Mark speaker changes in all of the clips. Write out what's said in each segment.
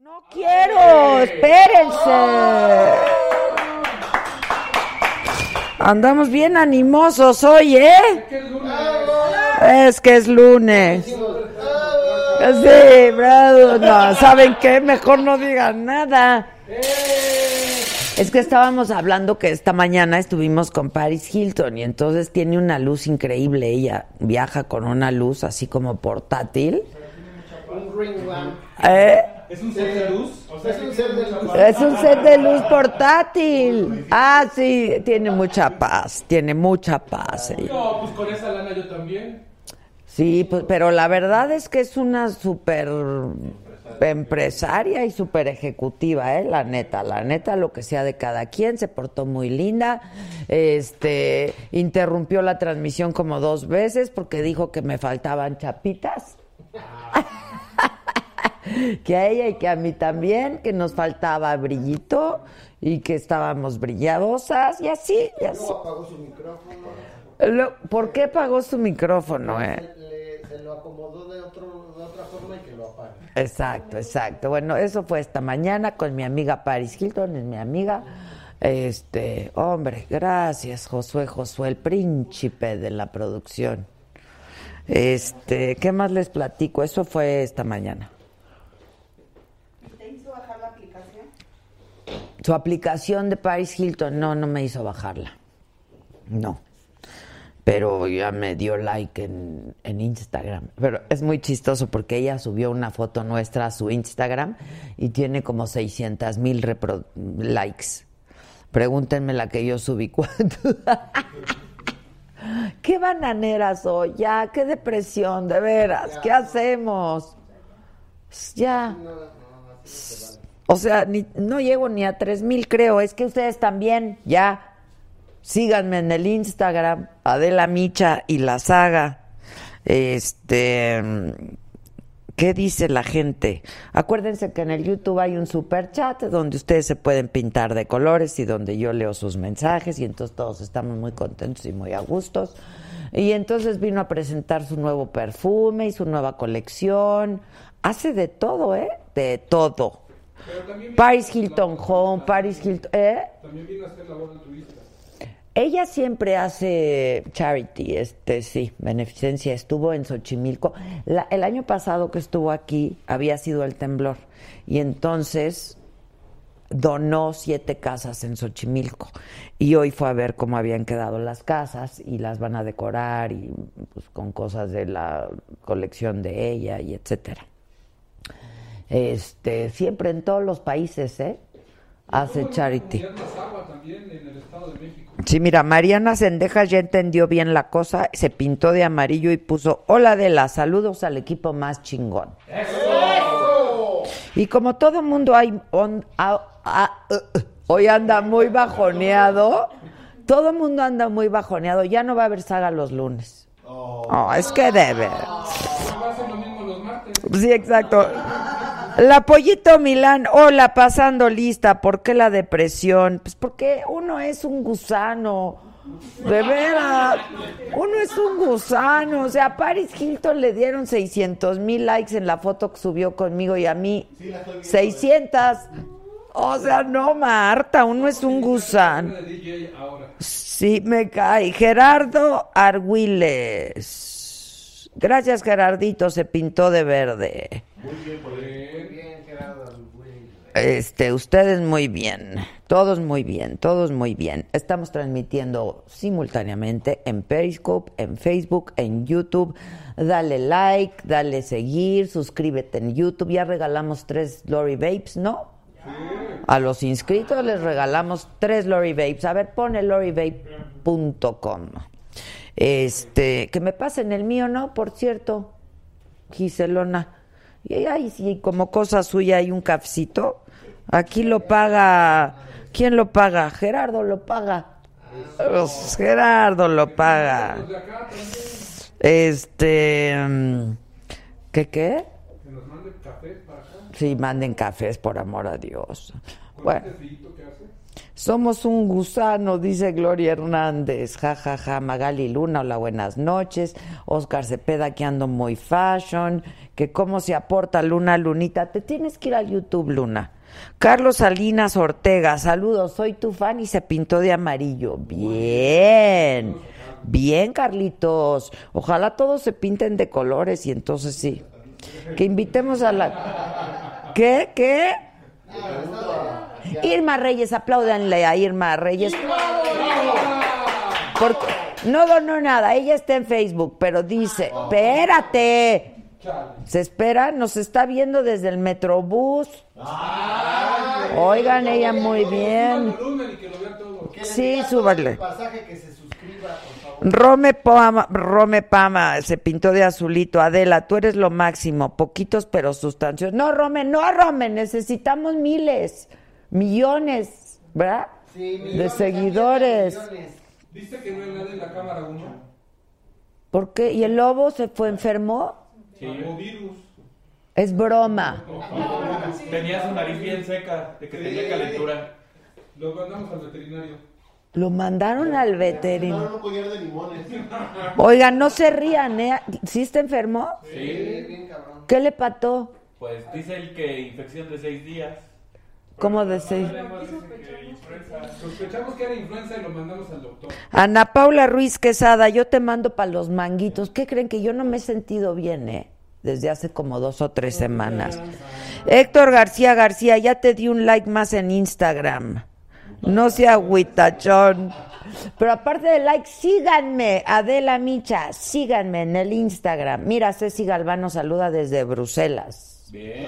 Speaker 1: No quiero, espérense. Andamos bien animosos hoy, ¿eh? Es que es lunes. Sí, bravo. No, ¿saben qué? Mejor no digan nada. Es que estábamos hablando que esta mañana estuvimos con Paris Hilton y entonces tiene una luz increíble. Ella viaja con una luz así como portátil. Eh,
Speaker 2: ¿Es un set de luz? O sea, es un set de luz.
Speaker 1: es un set de luz portátil. Ah, sí, tiene mucha paz, tiene mucha paz. ella.
Speaker 2: No, pues con esa lana yo también.
Speaker 1: Sí, pues, pero la verdad es que es una súper empresaria y súper ejecutiva, ¿eh? la neta, la neta, lo que sea de cada quien, se portó muy linda, este, interrumpió la transmisión como dos veces porque dijo que me faltaban chapitas, que a ella y que a mí también, que nos faltaba brillito y que estábamos brilladosas y así, y así.
Speaker 3: apagó su micrófono,
Speaker 1: Lo- ¿Por qué apagó su micrófono, eh?
Speaker 3: le- se lo acomodó de, otro, de otra forma y que lo apague.
Speaker 1: Exacto, exacto. Bueno, eso fue esta mañana con mi amiga Paris Hilton, es mi amiga. Este, hombre, gracias Josué, Josué, el príncipe de la producción. Este, ¿qué más les platico? Eso fue esta mañana. ¿Te hizo bajar la aplicación? Su aplicación de Paris Hilton, no, no me hizo bajarla. No. Pero ya me dio like en, en Instagram. Pero es muy chistoso porque ella subió una foto nuestra a su Instagram y tiene como 600 mil repro- likes. Pregúntenme la que yo subí cuánto. qué bananera soy, ya, qué depresión, de veras, ¿qué hacemos? Ya. O sea, ni- no llego ni a 3 mil, creo. Es que ustedes también, ya. Síganme en el Instagram, Adela Micha y la saga. Este, ¿qué dice la gente? Acuérdense que en el YouTube hay un super chat donde ustedes se pueden pintar de colores y donde yo leo sus mensajes y entonces todos estamos muy contentos y muy a gustos. Y entonces vino a presentar su nuevo perfume y su nueva colección. Hace de todo, ¿eh? De todo. Paris Hilton Home, Paris Hilton, ¿eh?
Speaker 2: También vino a hacer labor de turista.
Speaker 1: Ella siempre hace charity, este sí, beneficencia. Estuvo en Xochimilco. La- el año pasado que estuvo aquí había sido el temblor y entonces donó siete casas en Xochimilco y hoy fue a ver cómo habían quedado las casas y las van a decorar y pues, con cosas de la colección de ella y etcétera. Este siempre en todos los países, ¿eh? Hace charity.
Speaker 2: Mazagua también en el Estado de México.
Speaker 1: Sí, mira, Mariana Sendejas ya entendió bien la cosa, se pintó de amarillo y puso, hola de la, saludos al equipo más chingón. Y como todo mundo hay on- a- a- uh, uh, hoy anda muy bajoneado, todo mundo anda muy bajoneado, ya no va a haber saga los lunes. Oh, es que debe.
Speaker 2: Ahora hacen lo mismo los martes.
Speaker 1: Sí, exacto. La Pollito Milán, hola, pasando lista. ¿Por qué la depresión? Pues porque uno es un gusano. De veras, uno es un gusano. O sea, a Paris Hilton le dieron 600 mil likes en la foto que subió conmigo y a mí 600. O sea, no, Marta, uno es un gusano.
Speaker 2: de DJ ahora.
Speaker 1: Sí, me cae. Gerardo Argüiles. Gracias, Gerardito, se pintó de verde. Este, ustedes muy bien, todos muy bien, todos muy bien. Estamos transmitiendo simultáneamente en Periscope, en Facebook, en YouTube. Dale like, dale seguir, suscríbete en YouTube. Ya regalamos tres Lori Vapes, ¿no? A los inscritos les regalamos tres Lori Vapes. A ver, pone lorivape.com. Este, que me pasen el mío, ¿no? Por cierto, Giselona. Y ahí sí, como cosa suya hay un cafecito. Aquí lo paga. ¿Quién lo paga? Gerardo lo paga. Pues, Gerardo lo paga. Este. mm, ¿Qué qué?
Speaker 2: Que nos mande café para acá.
Speaker 1: Sí, manden cafés, por amor a Dios. Bueno.
Speaker 2: Este frillito que hace.
Speaker 1: Somos un gusano, dice Gloria Hernández. Ja, ja, ja. Magali Luna, hola, buenas noches. Oscar Cepeda, que ando muy fashion. Que cómo se aporta Luna, Lunita. Te tienes que ir al YouTube, Luna. Carlos Salinas Ortega, saludos, soy tu fan y se pintó de amarillo. Bien, bien, Carlitos. Ojalá todos se pinten de colores y entonces sí. Que invitemos a la... ¿Qué? ¿Qué? Irma Reyes, apláudanle a Irma Reyes. Porque no donó nada, ella está en Facebook, pero dice, espérate. Se espera, nos está viendo desde el Metrobús. Oigan, ella muy bien.
Speaker 2: Volumen y que lo vean todos.
Speaker 1: Sí, súbale.
Speaker 3: Pasaje que se suscriba, por favor.
Speaker 1: Rome Pama, Rome Pama se pintó de azulito. Adela, tú eres lo máximo. Poquitos pero sustanciosos. No, Rome, no, Rome. Necesitamos miles, millones, ¿verdad?
Speaker 3: Sí, millones,
Speaker 1: de
Speaker 3: también,
Speaker 1: seguidores.
Speaker 3: millones.
Speaker 2: ¿Viste que no hay nadie en la cámara 1?
Speaker 1: ¿Por qué? ¿Y el lobo se fue enfermó?
Speaker 4: Sí.
Speaker 2: virus. Ah,
Speaker 1: Es broma.
Speaker 4: Tenía su nariz bien seca, de que tenía calentura.
Speaker 2: Lo mandamos al veterinario.
Speaker 1: Lo mandaron al veterinario.
Speaker 3: Tomaron un collar de limones.
Speaker 1: Oigan, no se rían, ¿eh? ¿Sí se enfermó?
Speaker 4: Sí.
Speaker 1: ¿Qué le pató?
Speaker 4: Pues dice el que infección de seis días.
Speaker 1: ¿Cómo de seis?
Speaker 2: Sospechamos que era influenza y lo mandamos al doctor.
Speaker 1: Ana Paula Ruiz Quesada, yo te mando para los manguitos. ¿Qué creen que yo no me he sentido bien, eh? Desde hace como dos o tres semanas. Héctor García García, ya te di un like más en Instagram. No sea agüitachón. Pero aparte de like, síganme, Adela Micha, síganme en el Instagram. Mira, Ceci Galvano saluda desde Bruselas.
Speaker 4: Bien.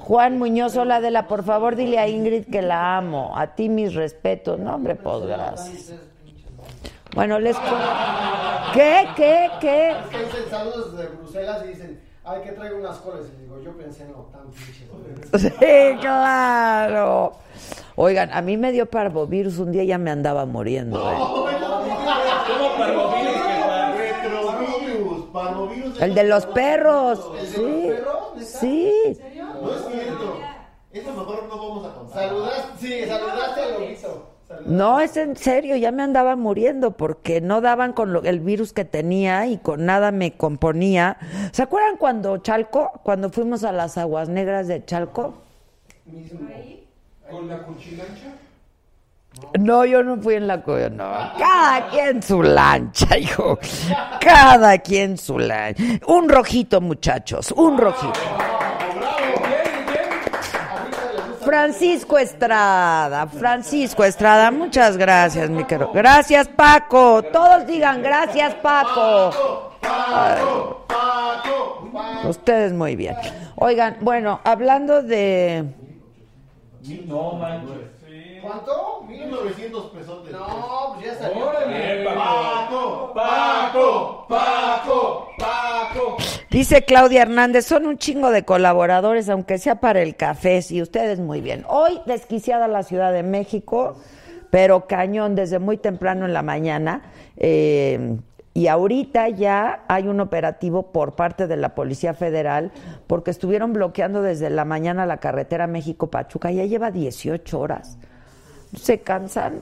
Speaker 1: Juan Muñoz, hola Adela, por favor dile a Ingrid que la amo. A ti mis respetos. No, hombre, pues gracias. Bueno, les... cu- ¿Qué? ¿Qué? ¿Qué?
Speaker 3: Es que dicen saludos de Bruselas y dicen, ay, que traigo unas coles. Y digo, yo pensé, no, tan pinches. coles".
Speaker 1: Sí, claro. Oigan, a mí me dio parvovirus un día y ya me andaba muriendo. ¿eh?
Speaker 4: ¿Cómo parvovirus que está?
Speaker 3: Retrovirus, parvovirus.
Speaker 1: El de los perros.
Speaker 3: ¿El de
Speaker 1: Sí.
Speaker 3: los perros? ¿Neta?
Speaker 1: Sí.
Speaker 3: No es cierto. Eso mejor no vamos a contar. Saludaste, sí, saludaste al lobito. Saludaste.
Speaker 1: No, es en serio, ya me andaba muriendo porque no daban con lo- el virus que tenía y con nada me componía. ¿Se acuerdan cuando Chalco, cuando fuimos a las aguas negras de Chalco?
Speaker 2: Con la cuchilancha.
Speaker 1: No, yo no fui en la cueva, no. Cada quien su lancha, hijo. Cada quien su lancha. Un rojito, muchachos, un rojito. Francisco Estrada, Francisco Estrada, muchas gracias, mi querido. Gracias, Paco. Todos digan gracias, Paco. Ustedes muy bien. Oigan, bueno, hablando de
Speaker 4: No manches. Sí.
Speaker 3: ¿Cuánto? 1900 pesos. No, pues ya salió.
Speaker 2: Órale.
Speaker 4: Bien, Eh, Paco.
Speaker 3: Paco, Paco, Paco, Paco.
Speaker 1: Dice Claudia Hernández, son un chingo de colaboradores, aunque sea para el café, sí, ustedes muy bien. Hoy desquiciada la Ciudad de México, pero cañón desde muy temprano en la mañana. eh, y ahorita ya hay un operativo por parte de la Policía Federal porque estuvieron bloqueando desde la mañana la carretera México-Pachuca. Ya lleva 18 horas. Se cansan.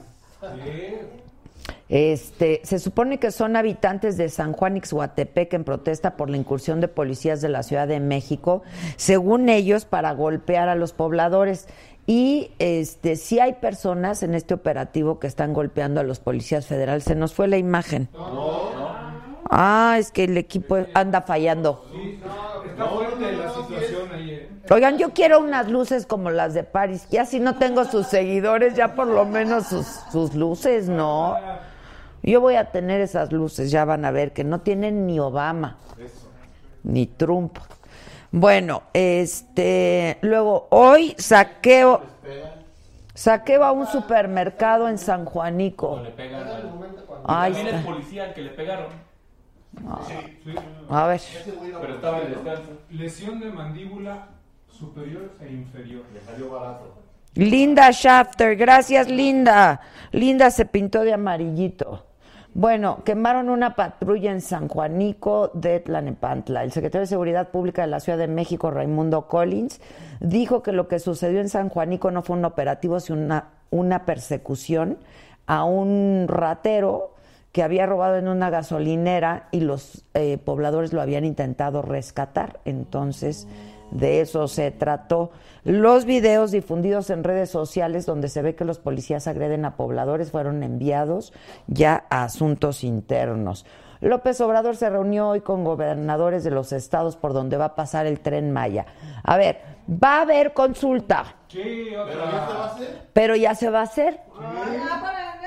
Speaker 1: Este, se supone que son habitantes de San Juan Ixhuatepec en protesta por la incursión de policías de la Ciudad de México, según ellos, para golpear a los pobladores. Y este, sí hay personas en este operativo que están golpeando a los policías federales. Se nos fue la imagen. Ah, es que el equipo anda fallando.
Speaker 2: Está fuerte la situación ahí, eh.
Speaker 1: Oigan, yo quiero unas luces como las de París. Ya si no tengo sus seguidores, ya por lo menos sus, sus luces, ¿no? Yo voy a tener esas luces, ya van a ver que no tienen ni Obama, ni Trump. Bueno, este, luego hoy saqueo, saqueo a un supermercado en San Juanico.
Speaker 4: Le pegaron.
Speaker 1: Ahí
Speaker 4: También
Speaker 1: está.
Speaker 4: es
Speaker 1: Ah.
Speaker 4: policía al que le pegaron,
Speaker 1: A ver,
Speaker 4: pero estaba en descanso.
Speaker 2: Lesión de mandíbula superior e inferior.
Speaker 1: Linda Shafter, gracias Linda. Linda se pintó de amarillito. Bueno, quemaron una patrulla en San Juanico de Tlanepantla. El secretario de Seguridad Pública de la Ciudad de México, Raimundo Collins, dijo que lo que sucedió en San Juanico no fue un operativo, sino una, una persecución a un ratero que había robado en una gasolinera y los eh, pobladores lo habían intentado rescatar. Entonces, de eso se trató. Los videos difundidos en redes sociales donde se ve que los policías agreden a pobladores fueron enviados ya a asuntos internos. López Obrador se reunió hoy con gobernadores de los estados por donde va a pasar el tren Maya. A ver, va a haber consulta,
Speaker 2: Sí,
Speaker 3: ¿Pero ya se va a
Speaker 2: otra.
Speaker 3: hacer?
Speaker 1: pero ya se va a hacer.
Speaker 5: Ah, para nada,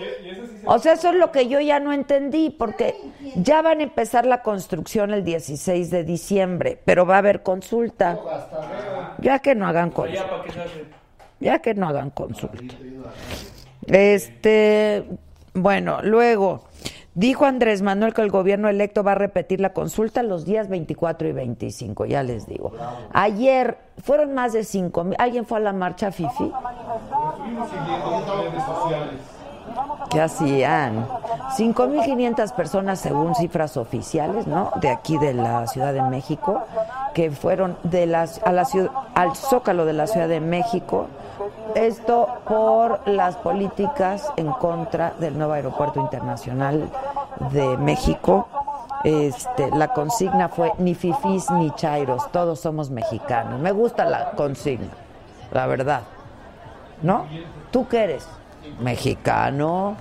Speaker 2: Y,
Speaker 5: ya.
Speaker 2: y esa sí se
Speaker 1: O sea, eso es lo que yo ya no entendí, porque ya van a empezar la construcción el 16 de diciembre, pero va a haber consulta. Ya que no hagan
Speaker 4: Ya,
Speaker 1: consulta.
Speaker 4: ¿para qué se hace?
Speaker 1: Ya que no hagan consulta. Este, bueno, luego dijo Andrés Manuel que el gobierno electo va a repetir la consulta los días 24 y 25, ya les digo. Ayer fueron más de 5 mil. ¿Alguien fue a la marcha Fifi?
Speaker 2: estuvimos siguiendo en redes sociales.
Speaker 1: ¿Qué hacían? 5.500 personas, según cifras oficiales, ¿no? De aquí de la Ciudad de México, que fueron de las, a la ciudad, al zócalo de la Ciudad de México. Esto por las políticas en contra del nuevo aeropuerto internacional de México. Este, la consigna fue ni fifís ni chairos, todos somos mexicanos. Me gusta la consigna, la verdad. ¿No? ¿Tú qué eres? Mexicano.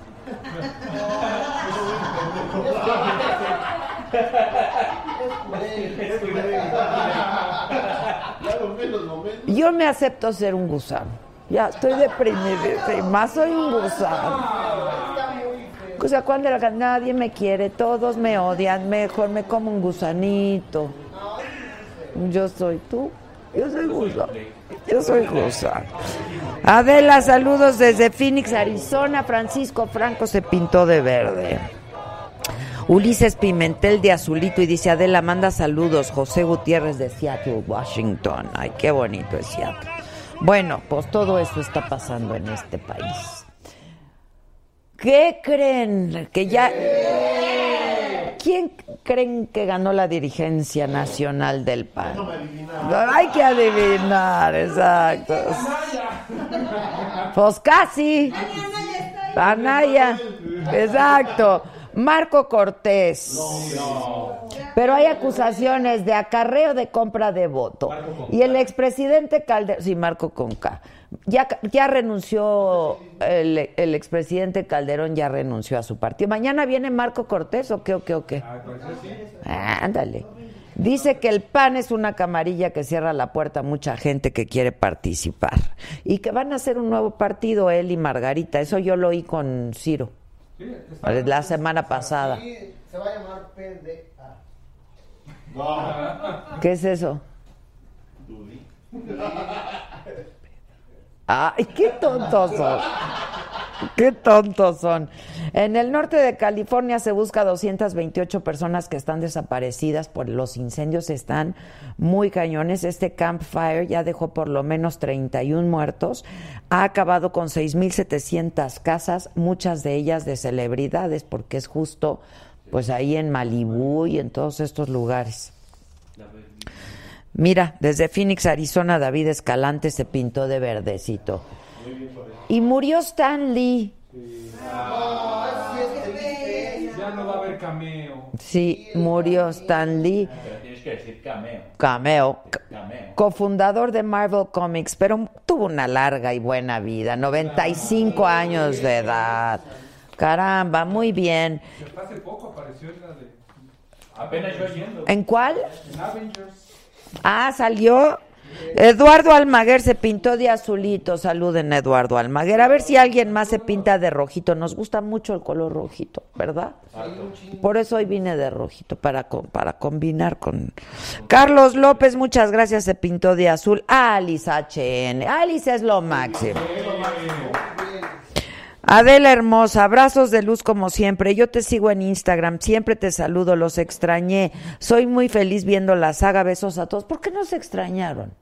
Speaker 3: Claro, menos momentos.
Speaker 1: Yo me acepto ser un gusano. Ya, estoy deprimida. y Más soy un gusano. O sea, cuando era que nadie me quiere, todos me odian, mejor me como un gusanito. Yo soy tú. Yo soy gusano. Yo soy gusano. Adela, saludos desde Phoenix, Arizona. Francisco Franco se pintó de verde. Ulises Pimentel de Azulito y dice Adela manda saludos José Gutiérrez de Seattle, Washington. Ay, qué bonito es Seattle. Bueno, pues todo eso está pasando en este país. ¿Qué creen? Que ya ¿Quién creen que ganó la dirigencia nacional del PAN? No hay que adivinar, exacto. Pues casi.
Speaker 5: Mañana ya estoy.
Speaker 1: Anaya, exacto. Marco Cortés. Pero hay acusaciones de acarreo de compra de voto. Y el expresidente Calderón, sí, Marco Conca, ya, ya renunció, el, el expresidente Calderón ya renunció a su partido. ¿Mañana viene Marco Cortés o qué, o qué, o qué? Ah, Ándale. Dice que el PAN es una camarilla que cierra la puerta a mucha gente que quiere participar. Y que van a hacer un nuevo partido, él y Margarita. Eso yo lo oí con Ciro la semana pasada.
Speaker 3: Y se va a llamar PDA. No.
Speaker 1: ¿Qué es eso? Ay, qué tontos son. Qué tontos son. En el norte de California se busca 228 personas que están desaparecidas por los incendios. Están muy cañones. Este campfire ya dejó por lo menos 31 muertos. Ha acabado con 6.700 casas, muchas de ellas de celebridades, porque es justo pues ahí en Malibú y en todos estos lugares. Mira, desde Phoenix, Arizona, David Escalante se pintó de verdecito. Y murió Stan Lee.
Speaker 2: Ya no va a haber cameo.
Speaker 1: Sí, murió Stan Lee.
Speaker 4: Pero tienes que decir cameo.
Speaker 1: Cameo. C-
Speaker 4: Pameo.
Speaker 1: cofundador de Marvel Comics, pero tuvo una larga y buena vida, 95 años de edad. Caramba, muy bien.
Speaker 2: Y hasta hace poco apareció en la de
Speaker 4: Apenas yo yendo.
Speaker 1: ¿En cuál?
Speaker 2: en Avengers.
Speaker 1: Ah, salió. Eduardo Almaguer se pintó de azulito. Saluden a Eduardo Almaguer. A ver si alguien más se pinta de rojito. Nos gusta mucho el color rojito, ¿verdad? Por eso hoy vine de rojito, para, co- para combinar con... Carlos López, muchas gracias, se pintó de azul. Alice HN. Alice es lo máximo. Adela hermosa, abrazos de luz como siempre. Yo te sigo en Instagram, siempre te saludo, los extrañé. Soy muy feliz viendo la saga, besos a todos. ¿Por qué no se extrañaron?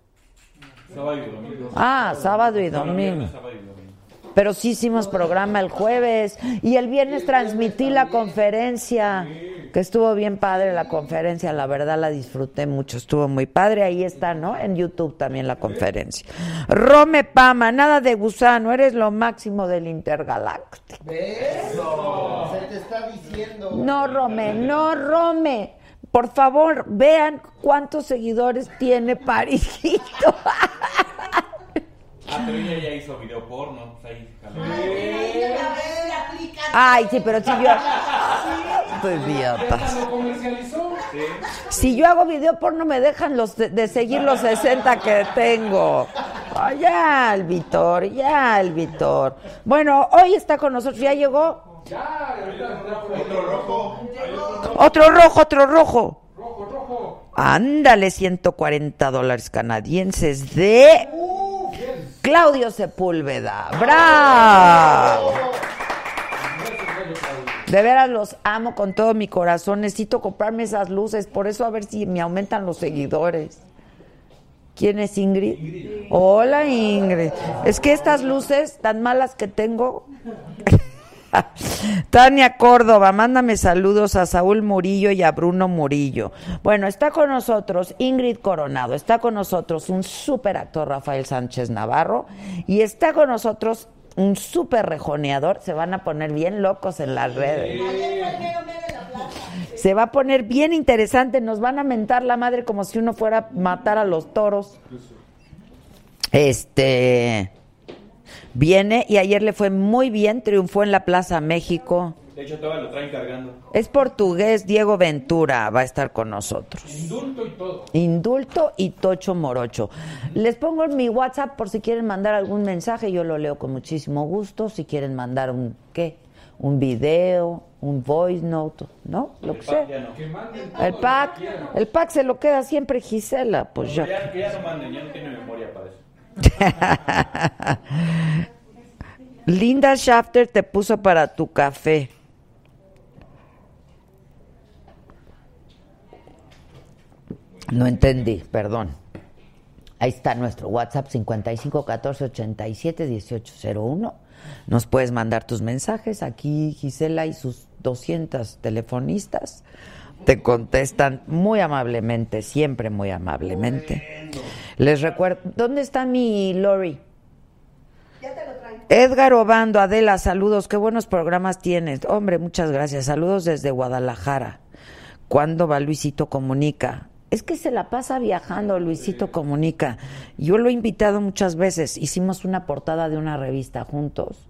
Speaker 4: Sábado y domingo.
Speaker 1: Ah, sábado y
Speaker 4: Bueno,
Speaker 1: domingo.
Speaker 4: viernes, sábado y domingo.
Speaker 1: Pero sí hicimos programa el jueves y el viernes transmití la conferencia, que estuvo bien padre la conferencia, la verdad la disfruté mucho, estuvo muy padre, ahí está, ¿no? En YouTube también la conferencia. Rome Pama, nada de gusano, eres lo máximo del intergaláctico.
Speaker 3: Eso. Se te está diciendo.
Speaker 1: No, Rome, no, Rome. Por favor, vean cuántos seguidores tiene Parisito.
Speaker 4: Ah, pero ella ya hizo video porno. pues ahí, jaló.
Speaker 2: ¿Ah,
Speaker 1: Ay, sí, pero si yo. Pues idiotas.
Speaker 2: Lo comercializó.
Speaker 1: Si yo hago video porno me dejan los de, de seguir los 60 que tengo. Ay, ya, el Vitor, ya, el Vitor. Bueno, hoy está con nosotros, ya llegó. Otro rojo, otro rojo.
Speaker 2: Rojo, rojo.
Speaker 1: Ándale, 140 dólares canadienses de Claudio Sepúlveda. ¡Bravo! De veras los amo con todo mi corazón. Necesito comprarme esas luces, por eso a ver si me aumentan los seguidores. ¿Quién es Ingrid? Hola Ingrid. Es que estas luces tan malas que tengo. Tania Córdoba, mándame saludos a Saúl Murillo y a Bruno Murillo. Bueno, está con nosotros Ingrid Coronado, está con nosotros un súper actor Rafael Sánchez Navarro y está con nosotros un súper rejoneador. Se van a poner bien locos en las redes. Se va a poner bien interesante, nos van a mentar la madre como si uno fuera a matar a los toros. Este viene y ayer le fue muy bien, triunfó en la Plaza México.
Speaker 4: De hecho, todavía lo traen cargando.
Speaker 1: Es portugués, Diego Ventura va a estar con nosotros.
Speaker 2: Indulto y todo.
Speaker 1: Indulto y Tocho Morocho. Les pongo en mi WhatsApp por si quieren mandar algún mensaje, yo lo leo con muchísimo gusto. Si quieren mandar un qué, un video, un voice note, ¿no? Lo que
Speaker 4: El
Speaker 1: sea.
Speaker 4: pack ya no.
Speaker 2: Que manden
Speaker 1: El pack, el pack se lo queda siempre Gisela, pues ya.
Speaker 4: Ya, que ya no manden, ya no tiene memoria para eso.
Speaker 1: Linda Shafter te puso para tu café. No entendí, perdón. Ahí está nuestro WhatsApp 55 14 87 1801. Nos puedes mandar tus mensajes. Aquí Gisela y sus 200 telefonistas te contestan muy amablemente, siempre muy amablemente. Les recuerdo, ¿dónde está mi Lori? Edgar Obando, Adela, saludos. Qué buenos programas tienes. Hombre, muchas gracias. Saludos desde Guadalajara. ¿Cuándo va Luisito Comunica? Es que se la pasa viajando, Luisito Comunica. Yo lo he invitado muchas veces. Hicimos una portada de una revista juntos.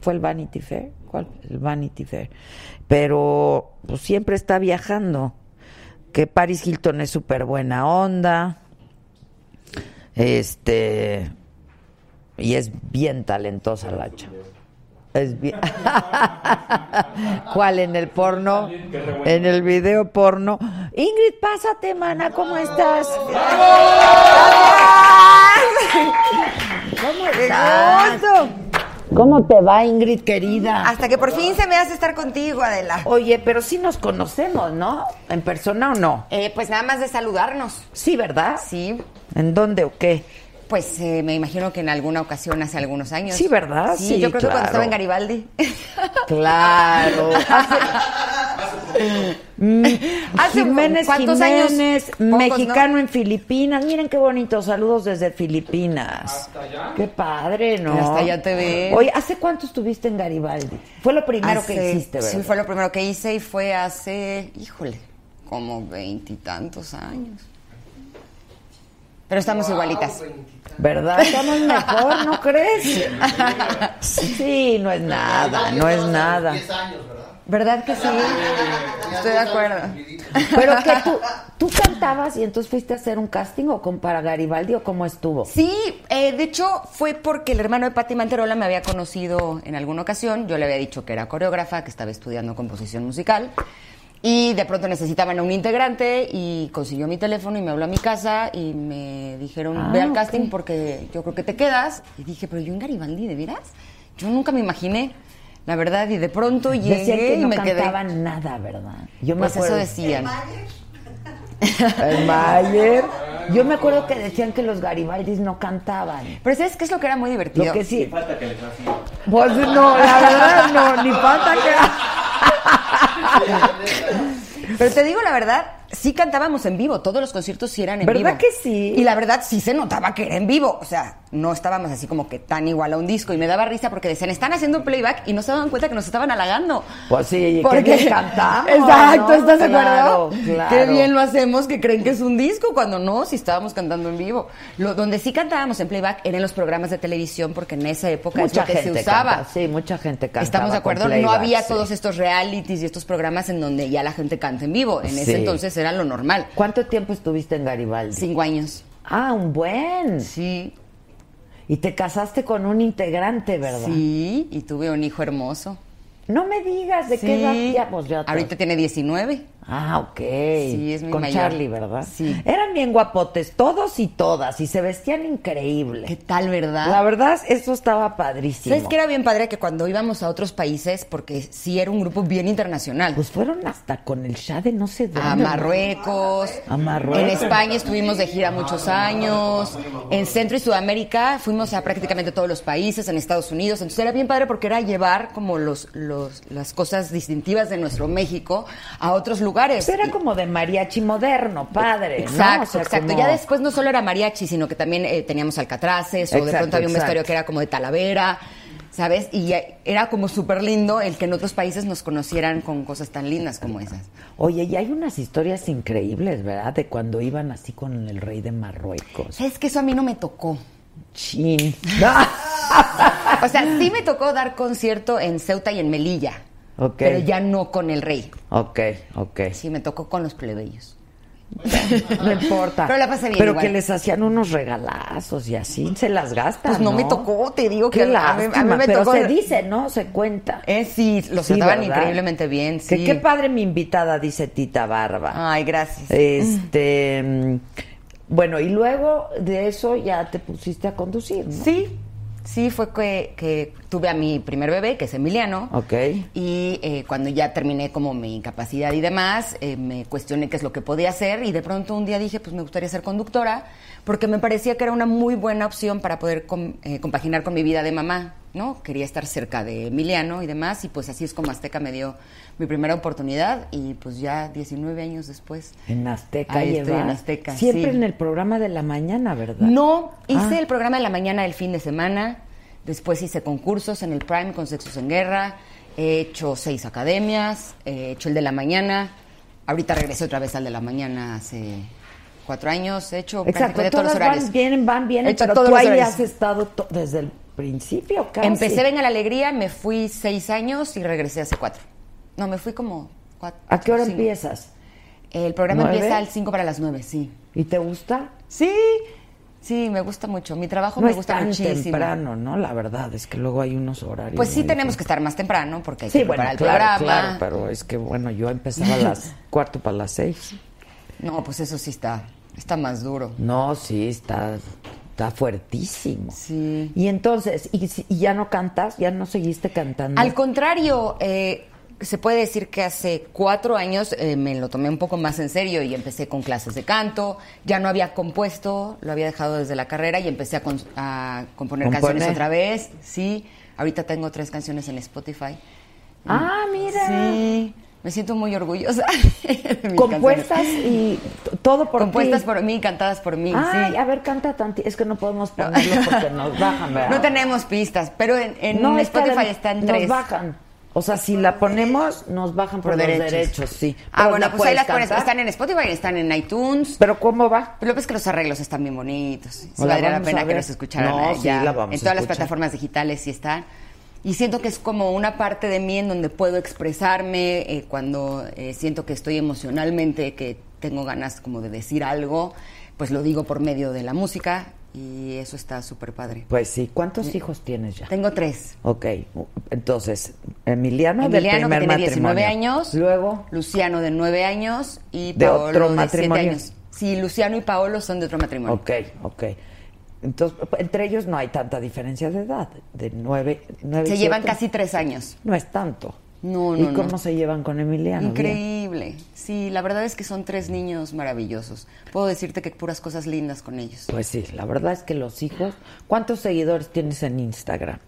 Speaker 1: ¿Fue el Vanity Fair? ¿Cuál? El Vanity Fair. Pero pues, siempre está viajando. Que Paris Hilton es súper buena onda. Este. Y es bien talentosa la chava. Es bien. ¿Cuál? ¿En el porno? En el video porno. Ingrid, pásate, mana, ¿cómo estás? ¿Cómo estás? ¿Cómo te va, Ingrid, querida?
Speaker 6: Hasta que por fin se me hace estar contigo, Adela.
Speaker 1: Oye, pero sí nos conocemos, ¿no? ¿En persona o no?
Speaker 6: Eh, pues nada más de saludarnos.
Speaker 1: Sí, ¿verdad?
Speaker 6: Sí,
Speaker 1: ¿En dónde o qué?
Speaker 6: pues eh, me imagino que en alguna ocasión hace algunos años.
Speaker 1: Sí, ¿verdad?
Speaker 6: Sí,
Speaker 1: Sí,
Speaker 6: yo creo que
Speaker 1: claro.
Speaker 6: cuando estaba en Garibaldi.
Speaker 1: Claro. Mm,
Speaker 6: Hace
Speaker 1: Jiménez
Speaker 6: cuántos años,
Speaker 1: Jiménez,
Speaker 6: pocos, ¿no?
Speaker 1: mexicano en Filipinas. Miren qué bonitos saludos desde Filipinas. Qué padre, ¿no?
Speaker 6: Hasta allá te ve.
Speaker 1: Oye, ¿hace cuánto estuviste en Garibaldi? Fue lo primero que
Speaker 6: Hace-
Speaker 1: hiciste, ¿verdad?
Speaker 6: Ah, Sí, fue lo primero que hice y fue hace, híjole, como veintitantos años. Pero estamos igualitas.
Speaker 1: ¿Verdad? Estamos mejor, ¿no crees? Sí, no es nada, no es nada.
Speaker 3: 10 años, ¿verdad?
Speaker 6: ¿Verdad que sí? Estoy de acuerdo.
Speaker 1: Pero que tú, tú cantabas y entonces fuiste a hacer un casting o con para Garibaldi o cómo estuvo.
Speaker 6: Sí, eh, de hecho fue porque el hermano de Patti Manterola me había conocido en alguna ocasión. Yo le había dicho que era coreógrafa, que estaba estudiando composición musical. Y de pronto necesitaban a un integrante y consiguió mi teléfono y me habló a mi casa y me dijeron,
Speaker 1: Ah,
Speaker 6: ve al
Speaker 1: ok.
Speaker 6: casting porque yo creo que te quedas. Y dije, pero yo en Garibaldi, ¿de veras? Yo nunca me imaginé, la verdad. Y de pronto llegué
Speaker 1: Decían que
Speaker 6: y
Speaker 1: no
Speaker 6: me quedé.
Speaker 1: cantaban nada, ¿verdad? Yo
Speaker 6: Pues eso
Speaker 1: acuerdo-
Speaker 6: decían.
Speaker 1: El Mayer. Yo me acuerdo que decían que los Garibaldis no cantaban.
Speaker 6: Pero ¿sabes qué es lo que era muy divertido?
Speaker 1: Lo que sí.
Speaker 4: Falta que les hacen.
Speaker 1: Pues no, la verdad no, ni falta que.
Speaker 6: Pero te digo la verdad, sí cantábamos en vivo, todos los conciertos sí eran en
Speaker 1: ¿Verdad
Speaker 6: vivo.
Speaker 1: que sí?
Speaker 6: Y la verdad sí se notaba que era en vivo, o sea, no estábamos así como que tan igual a un disco y me daba risa porque decían, están haciendo playback y no se daban cuenta que nos estaban halagando.
Speaker 1: Pues sí, que
Speaker 6: Porque-
Speaker 1: bien cantamos.
Speaker 6: Exacto,
Speaker 1: ¿no?
Speaker 6: ¿estás de
Speaker 1: Claro,
Speaker 6: acuerdo?
Speaker 1: claro.
Speaker 6: Qué bien lo hacemos, que creen que es un disco, cuando no, si estábamos cantando en vivo. Lo, donde sí cantábamos en playback eran los programas de televisión, porque en esa época es
Speaker 1: Mucha
Speaker 6: lo que
Speaker 1: gente
Speaker 6: se usaba.
Speaker 1: canta, sí, mucha gente cantaba.
Speaker 6: Estamos de
Speaker 1: con
Speaker 6: acuerdo, no
Speaker 1: playback,
Speaker 6: había
Speaker 1: sí.
Speaker 6: todos estos realities y estos programas en donde ya la gente canta en vivo. En
Speaker 1: Sí.
Speaker 6: ese entonces era lo normal.
Speaker 1: ¿Cuánto tiempo estuviste en Garibaldi?
Speaker 6: Cinco años.
Speaker 1: Ah, un buen.
Speaker 6: Sí,
Speaker 1: Y te casaste con un integrante, ¿verdad?
Speaker 6: sí, y tuve un hijo hermoso.
Speaker 1: No me digas de qué
Speaker 6: Sí.
Speaker 1: edad ya, pues ya. te-
Speaker 6: Ahorita tiene 19.
Speaker 1: Ah, ok.
Speaker 6: Sí, es mi
Speaker 1: Con
Speaker 6: mayor.
Speaker 1: Charlie, ¿verdad?
Speaker 6: Sí.
Speaker 1: Eran bien guapotes, todos y todas, y se vestían increíble.
Speaker 6: ¿Qué tal, verdad?
Speaker 1: La verdad, eso estaba padrísimo.
Speaker 6: ¿Sabes que era bien padre que cuando íbamos a otros países, porque sí era un grupo bien internacional,
Speaker 1: Pues fueron hasta con el Shah de no sé dónde.
Speaker 6: a Marruecos,
Speaker 1: A Marruecos.
Speaker 6: en España estuvimos de gira muchos años, en Centro y Sudamérica fuimos a prácticamente todos los países, en Estados Unidos, entonces era bien padre porque era llevar como los, los- las cosas distintivas de nuestro México a otros lugares.
Speaker 1: Pero
Speaker 6: Y-
Speaker 1: era como de mariachi moderno, padre. ¿no?
Speaker 6: Exacto,
Speaker 1: O sea,
Speaker 6: exacto.
Speaker 1: como-
Speaker 6: Ya después no solo era mariachi, sino que también eh, teníamos alcatraces o
Speaker 1: Exacto,
Speaker 6: de pronto había un
Speaker 1: exacto.
Speaker 6: vestuario que era como de talavera, ¿sabes? Y ya era como súper lindo el que en otros países nos conocieran con cosas tan lindas como esas.
Speaker 1: Oye, y hay unas historias increíbles, ¿verdad? De cuando iban así con el rey de Marruecos.
Speaker 6: ¿Sabes que Eso a mí no me tocó.
Speaker 1: Chin.
Speaker 6: O sea, sí me tocó dar concierto en Ceuta y en Melilla,
Speaker 1: Ok.
Speaker 6: pero ya no con el rey.
Speaker 1: ok, ok.
Speaker 6: Sí, me tocó con los plebeyos.
Speaker 1: No importa.
Speaker 6: Pero la pasé bien
Speaker 1: Pero
Speaker 6: igual.
Speaker 1: que les hacían unos regalazos y así se las gastan.
Speaker 6: Pues no, me tocó, te digo que
Speaker 1: Qué
Speaker 6: a mí- a mí, a mí
Speaker 1: lástima,
Speaker 6: me
Speaker 1: pero
Speaker 6: tocó.
Speaker 1: se dice, ¿no? Se cuenta.
Speaker 6: Eh, sí, los
Speaker 1: Sí,
Speaker 6: trataban
Speaker 1: ¿verdad?
Speaker 6: increíblemente bien, sí.
Speaker 1: Que qué padre mi invitada, dice Tita Barba.
Speaker 6: Ay, gracias.
Speaker 1: Este. mm, Bueno, y luego de eso ya te pusiste a conducir, ¿no?
Speaker 6: Sí, sí, fue que, que tuve a mi primer bebé, que es Emiliano.
Speaker 1: Ok.
Speaker 6: Y eh, cuando ya terminé como mi incapacidad y demás, eh, me cuestioné qué es lo que podía hacer y de pronto un día dije, pues me gustaría ser conductora, porque me parecía que era una muy buena opción para poder com- eh, compaginar con mi vida de mamá, ¿no? Quería estar cerca de Emiliano y demás, y pues así es como Azteca me dio mi primera oportunidad y pues ya 19 años después.
Speaker 1: En Azteca
Speaker 6: Ahí estoy
Speaker 1: llevas.
Speaker 6: en Azteca,
Speaker 1: Siempre
Speaker 6: sí.
Speaker 1: en el programa de la mañana, ¿verdad?
Speaker 6: No, hice
Speaker 1: Ah.
Speaker 6: el programa de la mañana el fin de semana, después hice concursos en el Prime con Sexos en Guerra, he hecho seis academias, he hecho el de la mañana, ahorita regresé otra vez al de la mañana hace cuatro años, he hecho
Speaker 1: Exacto,
Speaker 6: prácticamente todos los
Speaker 1: todas
Speaker 6: horarios.
Speaker 1: van bien, van bien,
Speaker 6: He hecho
Speaker 1: pero
Speaker 6: todos
Speaker 1: tú
Speaker 6: los
Speaker 1: ahí
Speaker 6: horarios.
Speaker 1: has estado to- desde el principio casi.
Speaker 6: Empecé Venga la Alegría, me fui seis años y regresé hace cuatro. No, me fui como cuatro.
Speaker 1: ¿A qué hora
Speaker 6: cinco.
Speaker 1: empiezas?
Speaker 6: El programa
Speaker 1: ¿Nueve?
Speaker 6: empieza al cinco para las nueve, sí.
Speaker 1: ¿Y te gusta?
Speaker 6: Sí, sí, me gusta mucho. Mi trabajo
Speaker 1: No
Speaker 6: me
Speaker 1: es
Speaker 6: gusta
Speaker 1: tan
Speaker 6: muchísimo.
Speaker 1: temprano, ¿no? La verdad es que luego hay unos horarios.
Speaker 6: Pues sí
Speaker 1: muy
Speaker 6: tenemos que estar más temprano porque hay
Speaker 1: Sí,
Speaker 6: que
Speaker 1: bueno,
Speaker 6: preparar el
Speaker 1: claro, claro,
Speaker 6: programa.
Speaker 1: pero es que bueno, yo empezaba a las cuarto para las seis.
Speaker 6: No, pues eso sí está, está más duro.
Speaker 1: No, sí, está, está fuertísimo.
Speaker 6: Sí.
Speaker 1: Y entonces, y, si- y ya no cantas? ¿Ya no seguiste cantando?
Speaker 6: Al contrario, eh, se puede decir que hace cuatro años eh, me lo tomé un poco más en serio y empecé con clases de canto. Ya no había compuesto, lo había dejado desde la carrera y empecé a, cons- a componer
Speaker 1: Componer.
Speaker 6: canciones otra vez. Sí, ahorita tengo tres canciones en Spotify. Mm.
Speaker 1: Ah, mira.
Speaker 6: Sí, me siento muy orgullosa. de mis
Speaker 1: Compuestas
Speaker 6: canciones.
Speaker 1: y t- todo por
Speaker 6: Compuestas
Speaker 1: ti.
Speaker 6: por mí, cantadas por mí.
Speaker 1: Ay,
Speaker 6: sí.
Speaker 1: a ver, canta tantito. Es que no podemos ponerlo porque nos bajan, ¿verdad?
Speaker 6: No tenemos pistas, pero en, en
Speaker 1: No, es que
Speaker 6: Spotify
Speaker 1: además
Speaker 6: están
Speaker 1: nos
Speaker 6: tres.
Speaker 1: bajan. O sea, si la ponemos, nos bajan por,
Speaker 6: Por
Speaker 1: los
Speaker 6: derechos.
Speaker 1: derechos, sí.
Speaker 6: Ah,
Speaker 1: Pero
Speaker 6: bueno,
Speaker 1: ¿la
Speaker 6: pues ahí las
Speaker 1: puedes
Speaker 6: pones.
Speaker 1: cantar?
Speaker 6: Están en Spotify, están en iTunes.
Speaker 1: Pero ¿cómo va?
Speaker 6: Pero lo que es que los arreglos están bien bonitos. Sí
Speaker 1: La
Speaker 6: valdría la
Speaker 1: vamos a
Speaker 6: pena que
Speaker 1: ver.
Speaker 6: nos escucharan.
Speaker 1: No,
Speaker 6: eh,
Speaker 1: sí,
Speaker 6: ya.
Speaker 1: la vamos
Speaker 6: En
Speaker 1: a
Speaker 6: todas las
Speaker 1: escuchar.
Speaker 6: plataformas digitales sí está. Y siento que es como una parte de mí en donde puedo expresarme eh, cuando eh, siento que estoy emocionalmente, que tengo ganas como de decir algo, pues lo digo por medio de la música y eso está súper padre.
Speaker 1: Pues sí. ¿Cuántos hijos tienes ya?
Speaker 6: Tengo tres.
Speaker 1: Ok. Entonces, Emiliano,
Speaker 6: Emiliano,
Speaker 1: del
Speaker 6: que
Speaker 1: primer
Speaker 6: tiene
Speaker 1: matrimonio.
Speaker 6: 19 años.
Speaker 1: Luego,
Speaker 6: Luciano, de 9 años. Y
Speaker 1: ¿De
Speaker 6: Paolo,
Speaker 1: otro
Speaker 6: de
Speaker 1: matrimonio?
Speaker 6: 7 años. Sí, Luciano y Paolo son de otro matrimonio.
Speaker 1: ok, ok. Entonces, entre ellos no hay tanta diferencia de edad. De nueve, nueve y
Speaker 6: Se llevan
Speaker 1: siete.
Speaker 6: casi 3 años.
Speaker 1: No es tanto.
Speaker 6: No,
Speaker 1: ¿Y
Speaker 6: no, no.
Speaker 1: cómo se llevan con Emiliano? Bien.
Speaker 6: Increíble. Sí, la verdad es que son tres niños maravillosos. Puedo decirte que puras cosas lindas con ellos.
Speaker 1: Pues sí, la verdad es que los hijos. ¿Cuántos seguidores tienes en Instagram?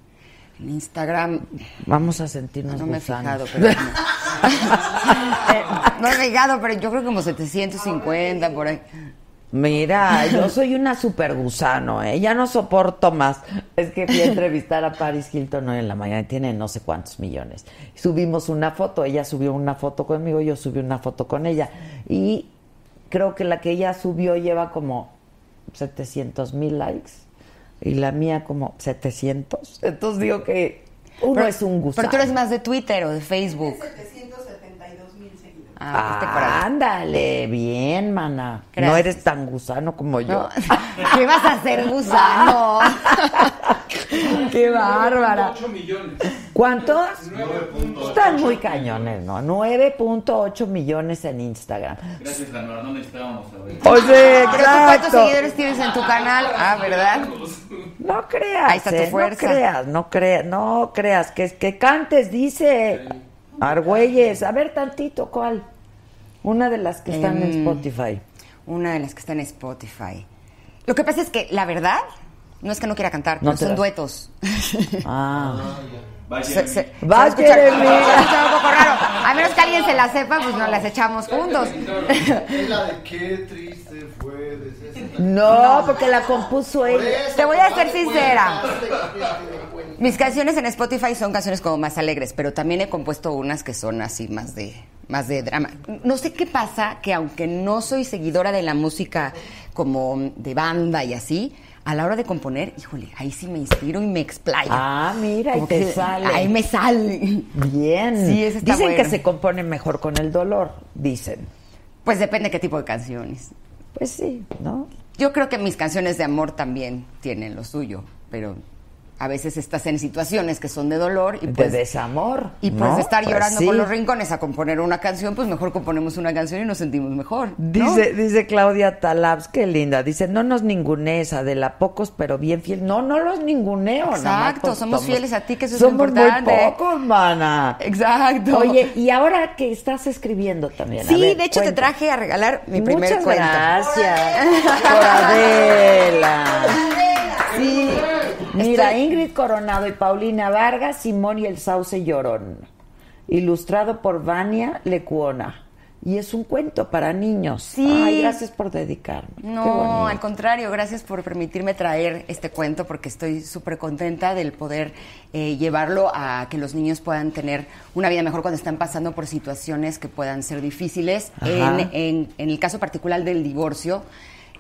Speaker 6: En Instagram
Speaker 1: Vamos a sentirnos
Speaker 6: no me he fijado,
Speaker 1: gusanos. Eh,
Speaker 6: pero no. No he fijado, pero yo creo que como 750 por ahí.
Speaker 1: Mira, yo soy una super gusano, ¿eh? Ya no soporto más. Es que fui a entrevistar a Paris Hilton hoy en la mañana y tiene no sé cuántos millones. Subimos una foto, ella subió una foto conmigo, yo subí una foto con ella. Y creo que la que ella subió lleva como 700 mil likes y la mía como 700. Entonces digo que uno es un gusano.
Speaker 6: Pero tú eres más de Twitter o de Facebook.
Speaker 5: 772 mil seguidores.
Speaker 6: Ah, viste por ahí.
Speaker 1: Ah, ándale, bien, mana. No
Speaker 6: Gracias.
Speaker 1: eres tan gusano como yo.
Speaker 6: No. ¿Qué vas a hacer, gusano?
Speaker 1: ¡Qué bárbara!
Speaker 4: 8 millones.
Speaker 1: ¿Cuántos?
Speaker 4: 9.8.
Speaker 1: Están muy cañones, ¿no? 9.8 millones en Instagram.
Speaker 4: Gracias, Anuar, no necesitábamos saber.
Speaker 1: O sea,
Speaker 6: ¿Pero tú cuántos
Speaker 1: Eh, exacto.
Speaker 6: seguidores tienes en tu canal? Ah, ¿verdad?
Speaker 1: No creas,
Speaker 6: Ahí está tu
Speaker 1: ¿eh?
Speaker 6: fuerza.
Speaker 1: no creas, no creas, no creas, que, que cantes, dice Argüelles. A ver tantito, ¿cuál? Una de las que están en
Speaker 6: Em,
Speaker 1: Spotify.
Speaker 6: Una de las que está en Spotify. Lo que pasa es que, la verdad, no es que no quiera cantar,
Speaker 1: No
Speaker 6: pero
Speaker 1: te
Speaker 6: son
Speaker 1: das.
Speaker 6: duetos.
Speaker 1: Ah,
Speaker 6: Se-
Speaker 4: Vaya.
Speaker 6: se- se
Speaker 1: Va,
Speaker 6: va a escuchar-
Speaker 1: Jeremy.
Speaker 6: se va a escuchar un poco raro. A menos que alguien se la sepa, pues nos las echamos juntos.
Speaker 3: Es la de qué triste fue. de ese-
Speaker 1: no, porque la compuso
Speaker 3: Por
Speaker 1: ella.
Speaker 3: eso,
Speaker 6: Te voy a
Speaker 3: compadre,
Speaker 6: ser sincera.
Speaker 3: pues, hazte que te cuente.
Speaker 6: Mis canciones en Spotify son canciones como más alegres, pero también he compuesto unas que son así más de más de drama. No sé qué pasa que aunque no soy seguidora de la música como de banda y así, a la hora de componer, híjole, ahí sí me inspiro y me explayo.
Speaker 1: Ah, mira, y
Speaker 6: Como
Speaker 1: te
Speaker 6: que
Speaker 1: sale.
Speaker 6: Ahí me sale.
Speaker 1: Bien.
Speaker 6: Sí, esa está
Speaker 1: dicen que
Speaker 6: buena.
Speaker 1: se compone mejor con el dolor, dicen.
Speaker 6: Pues depende qué tipo de canciones.
Speaker 1: Pues sí, ¿no?
Speaker 6: Yo creo que mis canciones de amor también tienen lo suyo, pero a veces estás en situaciones que son de dolor y pues
Speaker 1: de desamor.
Speaker 6: y pues
Speaker 1: ¿no?
Speaker 6: de estar
Speaker 1: Pues
Speaker 6: llorando
Speaker 1: sí.
Speaker 6: por los rincones a componer una canción, pues mejor componemos una canción y nos sentimos mejor. ¿no?
Speaker 1: Dice, dice Claudia Talabs, qué linda. Dice, no nos ningunees, Adela, pocos pero bien fiel. No, no los ninguneo. nada más
Speaker 6: Exacto,
Speaker 1: porque
Speaker 6: somos fieles a ti, que eso es lo
Speaker 1: somos
Speaker 6: importante.
Speaker 1: Muy pocos, mana.
Speaker 6: Exacto.
Speaker 1: Oye, y ahora que estás escribiendo también. a
Speaker 6: sí,
Speaker 1: ver,
Speaker 6: de hecho te
Speaker 1: cuenta.
Speaker 6: traje a regalar mi primer
Speaker 1: Muchas
Speaker 6: cuento.
Speaker 1: gracias. Por Adela.
Speaker 6: Sí.
Speaker 1: Mira,
Speaker 6: Estoy-
Speaker 1: Ingrid Coronado y Paulina Vargas, Simón y el Sauce Llorón. Ilustrado por Vania Lecuona. Y es un cuento para niños.
Speaker 6: Sí.
Speaker 1: Ay, gracias por dedicarme. Qué bonito.
Speaker 6: No, al contrario, gracias por permitirme traer este cuento porque estoy súper contenta del poder eh, llevarlo a que los niños puedan tener una vida mejor cuando están pasando por situaciones que puedan ser difíciles.
Speaker 1: Ajá.
Speaker 6: En, en- en el caso particular del divorcio,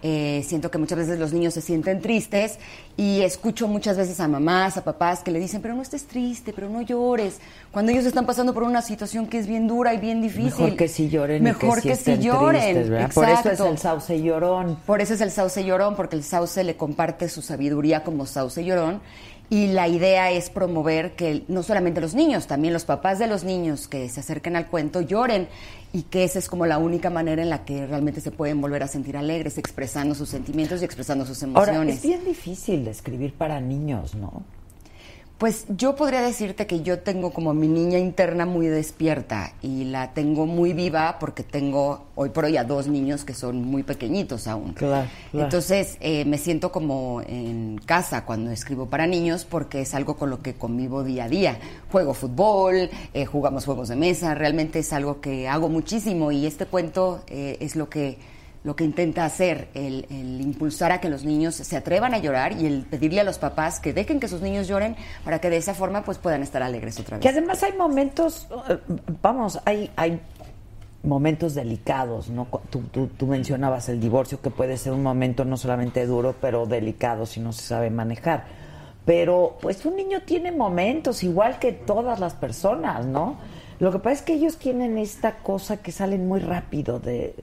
Speaker 6: eh, siento que muchas veces los niños se sienten tristes y escucho muchas veces a mamás, a papás que le dicen, pero no estés triste, pero no llores, cuando ellos están pasando por una situación que es bien dura y bien difícil.
Speaker 1: Mejor que si lloren. y
Speaker 6: Mejor
Speaker 1: si
Speaker 6: que, si
Speaker 1: estén
Speaker 6: lloren.
Speaker 1: tristes, ¿verdad? Por eso es
Speaker 6: exacto.
Speaker 1: el sauce llorón.
Speaker 6: Por eso es el sauce llorón, porque el sauce le comparte su sabiduría como sauce llorón. Y la idea es promover que el- no solamente los niños, también los papás de los niños que se acerquen al cuento lloren y que esa es como la única manera en la que realmente se pueden volver a sentir alegres, expresando sus sentimientos y expresando sus emociones.
Speaker 1: Ahora, es bien difícil de escribir para niños, ¿no?
Speaker 6: Pues yo podría decirte que yo tengo como mi niña interna muy despierta y la tengo muy viva porque tengo hoy por hoy a dos niños que son muy pequeñitos aún.
Speaker 1: Claro, claro.
Speaker 6: Entonces eh, me siento como en casa cuando escribo para niños porque es algo con lo que convivo día a día. Juego fútbol, eh, jugamos juegos de mesa, realmente es algo que hago muchísimo y este cuento eh, es lo que lo que intenta hacer, el, el impulsar a que los niños se atrevan a llorar y el pedirle a los papás que dejen que sus niños lloren para que de esa forma pues puedan estar alegres otra
Speaker 1: Que
Speaker 6: vez.
Speaker 1: además hay momentos, eh, vamos, hay, hay momentos delicados, ¿no? Cu- Tú, tú- tú mencionabas el divorcio, que puede ser un momento no solamente duro, pero delicado si no se sabe manejar. Pero pues un niño tiene momentos, igual que todas las personas, ¿no? Lo que pasa es que ellos tienen esta cosa que salen muy rápido de,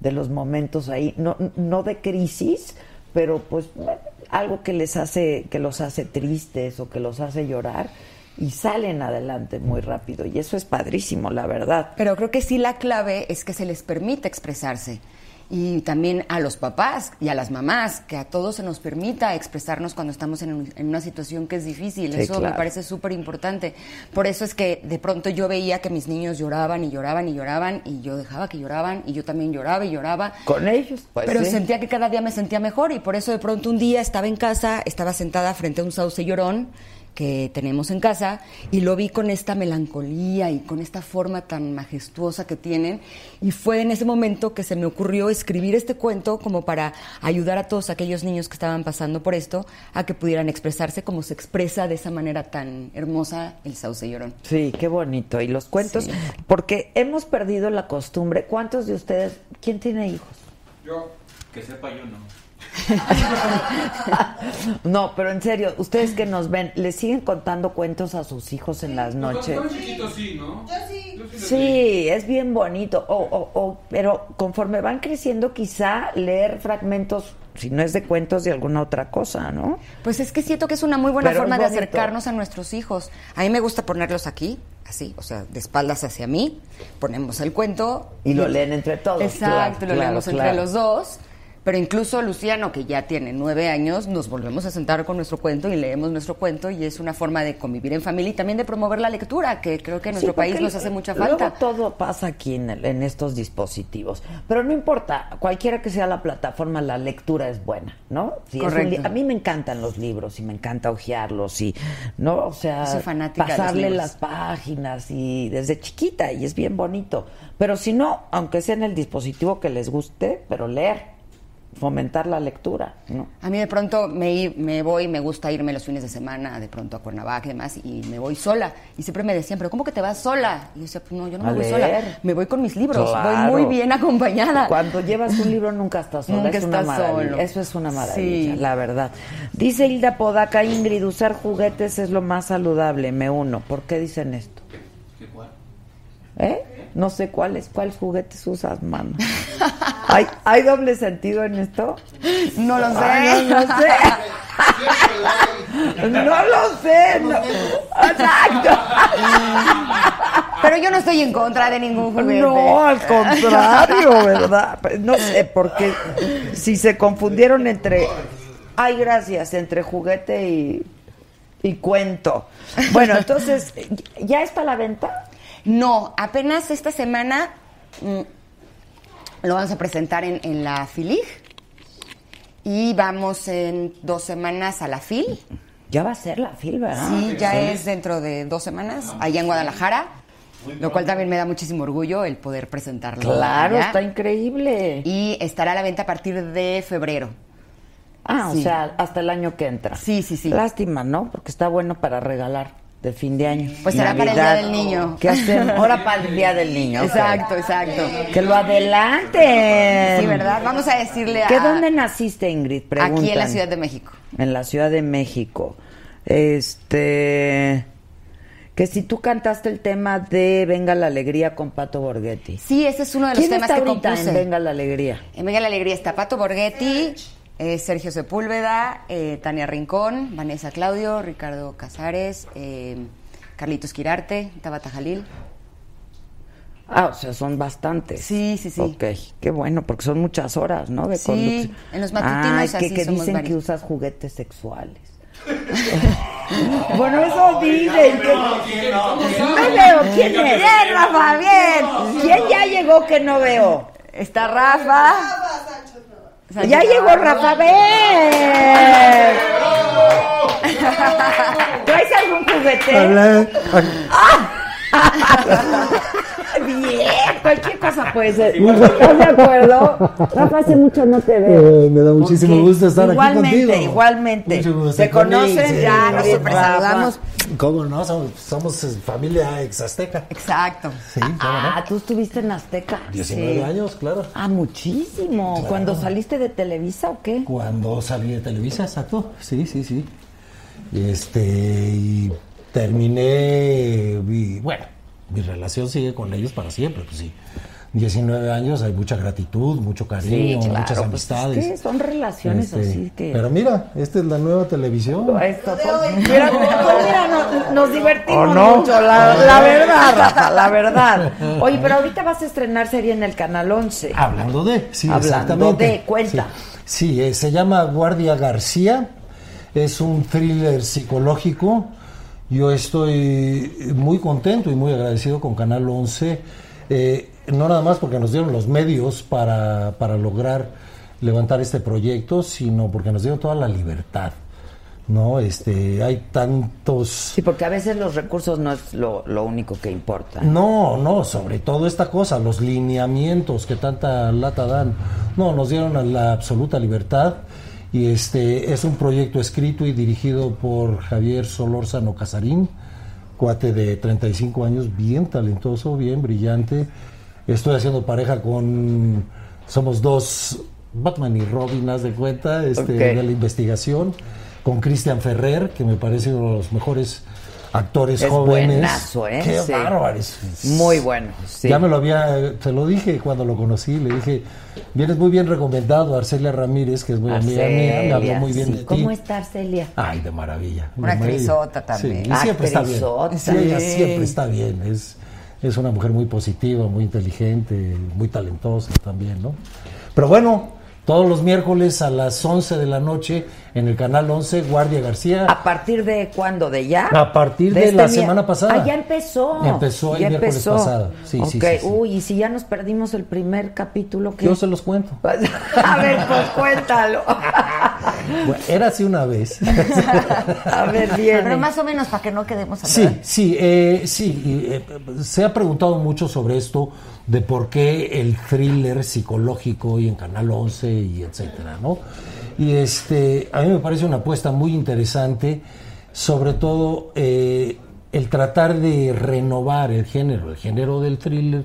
Speaker 1: de los momentos ahí, no, no de crisis, pero pues bueno, algo que les hace, que los hace tristes o que los hace llorar y salen adelante muy rápido. Y eso es padrísimo, la verdad.
Speaker 6: Pero creo que sí la clave es que se les permita expresarse. Y también a los papás y a las mamás, que a todos se nos permita expresarnos cuando estamos en, un- en una situación que es difícil.
Speaker 1: Sí,
Speaker 6: eso
Speaker 1: claro.
Speaker 6: me parece súper importante. Por eso es que de pronto yo veía que mis niños lloraban y lloraban y lloraban y yo dejaba que lloraban y yo también lloraba y lloraba.
Speaker 1: Con ellos, pues.
Speaker 6: Pero
Speaker 1: sí.
Speaker 6: sentía que cada día me sentía mejor y por eso de pronto un día estaba en casa, estaba sentada frente a un sauce llorón que tenemos en casa y lo vi con esta melancolía y con esta forma tan majestuosa que tienen y fue en ese momento que se me ocurrió escribir este cuento como para ayudar a todos aquellos niños que estaban pasando por esto a que pudieran expresarse como se expresa de esa manera tan hermosa el sauce llorón.
Speaker 1: Sí, qué bonito. Y los cuentos,
Speaker 6: Sí.
Speaker 1: porque hemos perdido la costumbre. ¿Cuántos de ustedes, quién tiene hijos?
Speaker 4: Yo, que sepa yo no.
Speaker 1: No, pero en serio, ustedes que nos ven, ¿les siguen contando cuentos a sus hijos en las noches?
Speaker 4: Cuando chiquito sí, ¿no?
Speaker 5: Yo sí.
Speaker 1: Sí, es bien bonito. O, o, o, pero conforme van creciendo, quizá leer fragmentos, si no es de cuentos, de alguna otra cosa, ¿no?
Speaker 6: Pues es que siento que es una muy buena
Speaker 1: Pero es
Speaker 6: forma de
Speaker 1: bonito.
Speaker 6: acercarnos a nuestros hijos. A mí me gusta ponerlos aquí, así, o sea, de espaldas hacia mí, ponemos el cuento.
Speaker 1: Y lo leen entre todos.
Speaker 6: Exacto,
Speaker 1: claro,
Speaker 6: lo
Speaker 1: claro,
Speaker 6: leemos
Speaker 1: claro.
Speaker 6: entre los dos. Pero incluso Luciano, que ya tiene nueve años, nos volvemos a sentar con nuestro cuento y leemos nuestro cuento y es una forma de convivir en familia y también de promover la lectura, que creo que en nuestro
Speaker 1: Sí, porque
Speaker 6: país nos hace mucha
Speaker 1: luego
Speaker 6: falta.
Speaker 1: todo pasa aquí en, el- en estos dispositivos. Pero no importa, cualquiera que sea la plataforma, la lectura es buena, ¿no? Si es un
Speaker 6: Correcto.
Speaker 1: li- a mí me encantan los libros y me encanta hojearlos y, ¿no? O sea,
Speaker 6: Soy fanática de los
Speaker 1: pasarle
Speaker 6: libros.
Speaker 1: las páginas y desde chiquita y es bien bonito. Pero si no, aunque sea en el dispositivo que les guste, pero leer, fomentar la lectura, ¿no?
Speaker 6: A mí de pronto me, i- me voy, me gusta irme los fines de semana de pronto a Cuernavaca y demás, y me voy sola. Y siempre me decían, ¿pero cómo que te vas sola? Y yo decía, pues no, yo no
Speaker 1: A
Speaker 6: me voy
Speaker 1: leer.
Speaker 6: sola. Me voy con mis libros,
Speaker 1: Claro.
Speaker 6: voy muy bien acompañada.
Speaker 1: Cuando llevas un libro nunca estás sola.
Speaker 6: Nunca
Speaker 1: es una
Speaker 6: estás
Speaker 1: maravilla.
Speaker 6: solo.
Speaker 1: Eso es una maravilla,
Speaker 6: Sí.
Speaker 1: la verdad. Dice Hilda Podaca, Ingrid, usar juguetes es lo más saludable, me uno. ¿Por qué dicen esto?
Speaker 4: ¿Qué cuál?
Speaker 1: ¿Eh? No sé cuáles, cuáles juguetes usas, mamá. ¿Hay, ¿Hay doble sentido en esto?
Speaker 6: No lo sé.
Speaker 1: Ay, no, no sé.
Speaker 3: Siempre lo hay.
Speaker 1: No lo sé. no. Exacto.
Speaker 6: Pero yo no estoy en contra de ningún juguete.
Speaker 1: No, al contrario, ¿verdad? Pues, No sé, porque si se confundieron entre. Ay, gracias, entre juguete y, y cuento. Bueno, entonces, ¿ya está a la venta?
Speaker 6: No, apenas esta semana mm, lo vamos a presentar en, en la Filig y vamos en dos semanas a la Fil.
Speaker 1: Ya va a ser la filba,
Speaker 6: Sí, ya es dentro de dos semanas,
Speaker 1: Ah,
Speaker 6: allá en Guadalajara, lo cual también me da muchísimo orgullo el poder presentarlo.
Speaker 1: Claro,
Speaker 6: allá.
Speaker 1: está increíble.
Speaker 6: Y estará a la venta a partir de febrero.
Speaker 1: Ah, o
Speaker 6: Sí.
Speaker 1: sea, hasta el año que entra.
Speaker 6: Sí, sí, sí.
Speaker 1: Lástima, ¿no? Porque está bueno para regalar de fin de año.
Speaker 6: Pues será para el
Speaker 1: Navidad.
Speaker 6: Día del Niño.
Speaker 1: ¿Qué hacemos? Ahora para el Día del Niño. ok.
Speaker 6: Exacto, exacto.
Speaker 1: Que lo adelanten.
Speaker 6: Sí, ¿verdad? Vamos a decirle a...
Speaker 1: em, ¿Qué dónde naciste, Ingrid? Preguntan.
Speaker 6: Aquí en la Ciudad de México.
Speaker 1: En la Ciudad de México. Este que si tú cantaste el tema de Venga la alegría con Pato Borghetti.
Speaker 6: Sí, ese es uno de los
Speaker 1: ¿Quién
Speaker 6: temas
Speaker 1: está
Speaker 6: que
Speaker 1: ahorita
Speaker 6: compuse.
Speaker 1: en Venga la alegría?
Speaker 6: En Venga la Alegría está Pato Borghetti, eh, Sergio Sepúlveda, eh, Tania Rincón, Vanessa Claudio, Ricardo Casares, eh, Carlitos Quirarte, Tabata Jalil.
Speaker 1: Ah, o sea, son bastantes.
Speaker 6: Sí, sí, sí.
Speaker 1: Ok, qué bueno, porque son muchas horas, ¿no? De
Speaker 6: Sí,
Speaker 1: conducción.
Speaker 6: en los matutinos
Speaker 1: Ah, que,
Speaker 6: así
Speaker 1: que
Speaker 6: somos
Speaker 1: dicen que
Speaker 6: varios.
Speaker 1: usas juguetes sexuales. bueno, eso dicen. que- No veo, ¿quién es? Bien, Rafa, bien. ¿Quién ya llegó que no veo?
Speaker 6: Está Rafa.
Speaker 1: Ya llegó Rafa, ven. ¿Traes algún juguete? bien, cualquier cosa puede ser. ¿Estás de acuerdo? Rafa, hace mucho no te veo.
Speaker 7: Eh, me da muchísimo
Speaker 1: Ok.
Speaker 7: gusto estar
Speaker 1: igualmente,
Speaker 7: aquí contigo.
Speaker 1: Igualmente,
Speaker 7: Mucho gusto eh,
Speaker 1: ¿Se
Speaker 7: estar contigo,
Speaker 1: conocen?
Speaker 7: sí.
Speaker 1: ya, nos
Speaker 7: Sí,
Speaker 1: super
Speaker 7: Rafa.
Speaker 1: saludamos.
Speaker 7: ¿Cómo no? Somos, somos, eh, familia ex-azteca.
Speaker 6: Exacto.
Speaker 7: Sí, cómo no.
Speaker 1: Ah, ¿tú estuviste en Azteca?
Speaker 7: 19 años, claro.
Speaker 1: Ah, muchísimo. ¿Cuando saliste de Televisa o qué?
Speaker 7: Cuando salí de Televisa, exacto. Sí, sí, sí. Y este, y terminé, y, bueno, mi relación sigue con ellos para siempre, pues sí. 19 años, hay mucha gratitud, mucho cariño,
Speaker 1: claro,
Speaker 7: muchas
Speaker 1: pues,
Speaker 7: amistades.
Speaker 1: es que son relaciones
Speaker 7: Este,
Speaker 1: así que...
Speaker 7: Pero mira, esta es la nueva televisión.
Speaker 1: Esto, pues, mira, pues, mira, no- nos, divertimos mucho, la,
Speaker 7: ¿O no?
Speaker 1: la verdad, Rafa, la verdad. Oye, pero ahorita vas a estrenar serie en el Canal 11.
Speaker 7: Hablando de, sí,
Speaker 1: Hablando
Speaker 7: exactamente.
Speaker 1: de, cuenta.
Speaker 7: Sí, sí, eh, se llama Guardia García, es un thriller psicológico. Yo estoy muy contento y muy agradecido con Canal 11, eh, no nada más porque nos dieron los medios para, para lograr levantar este proyecto, sino porque nos dieron toda la libertad. No, este, hay tantos
Speaker 1: Sí, porque a veces los recursos no es lo, lo único que importa.
Speaker 7: No, no, sobre todo esta cosa, los lineamientos que tanta lata dan. No, nos dieron a la absoluta libertad y este es un proyecto escrito y dirigido por Javier Solórzano Casarín, cuate de 35 años, bien talentoso, bien brillante. Estoy haciendo pareja con somos dos Batman y Robin, haz de cuenta, este
Speaker 1: Ok.
Speaker 7: de la investigación con Cristian Ferrer, que me parece uno de los mejores actores
Speaker 1: Es
Speaker 7: jóvenes.
Speaker 1: buenazo, ¿eh?
Speaker 7: Qué
Speaker 1: Sí.
Speaker 7: bárbaros.
Speaker 1: Muy bueno, sí.
Speaker 7: Ya me lo había, te lo dije cuando lo conocí, le dije, vienes muy bien recomendado, Arcelia Ramírez, que es muy amiga mía, me habló
Speaker 1: Arcelia,
Speaker 7: muy bien
Speaker 1: sí.
Speaker 7: de ti.
Speaker 1: ¿Cómo está Arcelia?
Speaker 7: Ay, de maravilla.
Speaker 6: Una
Speaker 7: de maravilla.
Speaker 6: actrizota también.
Speaker 7: Sí, y siempre está bien.
Speaker 1: Actrizota.
Speaker 7: Sí, ella
Speaker 1: Sí.
Speaker 7: siempre está bien. Es, es una mujer muy positiva, muy inteligente, muy talentosa también, ¿no? Pero bueno, todos los miércoles a las 11 de la noche en el canal 11, Guardia García.
Speaker 1: ¿A partir de cuándo? ¿De ya?
Speaker 7: A partir de
Speaker 1: mier-
Speaker 7: la semana pasada.
Speaker 1: Ah, ya empezó.
Speaker 7: Empezó el
Speaker 1: Ya
Speaker 7: miércoles
Speaker 1: empezó.
Speaker 7: pasado. Sí, sí,
Speaker 1: Ok,
Speaker 7: sí, sí.
Speaker 1: Uy, y si ya nos perdimos el primer capítulo, ¿qué?
Speaker 7: Yo se los cuento.
Speaker 1: Pues, a ver, pues cuéntalo.
Speaker 7: Bueno, era así una vez.
Speaker 1: a ver, viene.
Speaker 6: Pero más o menos para que no quedemos atrás.
Speaker 7: Sí, sí, eh, sí. y, eh, se ha preguntado mucho sobre esto de por qué el thriller psicológico y en Canal 11 y etcétera, ¿no? Y este, a mí me parece una apuesta muy interesante, sobre todo eh, el tratar de renovar el género, el género del thriller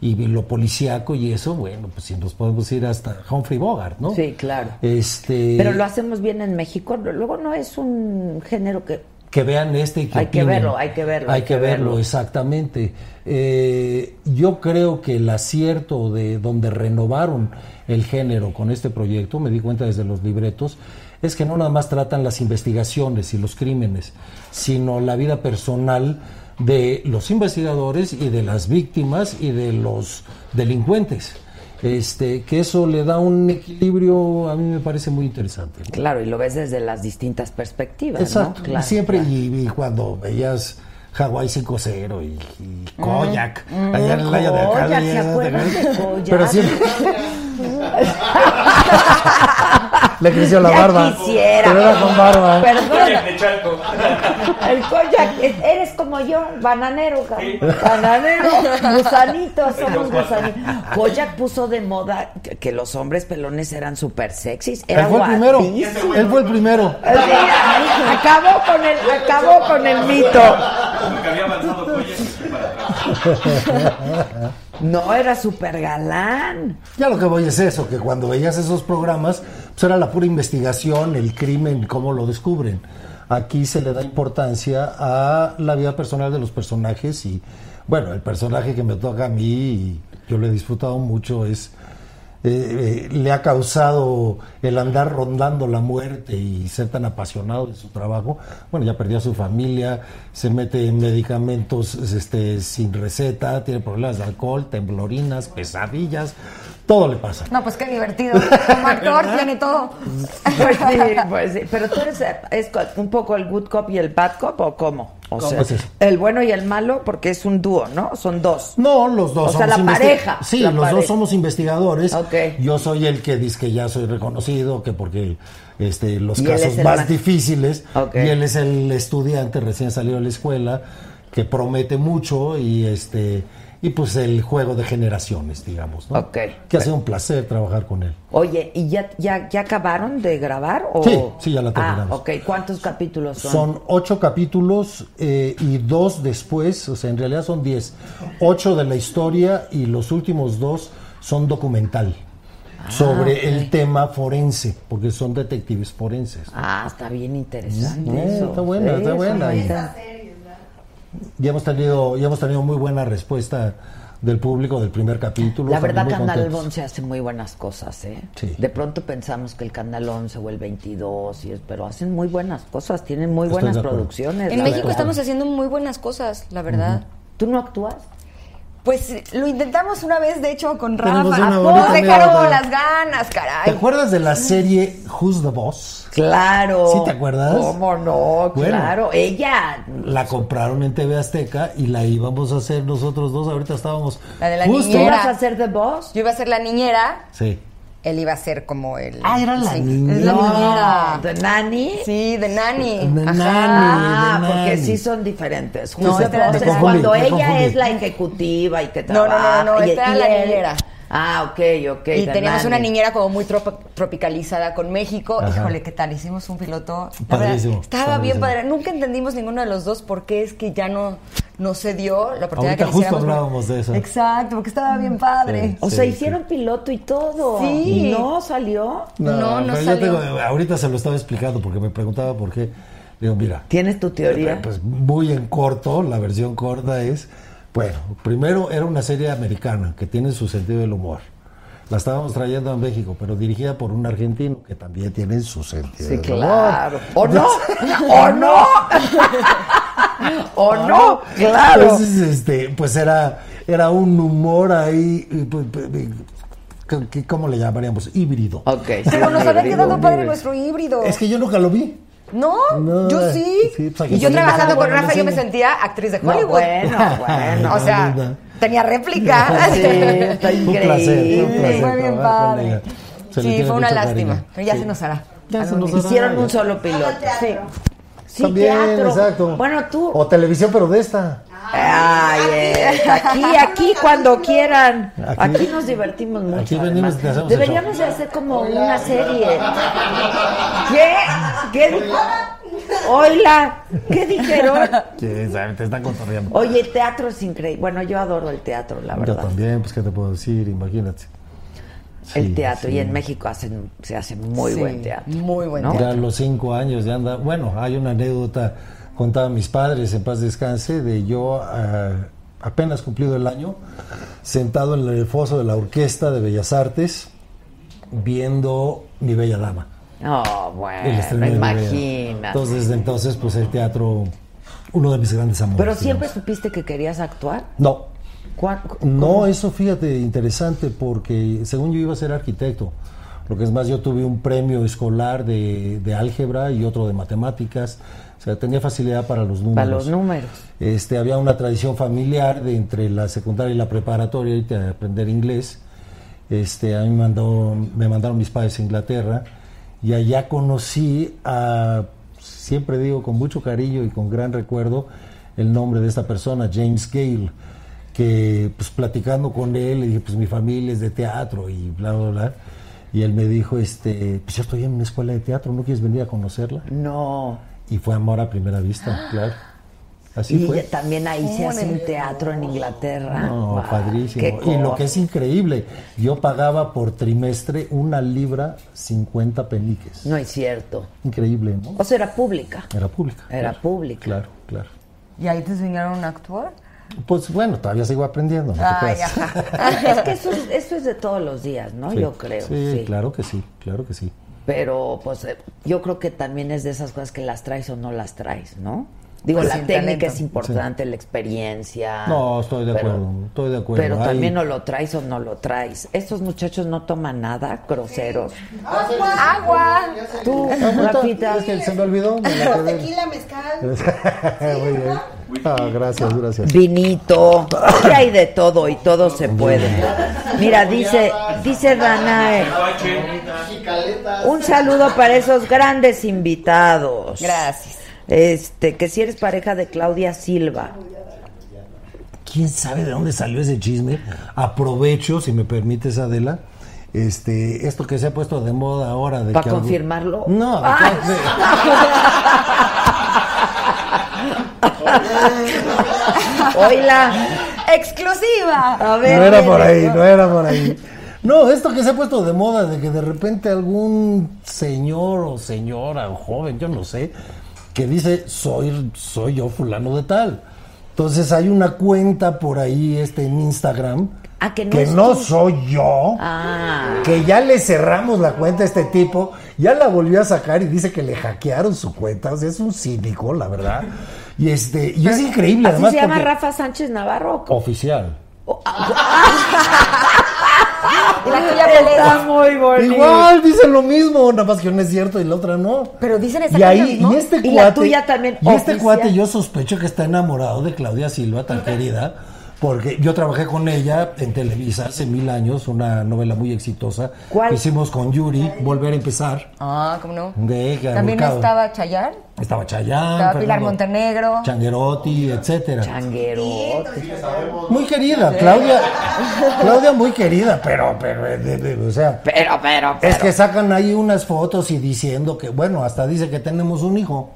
Speaker 7: y lo policíaco y eso, bueno, pues si nos podemos ir hasta Humphrey Bogart, ¿no?
Speaker 1: Sí, claro.
Speaker 7: Este,
Speaker 1: Pero lo hacemos bien en México. Luego no es un género que.
Speaker 7: que vean este y que
Speaker 1: Hay que
Speaker 7: opinen.
Speaker 1: verlo, hay que verlo,
Speaker 7: Hay, que, verlo, exactamente. Eh, yo creo que el acierto de donde renovaron el género con este proyecto, me di cuenta desde los libretos, es que no nada más tratan las investigaciones y los crímenes, sino la vida personal de los investigadores y de las víctimas y de los delincuentes. Este, que eso le da un equilibrio, a mí me parece muy interesante. ¿no?
Speaker 1: Claro, y lo ves desde las distintas perspectivas.
Speaker 7: Exacto.
Speaker 1: ¿no?
Speaker 7: y
Speaker 1: Claro,
Speaker 7: siempre,
Speaker 1: claro.
Speaker 7: Y, y cuando veías Hawái 5-0 y, y Koyak, allá en el área de
Speaker 1: Mm, Koyak,
Speaker 7: Cali,
Speaker 1: ¿se
Speaker 7: allá
Speaker 1: acuerdan
Speaker 7: de-
Speaker 1: de Koyak?
Speaker 7: Pero siempre. Le creció la
Speaker 1: Ah. Ya
Speaker 7: barba.
Speaker 1: quisiera.
Speaker 7: Pero era con barba. ¿eh?
Speaker 1: Perdona,
Speaker 4: De Chalco.
Speaker 1: el Koyak, es- eres como yo, bananero, cabrón. bananero, gusanito, somos gusanitos. Koyak puso de moda que, que los hombres pelones eran súper sexys. Era
Speaker 7: Él fue el primero.
Speaker 1: guapísimo.
Speaker 7: Él fue el primero.
Speaker 1: Sí, acabó con el, acabó con el mito.
Speaker 4: Porque había avanzado Coyac para atrás.
Speaker 1: No, era súper galán.
Speaker 7: Ya lo que voy es eso, que cuando veías esos programas, pues era la pura investigación, el crimen, cómo lo descubren. Aquí se le da importancia a la vida personal de los personajes y, bueno, el personaje que me toca a mí, y yo lo he disfrutado mucho, es... eh, eh, le ha causado el andar rondando la muerte y ser tan apasionado de su trabajo. Bueno, ya perdió a su familia, se mete en medicamentos este, sin receta, tiene problemas de alcohol, temblorinas, pesadillas, todo le pasa.
Speaker 6: No, pues qué divertido. Como actor tiene todo.
Speaker 1: Pues sí, pues sí. Pero tú eres eh, es co- un poco el good cop y el bad cop o cómo? O
Speaker 7: ¿Cómo
Speaker 1: sea,
Speaker 7: es eso?
Speaker 1: el bueno y el malo porque es un dúo, ¿no? Son dos.
Speaker 7: No, los dos.
Speaker 1: O sea,
Speaker 7: somos
Speaker 1: la
Speaker 7: investi-
Speaker 1: pareja,
Speaker 7: Sí,
Speaker 1: la
Speaker 7: los
Speaker 1: pareja.
Speaker 7: dos somos investigadores.
Speaker 1: Ok.
Speaker 7: Yo soy el que dice que ya soy reconocido, que porque este, los
Speaker 1: Y él es
Speaker 7: casos
Speaker 1: el
Speaker 7: más
Speaker 1: más-
Speaker 7: difíciles.
Speaker 1: Ok.
Speaker 7: Y él es el estudiante recién salido de la escuela que promete mucho y este y pues el juego de generaciones, digamos, ¿no?
Speaker 1: Ok.
Speaker 7: Que ha sido un placer trabajar con él.
Speaker 1: Oye, ¿y ya, ya, ya acabaron de grabar? O...
Speaker 7: Sí, sí, ya la terminamos.
Speaker 1: Ah, ok. ¿Cuántos capítulos son?
Speaker 7: Son ocho capítulos eh, y dos después, o sea, en realidad son diez. Ocho de la historia y los últimos dos son documental sobre el tema forense, porque son detectives forenses.
Speaker 1: Ah, está bien interesante.
Speaker 7: Eh,
Speaker 1: eso.
Speaker 7: está buena, está
Speaker 1: eso
Speaker 7: buena.
Speaker 1: no
Speaker 7: Y-
Speaker 1: está-
Speaker 7: Ya hemos tenido, ya hemos tenido muy buena respuesta del público del primer capítulo.
Speaker 1: La
Speaker 7: estamos
Speaker 1: verdad,
Speaker 7: muy
Speaker 1: Canal
Speaker 7: contentos.
Speaker 1: 11 hace muy buenas cosas, ¿eh?
Speaker 7: Sí.
Speaker 1: De pronto pensamos que el Canal 11 o el 22, y es- pero hacen muy buenas cosas, tienen muy
Speaker 7: Estoy
Speaker 1: buenas
Speaker 7: de acuerdo.
Speaker 1: producciones.
Speaker 6: En
Speaker 1: la
Speaker 6: México
Speaker 1: verdad.
Speaker 6: estamos haciendo muy buenas cosas, la verdad.
Speaker 1: ¿Tú no actúas?
Speaker 6: Pues lo intentamos una vez, de hecho, con Rafa.
Speaker 7: Tenemos una
Speaker 6: Ah,
Speaker 7: bonita
Speaker 6: pues,
Speaker 7: anécdota.
Speaker 6: dejaron las ganas,
Speaker 7: ¿Te
Speaker 6: caray.
Speaker 7: acuerdas de la serie Who's the Boss?
Speaker 1: Claro.
Speaker 7: ¿Sí te acuerdas?
Speaker 1: ¿Cómo no?
Speaker 7: Bueno.
Speaker 1: Claro. Ella.
Speaker 7: La compraron en TV Azteca y la íbamos a hacer nosotros dos. Ahorita estábamos
Speaker 6: La de la
Speaker 1: ¿Tú
Speaker 7: justo.
Speaker 6: niñera.
Speaker 1: vas a ser de voz?
Speaker 6: Yo iba a ser la niñera,
Speaker 7: Sí.
Speaker 6: él iba a ser como el.
Speaker 7: Ah, era la
Speaker 6: sí,
Speaker 7: niñera.
Speaker 6: es la niñera.
Speaker 1: ¿De Nani?
Speaker 6: Sí, de Nani.
Speaker 7: De
Speaker 6: Ajá.
Speaker 7: Nani.
Speaker 1: Ah,
Speaker 7: de
Speaker 1: porque
Speaker 7: Nani.
Speaker 1: sí son diferentes.
Speaker 6: No,
Speaker 1: Justo
Speaker 6: esta era-
Speaker 1: entonces,
Speaker 6: me confundí,
Speaker 1: cuando
Speaker 7: me
Speaker 1: ella
Speaker 7: confundí.
Speaker 1: es la ejecutiva y que
Speaker 6: No, no, no, no,
Speaker 1: trabaja. y-
Speaker 6: esta
Speaker 1: y
Speaker 6: era la
Speaker 1: él-
Speaker 6: niñera.
Speaker 1: Ah, ok, ok.
Speaker 6: Y
Speaker 1: de
Speaker 6: teníamos una
Speaker 1: Nani.
Speaker 6: niñera como muy tropa- tropicalizada con México.
Speaker 7: Ajá.
Speaker 6: Híjole, ¿qué tal? Hicimos un piloto. La
Speaker 7: Padrísimo,
Speaker 6: verdad, Estaba
Speaker 7: padrísimo.
Speaker 6: bien padre. Nunca entendimos ninguno de los dos por qué es que ya no, no se dio la oportunidad que
Speaker 7: Ahorita
Speaker 6: le
Speaker 7: justo
Speaker 6: hiciéramos.
Speaker 7: hablábamos de eso.
Speaker 6: Exacto, porque estaba bien padre.
Speaker 1: O
Speaker 7: Sí,
Speaker 1: sea,
Speaker 7: sí.
Speaker 1: hicieron piloto y todo.
Speaker 6: Sí.
Speaker 1: ¿Y no salió?
Speaker 6: No, no
Speaker 7: pero
Speaker 6: salió.
Speaker 7: Yo tengo- ahorita se lo estaba explicando porque me preguntaba por qué. Le digo, mira,
Speaker 1: ¿Tienes tu teoría?
Speaker 7: pues muy en corto, la versión corta es, bueno, primero era una serie americana que tiene su sentido del humor. La estábamos trayendo a México, pero dirigida por un argentino que también tiene su sentido
Speaker 1: Sí,
Speaker 7: del
Speaker 1: claro. ¿O
Speaker 7: humor.
Speaker 1: no? ¿O no? ¿O no? Claro.
Speaker 7: Entonces, este, pues era, era un humor ahí, y, pues, pues, ¿qué- qué- ¿cómo le llamaríamos? Híbrido.
Speaker 1: Ok.
Speaker 6: Pero nos había
Speaker 1: Híbrido.
Speaker 6: quedado padre nuestro híbrido.
Speaker 7: Es que yo nunca lo vi.
Speaker 6: ¿No?
Speaker 7: No,
Speaker 6: yo sí.
Speaker 7: sí, pues, aquí
Speaker 6: y yo
Speaker 7: también
Speaker 6: trabajando
Speaker 7: estaba
Speaker 6: con
Speaker 7: bueno,
Speaker 6: Rafa,
Speaker 7: sí.
Speaker 6: yo me sentía actriz de
Speaker 1: No,
Speaker 6: Hollywood.
Speaker 1: bueno, bueno.
Speaker 6: O sea,
Speaker 7: No, no, no.
Speaker 6: tenía réplica.
Speaker 1: Sí, está
Speaker 7: Fue un placer, fue un
Speaker 1: increíble.
Speaker 7: placer
Speaker 6: Fue bien
Speaker 7: trabajar con
Speaker 6: padre.
Speaker 7: ella. Se le
Speaker 6: Sí,
Speaker 7: tiene
Speaker 6: fue una
Speaker 7: mucho
Speaker 6: lástima.
Speaker 7: cariño.
Speaker 6: Pero ya
Speaker 7: Sí.
Speaker 6: se nos hará.
Speaker 7: Ya se
Speaker 6: Algún
Speaker 7: nos
Speaker 6: día.
Speaker 7: hará.
Speaker 1: Hicieron un solo piloto. Sí. Sí,
Speaker 7: También,
Speaker 1: teatro.
Speaker 7: exacto.
Speaker 1: Bueno, tú. Ah.
Speaker 7: O televisión, pero de esta.
Speaker 1: Ay, es. aquí, aquí, cuando quieran.
Speaker 7: Aquí-
Speaker 1: Aquí nos divertimos mucho.
Speaker 7: aquí venimos y
Speaker 1: además.
Speaker 7: hacemos el
Speaker 1: Deberíamos de hacer como una serie. ¿Qué? ¿Qué? dijo? Hola, ¿qué dijeron?
Speaker 7: Sí, sabe, te están contorreando.
Speaker 1: Oye, el teatro es increíble. Bueno, yo adoro el teatro, la
Speaker 7: Yo
Speaker 1: verdad.
Speaker 7: también, pues, ¿qué te puedo decir? Imagínate.
Speaker 1: el
Speaker 7: Sí,
Speaker 1: teatro.
Speaker 7: sí.
Speaker 1: Y en México hacen, se hace muy
Speaker 6: Sí,
Speaker 1: buen teatro.
Speaker 6: muy buen
Speaker 1: ¿no?
Speaker 7: Ya a los cinco años ya anda. Bueno, hay una anécdota contada a mis padres en paz descanse de yo ah, apenas cumplido el año sentado en el foso de la orquesta de Bellas Artes viendo Mi Bella Dama.
Speaker 1: Oh,
Speaker 7: el
Speaker 1: bueno,
Speaker 7: estreno de Mi Bella Dama.
Speaker 1: imagínate.
Speaker 7: Entonces, desde entonces, pues el teatro, uno de mis grandes amores.
Speaker 1: Pero siempre
Speaker 7: digamos.
Speaker 1: supiste que querías actuar.
Speaker 7: No,
Speaker 1: ¿Cuá-
Speaker 7: No, eso fíjate, interesante, porque según yo iba a ser arquitecto. Lo que es más, yo tuve un premio escolar de, de álgebra y otro de matemáticas. O sea, tenía facilidad para los números.
Speaker 1: Para los números.
Speaker 7: Este, había una tradición familiar de entre la secundaria y la preparatoria y de aprender inglés. Este, a mí me mandó, me mandaron mis padres a Inglaterra y allá conocí a, siempre digo con mucho cariño y con gran recuerdo, el nombre de esta persona, James Gale, que pues platicando con él, le dije, pues mi familia es de teatro y bla, bla, bla. Y él me dijo, este, pues yo estoy en una escuela de teatro, ¿no quieres venir a conocerla?
Speaker 1: No.
Speaker 7: Y fue amor a primera vista, claro. Así
Speaker 1: y
Speaker 7: fue.
Speaker 1: ya también ahí se hace un teatro en Inglaterra.
Speaker 7: No,
Speaker 1: Ah, Guau, qué
Speaker 7: padrísimo. Y
Speaker 1: cosa.
Speaker 7: lo que es increíble, yo pagaba por trimestre una libra 50 peniques.
Speaker 1: No es cierto.
Speaker 7: Increíble, ¿no?
Speaker 1: O sea, era pública.
Speaker 7: Era pública.
Speaker 1: Era
Speaker 7: claro,
Speaker 1: pública.
Speaker 7: Claro, claro.
Speaker 6: ¿Y ahí te enseñaron a actuar?
Speaker 7: Pues bueno, todavía sigo aprendiendo, no te
Speaker 6: Ay,
Speaker 7: creas.
Speaker 6: ajá.
Speaker 1: es que eso es, eso es de todos los días, ¿no?
Speaker 7: Sí,
Speaker 1: Yo creo.
Speaker 7: Sí,
Speaker 1: Sí,
Speaker 7: claro que sí, claro que sí.
Speaker 1: Pero pues eh, yo creo que también es de esas cosas que las traes o no las traes, ¿no? Digo,
Speaker 6: Pues
Speaker 1: la
Speaker 6: sí, el
Speaker 1: técnica
Speaker 6: talento.
Speaker 1: es importante, la experiencia.
Speaker 7: No, estoy de
Speaker 1: pero-
Speaker 7: acuerdo, estoy de acuerdo.
Speaker 1: Pero
Speaker 7: Hay-
Speaker 1: también o lo traes o no lo traes. Estos muchachos no toman nada, groseros.
Speaker 6: ¡Agua!
Speaker 1: Tú,
Speaker 7: Ahorita,
Speaker 1: Rafita,
Speaker 7: es que se me olvidó. me la quedé.
Speaker 5: Tequila, mezcal.
Speaker 7: Muy bien. Ah, gracias, gracias.
Speaker 1: vinito, que hay de todo y todo se puede. Mira, dice, dice eh, Danae,
Speaker 3: Chicaletas.
Speaker 1: un saludo para esos grandes invitados.
Speaker 6: Gracias.
Speaker 1: Este, que si eres pareja de Claudia Silva.
Speaker 7: quién sabe de dónde salió ese chisme. Aprovecho, si me permites, Adela, este, esto que se ha puesto de moda ahora. de
Speaker 1: ¿Para
Speaker 7: que algo-
Speaker 1: confirmarlo?
Speaker 7: No,
Speaker 1: ¡Ah!
Speaker 7: de-
Speaker 1: Oila.
Speaker 6: ¡Exclusiva!
Speaker 1: A ver.
Speaker 7: no era
Speaker 1: viene.
Speaker 7: por ahí, no era por ahí. eh, No, esto que se ha puesto de moda de que de repente algún señor o señora o joven, yo no sé, que dice soy soy yo fulano de tal. Entonces hay una cuenta por ahí este en Instagram
Speaker 1: Ah, que no
Speaker 7: que
Speaker 1: es
Speaker 7: no
Speaker 1: tú.
Speaker 7: soy yo.
Speaker 1: Ah.
Speaker 7: Que ya le cerramos la cuenta a este tipo, ya la volvió a sacar y dice que le hackearon su cuenta. O sea, es un cínico, la verdad. Y este, y es increíble
Speaker 1: Así
Speaker 7: además.
Speaker 1: se llama
Speaker 7: porque-
Speaker 1: Rafa Sánchez Navarro.
Speaker 7: Oficial.
Speaker 6: La que ya
Speaker 1: Está muy bonito.
Speaker 7: Igual, dicen lo mismo, nada más que una es cierto y la otra no.
Speaker 6: Pero dicen
Speaker 7: y
Speaker 6: exactamente
Speaker 7: ahí,
Speaker 6: lo mismo.
Speaker 7: y este cuate.
Speaker 1: Y la tuya también,
Speaker 7: Y este
Speaker 1: oficial.
Speaker 7: cuate, yo sospecho que está enamorado de Claudia Silva, tan querida, porque yo trabajé con ella en Televisa hace mil años, una novela muy exitosa.
Speaker 1: ¿Cuál?
Speaker 7: Que hicimos con Yuri, Volver a empezar.
Speaker 6: Ah, ¿cómo no?
Speaker 7: De que
Speaker 6: También
Speaker 7: Mercado.
Speaker 6: estaba Chayán.
Speaker 7: Estaba Chayán,
Speaker 6: Estaba Pilar Montenegro.
Speaker 7: Changuerotti, etcétera.
Speaker 1: Changuero.
Speaker 7: Muy querida, Claudia. Claudia muy querida, pero, pero, eh, de- de- o sea.
Speaker 1: Pero, pero, pero.
Speaker 7: Es que sacan ahí unas fotos y diciendo que, bueno, hasta dice que tenemos un hijo.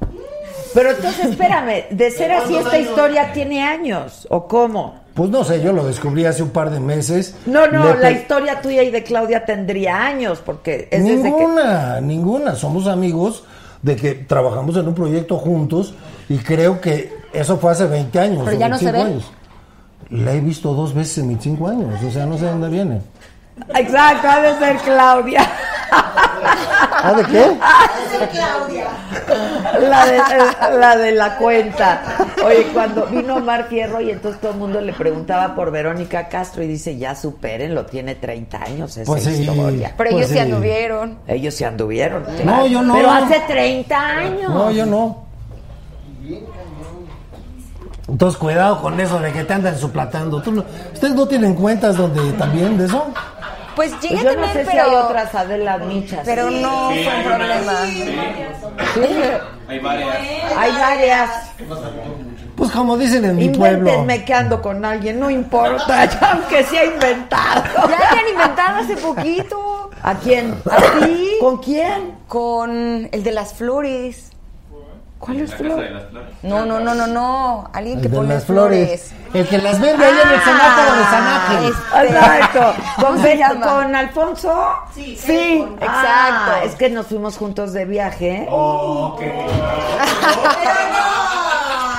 Speaker 1: Pero entonces, espérame, de ser así esta historia tiene años, ¿o cómo?
Speaker 7: Pues no sé, yo lo descubrí hace un par de meses.
Speaker 1: No, no,
Speaker 7: Le
Speaker 1: la
Speaker 7: pe-
Speaker 1: historia tuya y de Claudia tendría años, porque es desde que...
Speaker 7: Ninguna, ninguna. Somos amigos de que trabajamos en un proyecto juntos y creo que eso fue hace 20 años.
Speaker 6: Pero
Speaker 7: o
Speaker 6: ya no se
Speaker 7: 25
Speaker 6: ven.
Speaker 7: años. La he visto dos veces en mis cinco años, o sea, no sé de dónde viene.
Speaker 1: Exacto, ha de ser Claudia.
Speaker 7: ¿Ah, de qué?
Speaker 1: La de, eh, la de la cuenta. Oye, cuando vino Omar Fierro y entonces todo el mundo le preguntaba por Verónica Castro y dice, ya supérenlo, tiene 30 años esa
Speaker 7: Pues sí.
Speaker 1: historia.
Speaker 6: Pero
Speaker 7: Pues
Speaker 6: ellos
Speaker 7: sí.
Speaker 6: se anduvieron.
Speaker 1: Ellos se anduvieron.
Speaker 7: No, yo no.
Speaker 1: Pero hace 30 años.
Speaker 7: No, yo no. Entonces, cuidado con eso de que te andan suplantando. Tú no- ¿Ustedes no tienen cuentas donde también de eso?
Speaker 6: Pues llegué
Speaker 1: Pues yo no
Speaker 6: también,
Speaker 1: sé
Speaker 6: pero.
Speaker 1: si hay otras Adela Michas.
Speaker 6: Pero no
Speaker 4: Sí,
Speaker 6: fue un
Speaker 4: hay una-
Speaker 6: problema.
Speaker 1: Sí,
Speaker 4: Hay
Speaker 5: ¿eh?
Speaker 4: varias.
Speaker 1: hay varias.
Speaker 7: Pues como dicen en mi pueblo.
Speaker 1: Invéntenme que ando con alguien, no importa, ya aunque sea inventado.
Speaker 6: Ya habían inventado hace poquito.
Speaker 1: ¿A quién?
Speaker 6: ¿A ti?
Speaker 1: ¿Con quién?
Speaker 6: Con el de las flores.
Speaker 1: ¿Cuál es tu
Speaker 4: Casa de las flores.
Speaker 6: No, no, no, no, no. Alguien
Speaker 7: El
Speaker 6: que Ah,
Speaker 7: de
Speaker 6: pone
Speaker 7: las flores. El que las vende ahí en el semáforo de San Ángel.
Speaker 6: Ah, este.
Speaker 1: Exacto. ¿Con,
Speaker 6: ¿Cómo se
Speaker 1: Beto-
Speaker 6: llama?
Speaker 1: ¿Con Alfonso?
Speaker 5: Sí,
Speaker 1: sí.
Speaker 5: él, con-
Speaker 1: Ah,
Speaker 6: Exacto.
Speaker 1: es que nos fuimos juntos de viaje.
Speaker 4: Oh, qué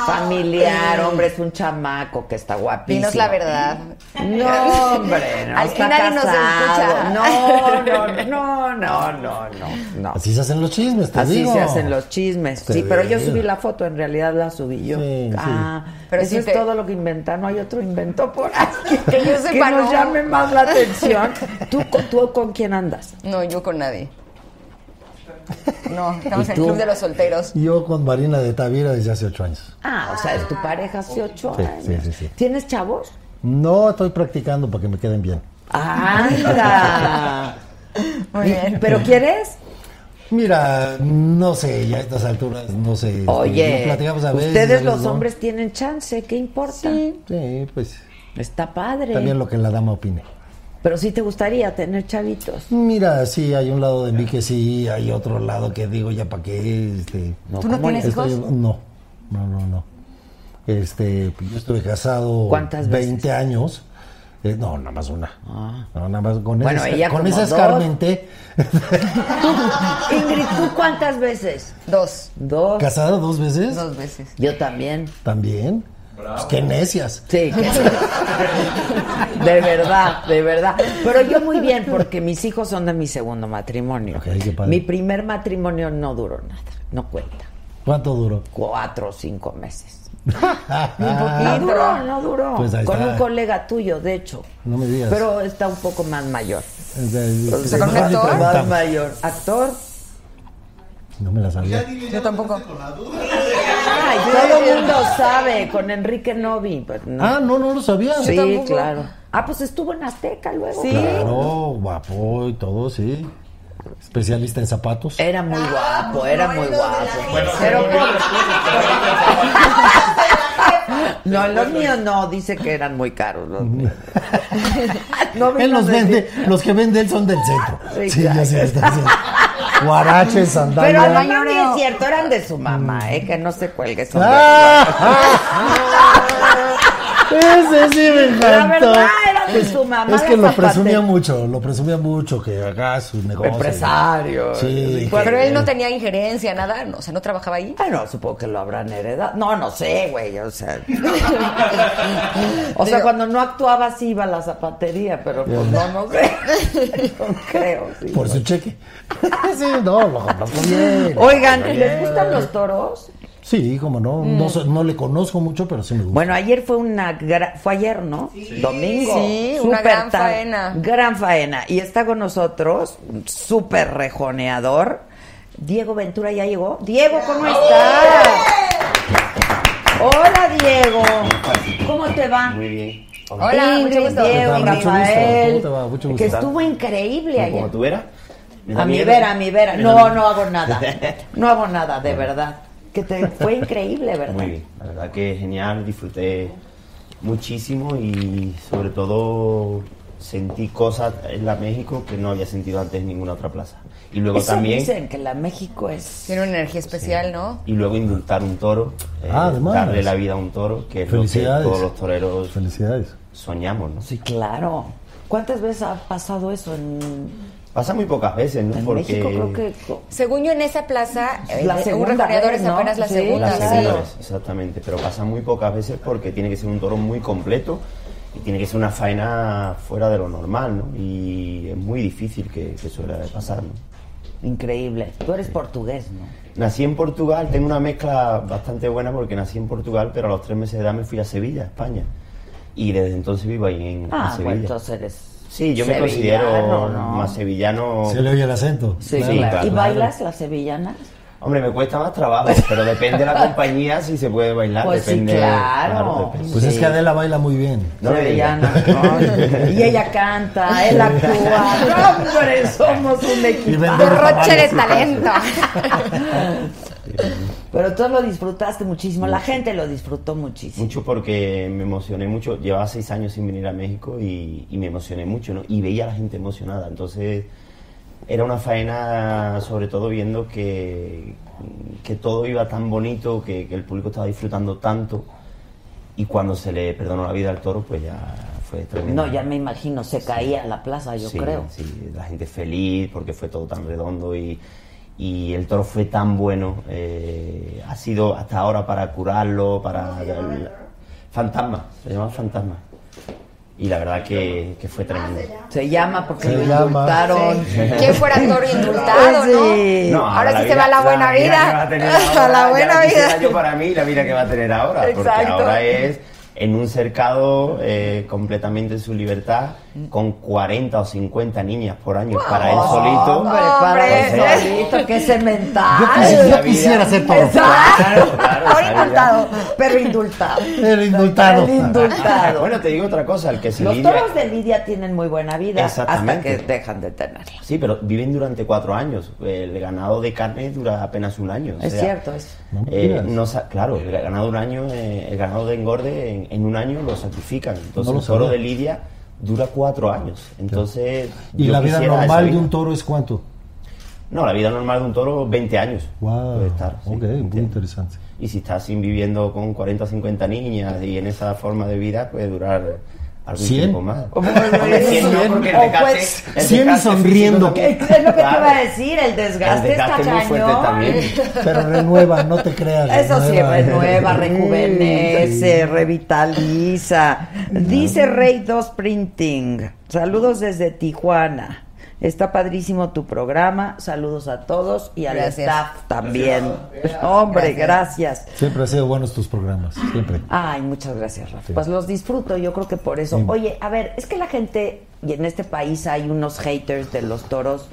Speaker 1: Familiar, hombre, es un chamaco que está guapísimo.
Speaker 6: Dinos la verdad.
Speaker 1: No, hombre, no.
Speaker 6: Al
Speaker 1: está
Speaker 6: final nos
Speaker 1: casado.
Speaker 6: escucha.
Speaker 1: No, no, no, no, no, no. no.
Speaker 7: Así se hacen los chismes, te
Speaker 1: Así
Speaker 7: digo.
Speaker 1: se hacen los chismes.
Speaker 7: Te
Speaker 1: sí, pero yo
Speaker 7: digo.
Speaker 1: subí la foto, en realidad la subí yo.
Speaker 7: Sí, sí.
Speaker 1: ah,
Speaker 6: Pero
Speaker 1: eso
Speaker 6: sí
Speaker 1: es
Speaker 6: te-
Speaker 1: todo lo que inventa, no hay otro invento por aquí.
Speaker 6: Que yo sepa,
Speaker 1: nos
Speaker 6: no.
Speaker 1: llame más la atención. ¿Tú, con- tú con quién andas?
Speaker 6: No, yo con nadie. No, estamos en
Speaker 7: ¿Y
Speaker 6: el
Speaker 7: tú?
Speaker 6: Club de los Solteros.
Speaker 7: Yo con Marina de Tavira desde hace ocho años.
Speaker 1: Ah, o sea, es tu pareja hace ocho
Speaker 7: Sí,
Speaker 1: años.
Speaker 7: sí, sí, sí.
Speaker 1: ¿Tienes chavos?
Speaker 7: No estoy practicando para que me queden bien.
Speaker 1: ¡Anda!
Speaker 6: Muy bien.
Speaker 1: ¿Pero quieres?
Speaker 7: Mira, no sé, ya a estas alturas, no sé. este,
Speaker 1: Oye,
Speaker 7: lo platicamos a veces, a
Speaker 1: ustedes
Speaker 7: veces
Speaker 1: los
Speaker 7: no.
Speaker 1: hombres tienen chance, ¿qué importa?
Speaker 7: Sí, pues
Speaker 1: Está padre.
Speaker 7: también lo que la dama opine.
Speaker 1: Pero sí te gustaría tener chavitos.
Speaker 7: Mira, sí, hay un lado de mí que sí, hay otro lado que digo, ya para qué. Este,
Speaker 6: ¿Tú no
Speaker 7: ¿cómo
Speaker 6: tienes
Speaker 7: ya estoy-
Speaker 6: hijos?
Speaker 7: No, no, no, no. Este, pues, yo estuve casado
Speaker 1: ¿Cuántas
Speaker 7: 20
Speaker 1: veces? Ah.
Speaker 7: años. Eh, no, nada más una. No, nada más con
Speaker 1: Bueno,
Speaker 7: esa,
Speaker 1: ella
Speaker 7: con
Speaker 1: como
Speaker 7: esa
Speaker 1: dos.
Speaker 7: escarmenté.
Speaker 1: Ingrid, ¿tú cuántas veces?
Speaker 6: Dos.
Speaker 1: Dos.
Speaker 7: ¿Casada dos veces?
Speaker 6: Dos veces.
Speaker 1: Yo también.
Speaker 7: También. Pues, qué necias.
Speaker 1: Sí, que- de verdad, de verdad. Pero yo muy bien, porque mis hijos son de mi segundo matrimonio.
Speaker 7: Ok, qué padre.
Speaker 1: Mi primer matrimonio no duró nada, no cuenta.
Speaker 7: ¿Cuánto duró?
Speaker 1: Cuatro o cinco meses.
Speaker 7: Ah,
Speaker 1: no duró, no duró.
Speaker 7: Pues ahí
Speaker 1: con
Speaker 7: está.
Speaker 1: un colega tuyo, de hecho.
Speaker 7: No me digas.
Speaker 1: Pero está un poco más mayor.
Speaker 7: Es de-
Speaker 1: Entonces,
Speaker 7: de-
Speaker 6: con un
Speaker 7: no, ni
Speaker 6: actor?
Speaker 1: Más
Speaker 7: preguntamos.
Speaker 1: mayor. Actor.
Speaker 7: No me la sabía.
Speaker 6: Yo tampoco.
Speaker 1: Ay, todo el mundo sabe, con Enrique Novi. pues, no.
Speaker 7: Ah, no, no lo sabía.
Speaker 1: sí,
Speaker 6: tampoco.
Speaker 1: claro. Ah, pues estuvo en Azteca luego.
Speaker 6: Sí.
Speaker 7: Claro, guapo y todo, sí. Especialista en zapatos.
Speaker 1: Era muy pues guapo, era muy guapo.
Speaker 4: Bueno,
Speaker 1: Pero
Speaker 4: según yo,
Speaker 1: ¿cómo?
Speaker 4: después de que ahorita-
Speaker 1: No, los míos no, dice que eran muy caros los míos. No
Speaker 7: Él
Speaker 1: vino
Speaker 7: los
Speaker 1: a
Speaker 7: vende,
Speaker 1: decir-
Speaker 7: los que vende él son del centro.
Speaker 1: Sí,
Speaker 7: Sí,
Speaker 1: claro.
Speaker 7: ya sé, está haciendo. Guaraches,
Speaker 1: Pero
Speaker 7: sandalias.
Speaker 1: al también es cierto, eran de su mamá, eh, que no se cuelgue son de-
Speaker 7: ¡Ah! Ese sí me encantó.
Speaker 1: La verdad, era de su mamá.
Speaker 7: Es que
Speaker 1: la
Speaker 7: lo
Speaker 1: zapatera.
Speaker 7: presumía mucho, lo presumía mucho que haga su negocio.
Speaker 1: Empresario.
Speaker 7: Sí.
Speaker 1: Pues,
Speaker 6: Pero él no tenía injerencia, nada, no, o sea, no trabajaba ahí.
Speaker 1: Ah, no, supongo que lo habrán heredado. No, no sé, güey, o sea. o sea, cuando no actuaba sí iba a la zapatería, pero pues no, no sé. No creo, sí.
Speaker 7: Por su cheque. sí, no, lo conozco bien.
Speaker 1: Oigan, ¿les gustan los toros?
Speaker 7: Sí, como no.
Speaker 1: Mm.
Speaker 7: No, so- no le conozco mucho, pero sí me gusta.
Speaker 1: Bueno, ayer fue una gra- fue ayer, ¿no? Domingo.
Speaker 6: Sí, una gran
Speaker 1: tar-
Speaker 6: faena.
Speaker 1: Gran faena. Y está con nosotros un súper rejoneador. Diego Ventura ya llegó. Diego, ¿cómo estás? Hola, Diego. ¿Cómo te va?
Speaker 3: Muy bien.
Speaker 6: Hola, mucho gusto.
Speaker 1: Diego,
Speaker 7: ¿Qué tal? Mucho
Speaker 1: Rafael,
Speaker 7: gusto. ¿Cómo te va? Mucho gusto.
Speaker 1: que estuvo increíble ayer.
Speaker 3: ¿Como tú eras?
Speaker 1: A mi vera, a mi vera. No, no hago nada. No hago nada, de verdad. Que te fue increíble, ¿verdad?
Speaker 3: Muy bien, la verdad que genial, disfruté muchísimo y sobre todo sentí cosas en la México que no había sentido antes en ninguna otra plaza. Y luego
Speaker 1: Eso
Speaker 3: también
Speaker 1: dicen que la México es.
Speaker 6: Tiene una energía especial, ¿no?
Speaker 3: y luego indultar un toro, eh,
Speaker 7: Ah, además.
Speaker 3: darle la vida a un toro, que es lo que
Speaker 7: Felicidades.
Speaker 3: todos los toreros
Speaker 7: Felicidades.
Speaker 3: soñamos, ¿no?
Speaker 1: Sí, claro. ¿Cuántas veces ha pasado eso en,
Speaker 3: Pasa muy pocas veces, ¿no?
Speaker 1: en
Speaker 3: Porque
Speaker 1: México? Creo que.
Speaker 6: Según yo, en esa plaza, eh,
Speaker 1: La
Speaker 6: un
Speaker 1: segunda
Speaker 6: rejoneador
Speaker 1: vez,
Speaker 6: es
Speaker 1: ¿no?
Speaker 6: apenas la
Speaker 1: Sí,
Speaker 6: segunda.
Speaker 3: Las
Speaker 1: Claro.
Speaker 6: sí.
Speaker 3: segundas, exactamente, pero pasa muy pocas veces porque tiene que ser un toro muy completo y tiene que ser una faena fuera de lo normal, ¿no? Y es muy difícil que, que suele pasar, ¿no?
Speaker 1: Increíble. Tú eres portugués, ¿no?
Speaker 3: Nací en Portugal, tengo una mezcla bastante buena porque nací en Portugal, pero a los tres meses de edad me fui a Sevilla, España. Y desde entonces vivo ahí en, en
Speaker 1: Ah,
Speaker 3: Sevilla.
Speaker 1: bueno, entonces eres.
Speaker 3: Sí, yo me
Speaker 1: sevillano,
Speaker 3: considero
Speaker 1: ¿no?
Speaker 3: más sevillano.
Speaker 7: Se le oye el acento.
Speaker 1: Sí,
Speaker 3: Sí,
Speaker 1: claro. ¿Y
Speaker 3: claro.
Speaker 1: bailas las sevillanas?
Speaker 3: Hombre, me cuesta más trabajo, pero depende de la compañía si se puede bailar.
Speaker 1: Pues sí,
Speaker 3: depende,
Speaker 1: claro.
Speaker 3: depende.
Speaker 7: Pues es
Speaker 1: Sí.
Speaker 7: que Adela baila muy bien.
Speaker 3: No me digas.
Speaker 1: Sevillana, ¿no? Y ella canta, él actúa. ¡No, hombre! Somos un
Speaker 7: Y
Speaker 1: equipo.
Speaker 7: vende
Speaker 6: Derroche Ah, de
Speaker 7: tamales.
Speaker 6: talento.
Speaker 1: Pero tú lo disfrutaste muchísimo. La gente lo disfrutó muchísimo.
Speaker 3: Mucho porque me emocioné mucho. Llevaba seis años sin venir a México y, y me emocioné mucho, ¿no? Y veía a la gente emocionada. Entonces, era una faena, sobre todo viendo que, que todo iba tan bonito, que, que el público estaba disfrutando tanto. Y cuando se le perdonó la vida al toro, pues ya fue tremendo.
Speaker 1: No, ya me imagino, se caía la plaza, yo
Speaker 3: sí,
Speaker 1: creo.
Speaker 3: sí, la gente feliz porque fue todo tan redondo y, y el toro fue tan bueno. eh, ha sido hasta ahora para curarlo, para... el- fantasma, se llama Fantasma. Y la verdad que, que fue tremendo.
Speaker 1: Ah, Se llama porque
Speaker 7: Se
Speaker 1: lo
Speaker 7: llama.
Speaker 1: indultaron.
Speaker 6: ¿Quién fuera toro indultado,
Speaker 1: Sí.
Speaker 6: no?
Speaker 3: No,
Speaker 6: Eh, Ahora sí se va la buena
Speaker 3: que va
Speaker 6: vida.
Speaker 3: a tener ahora,
Speaker 6: A la
Speaker 3: ya
Speaker 6: buena
Speaker 3: la quisiera
Speaker 6: vida.
Speaker 3: yo para mí la vida que va a tener ahora. Porque
Speaker 6: Exacto.
Speaker 3: ahora es en un cercado eh, completamente en su libertad,
Speaker 6: Mm.
Speaker 3: con 40 o 50 niñas por año para él solito.
Speaker 1: Hombre, para
Speaker 3: Hombre.
Speaker 1: el solito, qué cemental.
Speaker 7: Yo, quisi- yo
Speaker 3: la vida.
Speaker 7: quisiera ser toro.
Speaker 3: Claro, claro,
Speaker 1: Ahora
Speaker 3: esa vida.
Speaker 1: indultado, perro indultado.
Speaker 7: El indultado.
Speaker 1: El indultado.
Speaker 3: Bueno, te digo otra cosa, el que se
Speaker 1: Los
Speaker 3: lidia-
Speaker 1: toros de Lidia tienen muy buena vida hasta
Speaker 3: Exactamente.
Speaker 1: que dejan de tenerla.
Speaker 3: Sí, pero viven durante cuatro años. El ganado de carne dura apenas un año. o
Speaker 1: Es
Speaker 3: sea,
Speaker 1: cierto eso.
Speaker 7: No me
Speaker 3: eh,
Speaker 7: digas.
Speaker 3: no sa- claro, el ganado de un año, eh, el ganado de engorde en, en un año lo sacrifican. Entonces
Speaker 7: No lo
Speaker 3: el toro
Speaker 7: sabía.
Speaker 3: de lidia dura cuatro años. Entonces
Speaker 7: y
Speaker 3: yo
Speaker 7: la vida
Speaker 3: quisiera esa
Speaker 7: normal de
Speaker 3: vida.
Speaker 7: un toro es cuánto?
Speaker 3: No, la vida normal de un toro 20 años.
Speaker 7: Wow.
Speaker 3: puede estar, sí,
Speaker 7: ok,
Speaker 3: 20
Speaker 7: muy
Speaker 3: años.
Speaker 7: interesante.
Speaker 3: Y si estás sin viviendo con 40 o 50 niñas y en esa forma de vida puede durar algún
Speaker 7: 100.
Speaker 3: tiempo más.
Speaker 1: Hombre,
Speaker 3: 100 no, porque el
Speaker 1: o
Speaker 3: tecate-
Speaker 1: pues,
Speaker 3: el
Speaker 7: 100 y
Speaker 3: tecate
Speaker 7: sonriendo.
Speaker 3: físico
Speaker 1: Es
Speaker 3: también.
Speaker 1: lo que te
Speaker 3: Claro.
Speaker 1: iba a decir, el desgaste,
Speaker 3: El desgaste
Speaker 1: está
Speaker 3: muy fuerte
Speaker 1: cañón.
Speaker 3: también.
Speaker 7: Pero renueva, no te creas.
Speaker 1: Eso sí,
Speaker 7: renueva.
Speaker 1: renueva, rejuvenece, revitaliza. Dice Rey 2 Printing. Saludos desde Tijuana. Está padrísimo tu programa. Saludos a todos y al
Speaker 6: Gracias.
Speaker 1: staff también. Hombre, gracias.
Speaker 7: Siempre han sido buenos tus programas, siempre.
Speaker 1: Ay, muchas gracias, Rafa. Pues los disfruto, yo creo que por eso.
Speaker 7: Sí.
Speaker 1: Oye, a ver, es que la gente, y en este país hay unos haters de los toros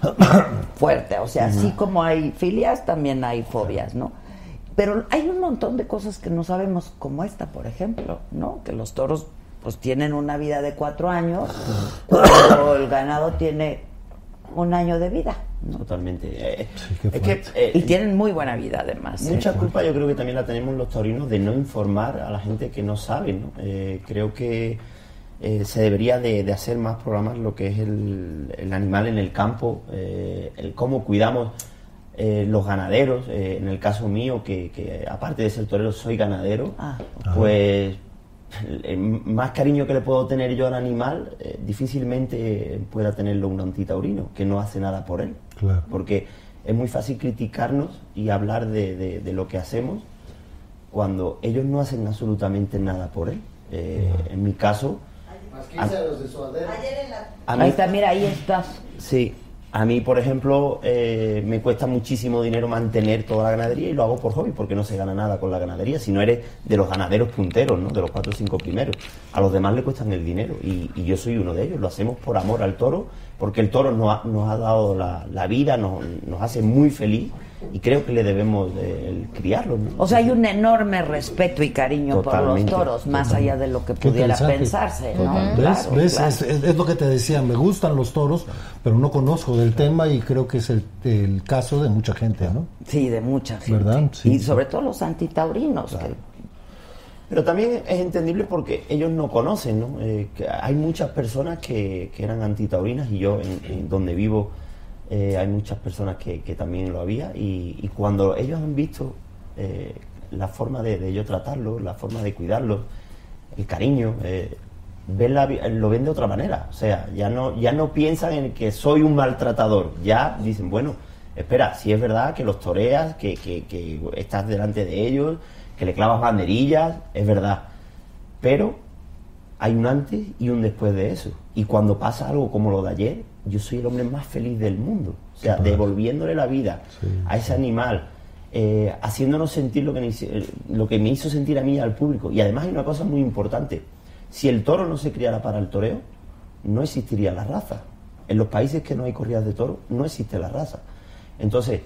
Speaker 1: fuerte, o sea, así como hay filias, también hay fobias, ¿no? Pero hay un montón de cosas que no sabemos, como esta, por ejemplo, ¿no? Que los toros, pues, tienen una vida de cuatro años, pero el ganado tiene un año de vida,
Speaker 3: Totalmente. Eh,
Speaker 7: Sí, qué
Speaker 3: es que
Speaker 7: fuerte.
Speaker 3: eh,
Speaker 1: Y tienen muy buena vida además. ¿eh?
Speaker 3: Mucha culpa yo creo que también la tenemos los taurinos de no informar a la gente que no sabe, ¿no? Eh, creo que eh, se debería de, de hacer más programas lo que es el, el animal en el campo, eh, el cómo cuidamos eh, los ganaderos. Eh, en el caso mío, que, que aparte de ser torero soy ganadero,
Speaker 1: Ah.
Speaker 3: pues el- el más cariño que le puedo tener yo al animal, eh, difícilmente pueda tenerlo un antitaurino, que no hace nada por él.
Speaker 7: Claro.
Speaker 3: Porque es muy fácil criticarnos y hablar de, de- de lo que hacemos cuando ellos no hacen absolutamente nada por él. Eh, en mi caso,
Speaker 5: Ayer en la
Speaker 3: a
Speaker 1: Ahí
Speaker 3: mí,
Speaker 1: está, mira, ahí estás.
Speaker 3: sí, a mí, por ejemplo, eh, me cuesta muchísimo dinero mantener toda la ganadería y lo hago por hobby porque no se gana nada con la ganadería. Si no eres de los ganaderos punteros, ¿no? de los cuatro o cinco primeros, a los demás le cuestan el dinero y, y yo soy uno de ellos. Lo hacemos por amor al toro porque el toro nos ha, nos ha dado la, la vida, nos, nos hace muy feliz y creo que le debemos eh, el criarlo. ¿no?
Speaker 1: O sea, hay un enorme respeto y cariño por los
Speaker 3: Totalmente,
Speaker 1: toros, más
Speaker 3: totalmente.
Speaker 1: allá de lo que
Speaker 7: Qué
Speaker 1: pudiera
Speaker 7: interesante.
Speaker 1: pensarse, ¿no?
Speaker 3: Totalmente.
Speaker 7: ¿Ves?
Speaker 1: Claro,
Speaker 7: ¿Ves?
Speaker 1: claro.
Speaker 7: Es, es- es lo que te decía, me gustan los toros, pero no conozco del tema y creo que es el, el caso de mucha gente, ¿no?
Speaker 1: Sí, de mucha gente.
Speaker 7: ¿Verdad? Sí.
Speaker 1: Y sobre todo los antitaurinos. que-
Speaker 3: Pero también es entendible porque ellos no conocen, ¿no? Eh, que hay muchas personas que, que eran antitaurinas y yo, en, en donde vivo, eh, hay muchas personas que, que también lo había. Y, y cuando ellos han visto eh, la forma de, de yo tratarlos, la forma de cuidarlos, el cariño, eh, ven la vi- lo ven de otra manera. O sea, ya no, ya no piensan en que soy un maltratador. Ya dicen, bueno, espera, si es verdad que los toreas, que, que- que estás delante de ellos, que le clavas banderillas, es verdad. Pero hay un antes y un después de eso. Y cuando pasa algo como lo de ayer, yo soy el hombre más feliz del mundo. O sea, devolviéndole la vida a ese animal, eh, haciéndonos sentir lo que, me, hice- eh, lo que me hizo sentir a mí y al público. Y además hay una cosa muy importante. Si el toro no se criara para el toreo, no existiría la raza. En los países que no hay corridas de toro, no existe la raza. Entonces,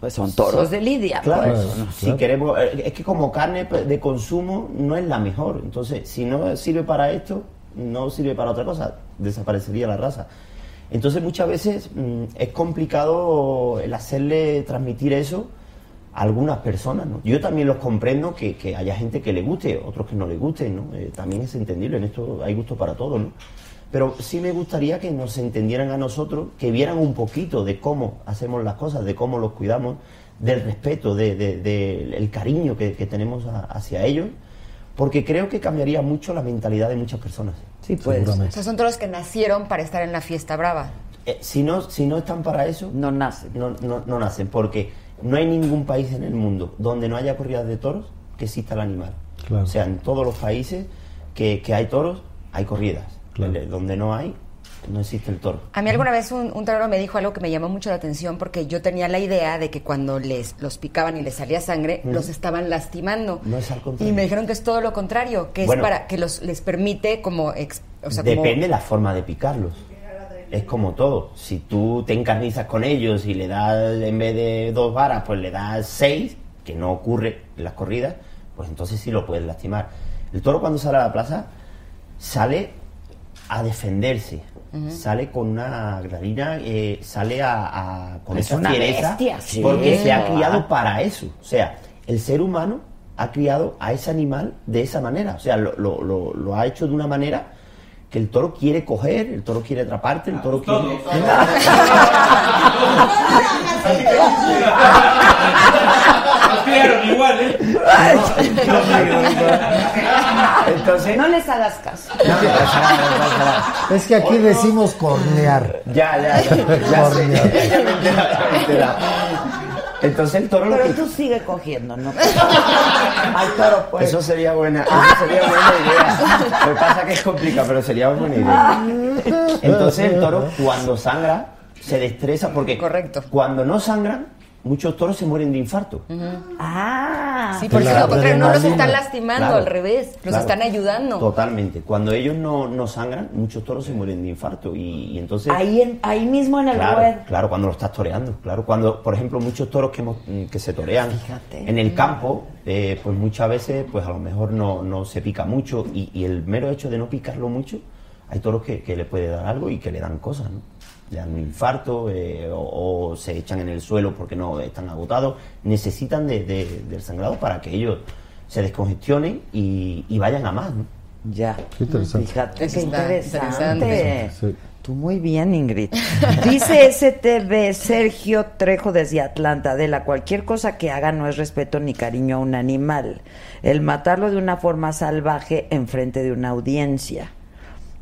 Speaker 1: Pues son toros de Lidia.
Speaker 3: Claro,
Speaker 7: Claro,
Speaker 3: si
Speaker 7: claro.
Speaker 3: queremos, eh, es que como carne pues, de consumo no es la mejor. Entonces, si no sirve para esto, no sirve para otra cosa, desaparecería la raza. Entonces, muchas veces mm, es complicado el hacerle transmitir eso a algunas personas. ¿no? Yo también los comprendo que, que haya gente que le guste, otros que no le guste. ¿no? Eh, también es entendible, en esto hay gusto para todo. ¿no? Pero sí me gustaría que nos entendieran a nosotros, que vieran un poquito de cómo hacemos las cosas, de cómo los cuidamos, del respeto, del de, de- el cariño que, que tenemos a- hacia ellos, porque creo que cambiaría mucho la mentalidad de muchas personas.
Speaker 1: Sí, pues.
Speaker 6: O sea, son toros que nacieron para estar en la fiesta brava.
Speaker 3: Eh, si, no, si no están para eso,
Speaker 1: No nacen.
Speaker 3: no, no- no nacen, porque no hay ningún país en el mundo donde no haya corridas de toros que exista el animal.
Speaker 7: Claro.
Speaker 3: O sea, en todos los países que, que hay toros, hay corridas.
Speaker 7: Claro.
Speaker 3: El- Donde no hay, no existe el toro.
Speaker 6: A mí alguna vez un, un torero me dijo algo que me llamó mucho la atención porque yo tenía la idea de que cuando les los picaban y les salía sangre, los estaban lastimando.
Speaker 3: No es al contrario.
Speaker 6: Y me dijeron que es todo lo contrario, que
Speaker 3: Bueno.
Speaker 6: es para que los les permite como ex- o sea, como-
Speaker 3: Depende la forma de picarlos. Es como todo. Si tú te encarnizas con ellos y le das, en vez de dos varas, pues le das seis, que no ocurre en las corridas, pues entonces sí lo puedes lastimar. El toro cuando sale a la plaza sale a defenderse. Sale con una granina, eh, sale a, a- con
Speaker 1: Es
Speaker 3: esa
Speaker 1: una
Speaker 3: fiereza
Speaker 1: bestia, sí.
Speaker 3: porque se ha
Speaker 1: Ah.
Speaker 3: criado para eso. O sea, el ser humano ha criado a ese animal de esa manera. O sea, lo, lo- lo- lo ha hecho de una manera que el toro quiere coger, el toro quiere atraparte, el toro
Speaker 4: Todo.
Speaker 3: quiere...
Speaker 4: Nos criaron igual, ¿eh?
Speaker 3: Entonces...
Speaker 1: No les hagas caso.
Speaker 7: Es que aquí decimos cornear.
Speaker 3: Ya, ya, ya, ya, sé, ya, ya, ya me he enterado, ya me he enterado. Entonces el toro lo
Speaker 1: Pero
Speaker 3: que...
Speaker 1: tú sigue cogiendo, ¿no? Al toro, pues.
Speaker 3: Eso sería buena, eso sería buena idea. Lo que pasa es que es complicado, pero sería buena idea. Entonces el toro cuando sangra se destreza porque
Speaker 6: Correcto.
Speaker 3: cuando no sangran muchos toros se mueren de infarto.
Speaker 1: Ah,
Speaker 6: Sí, porque
Speaker 7: La
Speaker 6: lo contrario, no los están
Speaker 7: adrenalina.
Speaker 6: lastimando,
Speaker 3: Claro,
Speaker 6: al revés, los
Speaker 3: claro.
Speaker 6: están ayudando.
Speaker 3: Totalmente. Cuando ellos no, no sangran, muchos toros se mueren de infarto y, y entonces
Speaker 1: ahí, en- ahí mismo en el
Speaker 3: claro,
Speaker 1: ruedo.
Speaker 3: Claro, cuando lo estás toreando. Claro, cuando, por ejemplo, muchos toros que, hemos- mm, que se torean
Speaker 1: Fíjate.
Speaker 3: en el campo, eh, pues muchas veces, pues a lo mejor no, no se pica mucho y, y el mero hecho de no picarlo mucho hay toros que, que le puede dar algo y que le dan cosas, ¿no? Le dan un infarto eh, o, o se echan en el suelo porque no están agotados. Necesitan de- de- del sangrado para que ellos se descongestionen y, y vayan a más, ¿no?
Speaker 1: Ya.
Speaker 7: Qué interesante.
Speaker 1: Fíjate, qué
Speaker 6: Está interesante.
Speaker 1: interesante.
Speaker 7: Sí.
Speaker 1: Tú muy bien, Ingrid. Dice STV Sergio Trejo desde Atlanta, Adela, cualquier cosa que haga no es respeto ni cariño a un animal. El matarlo de una forma salvaje en frente de una audiencia.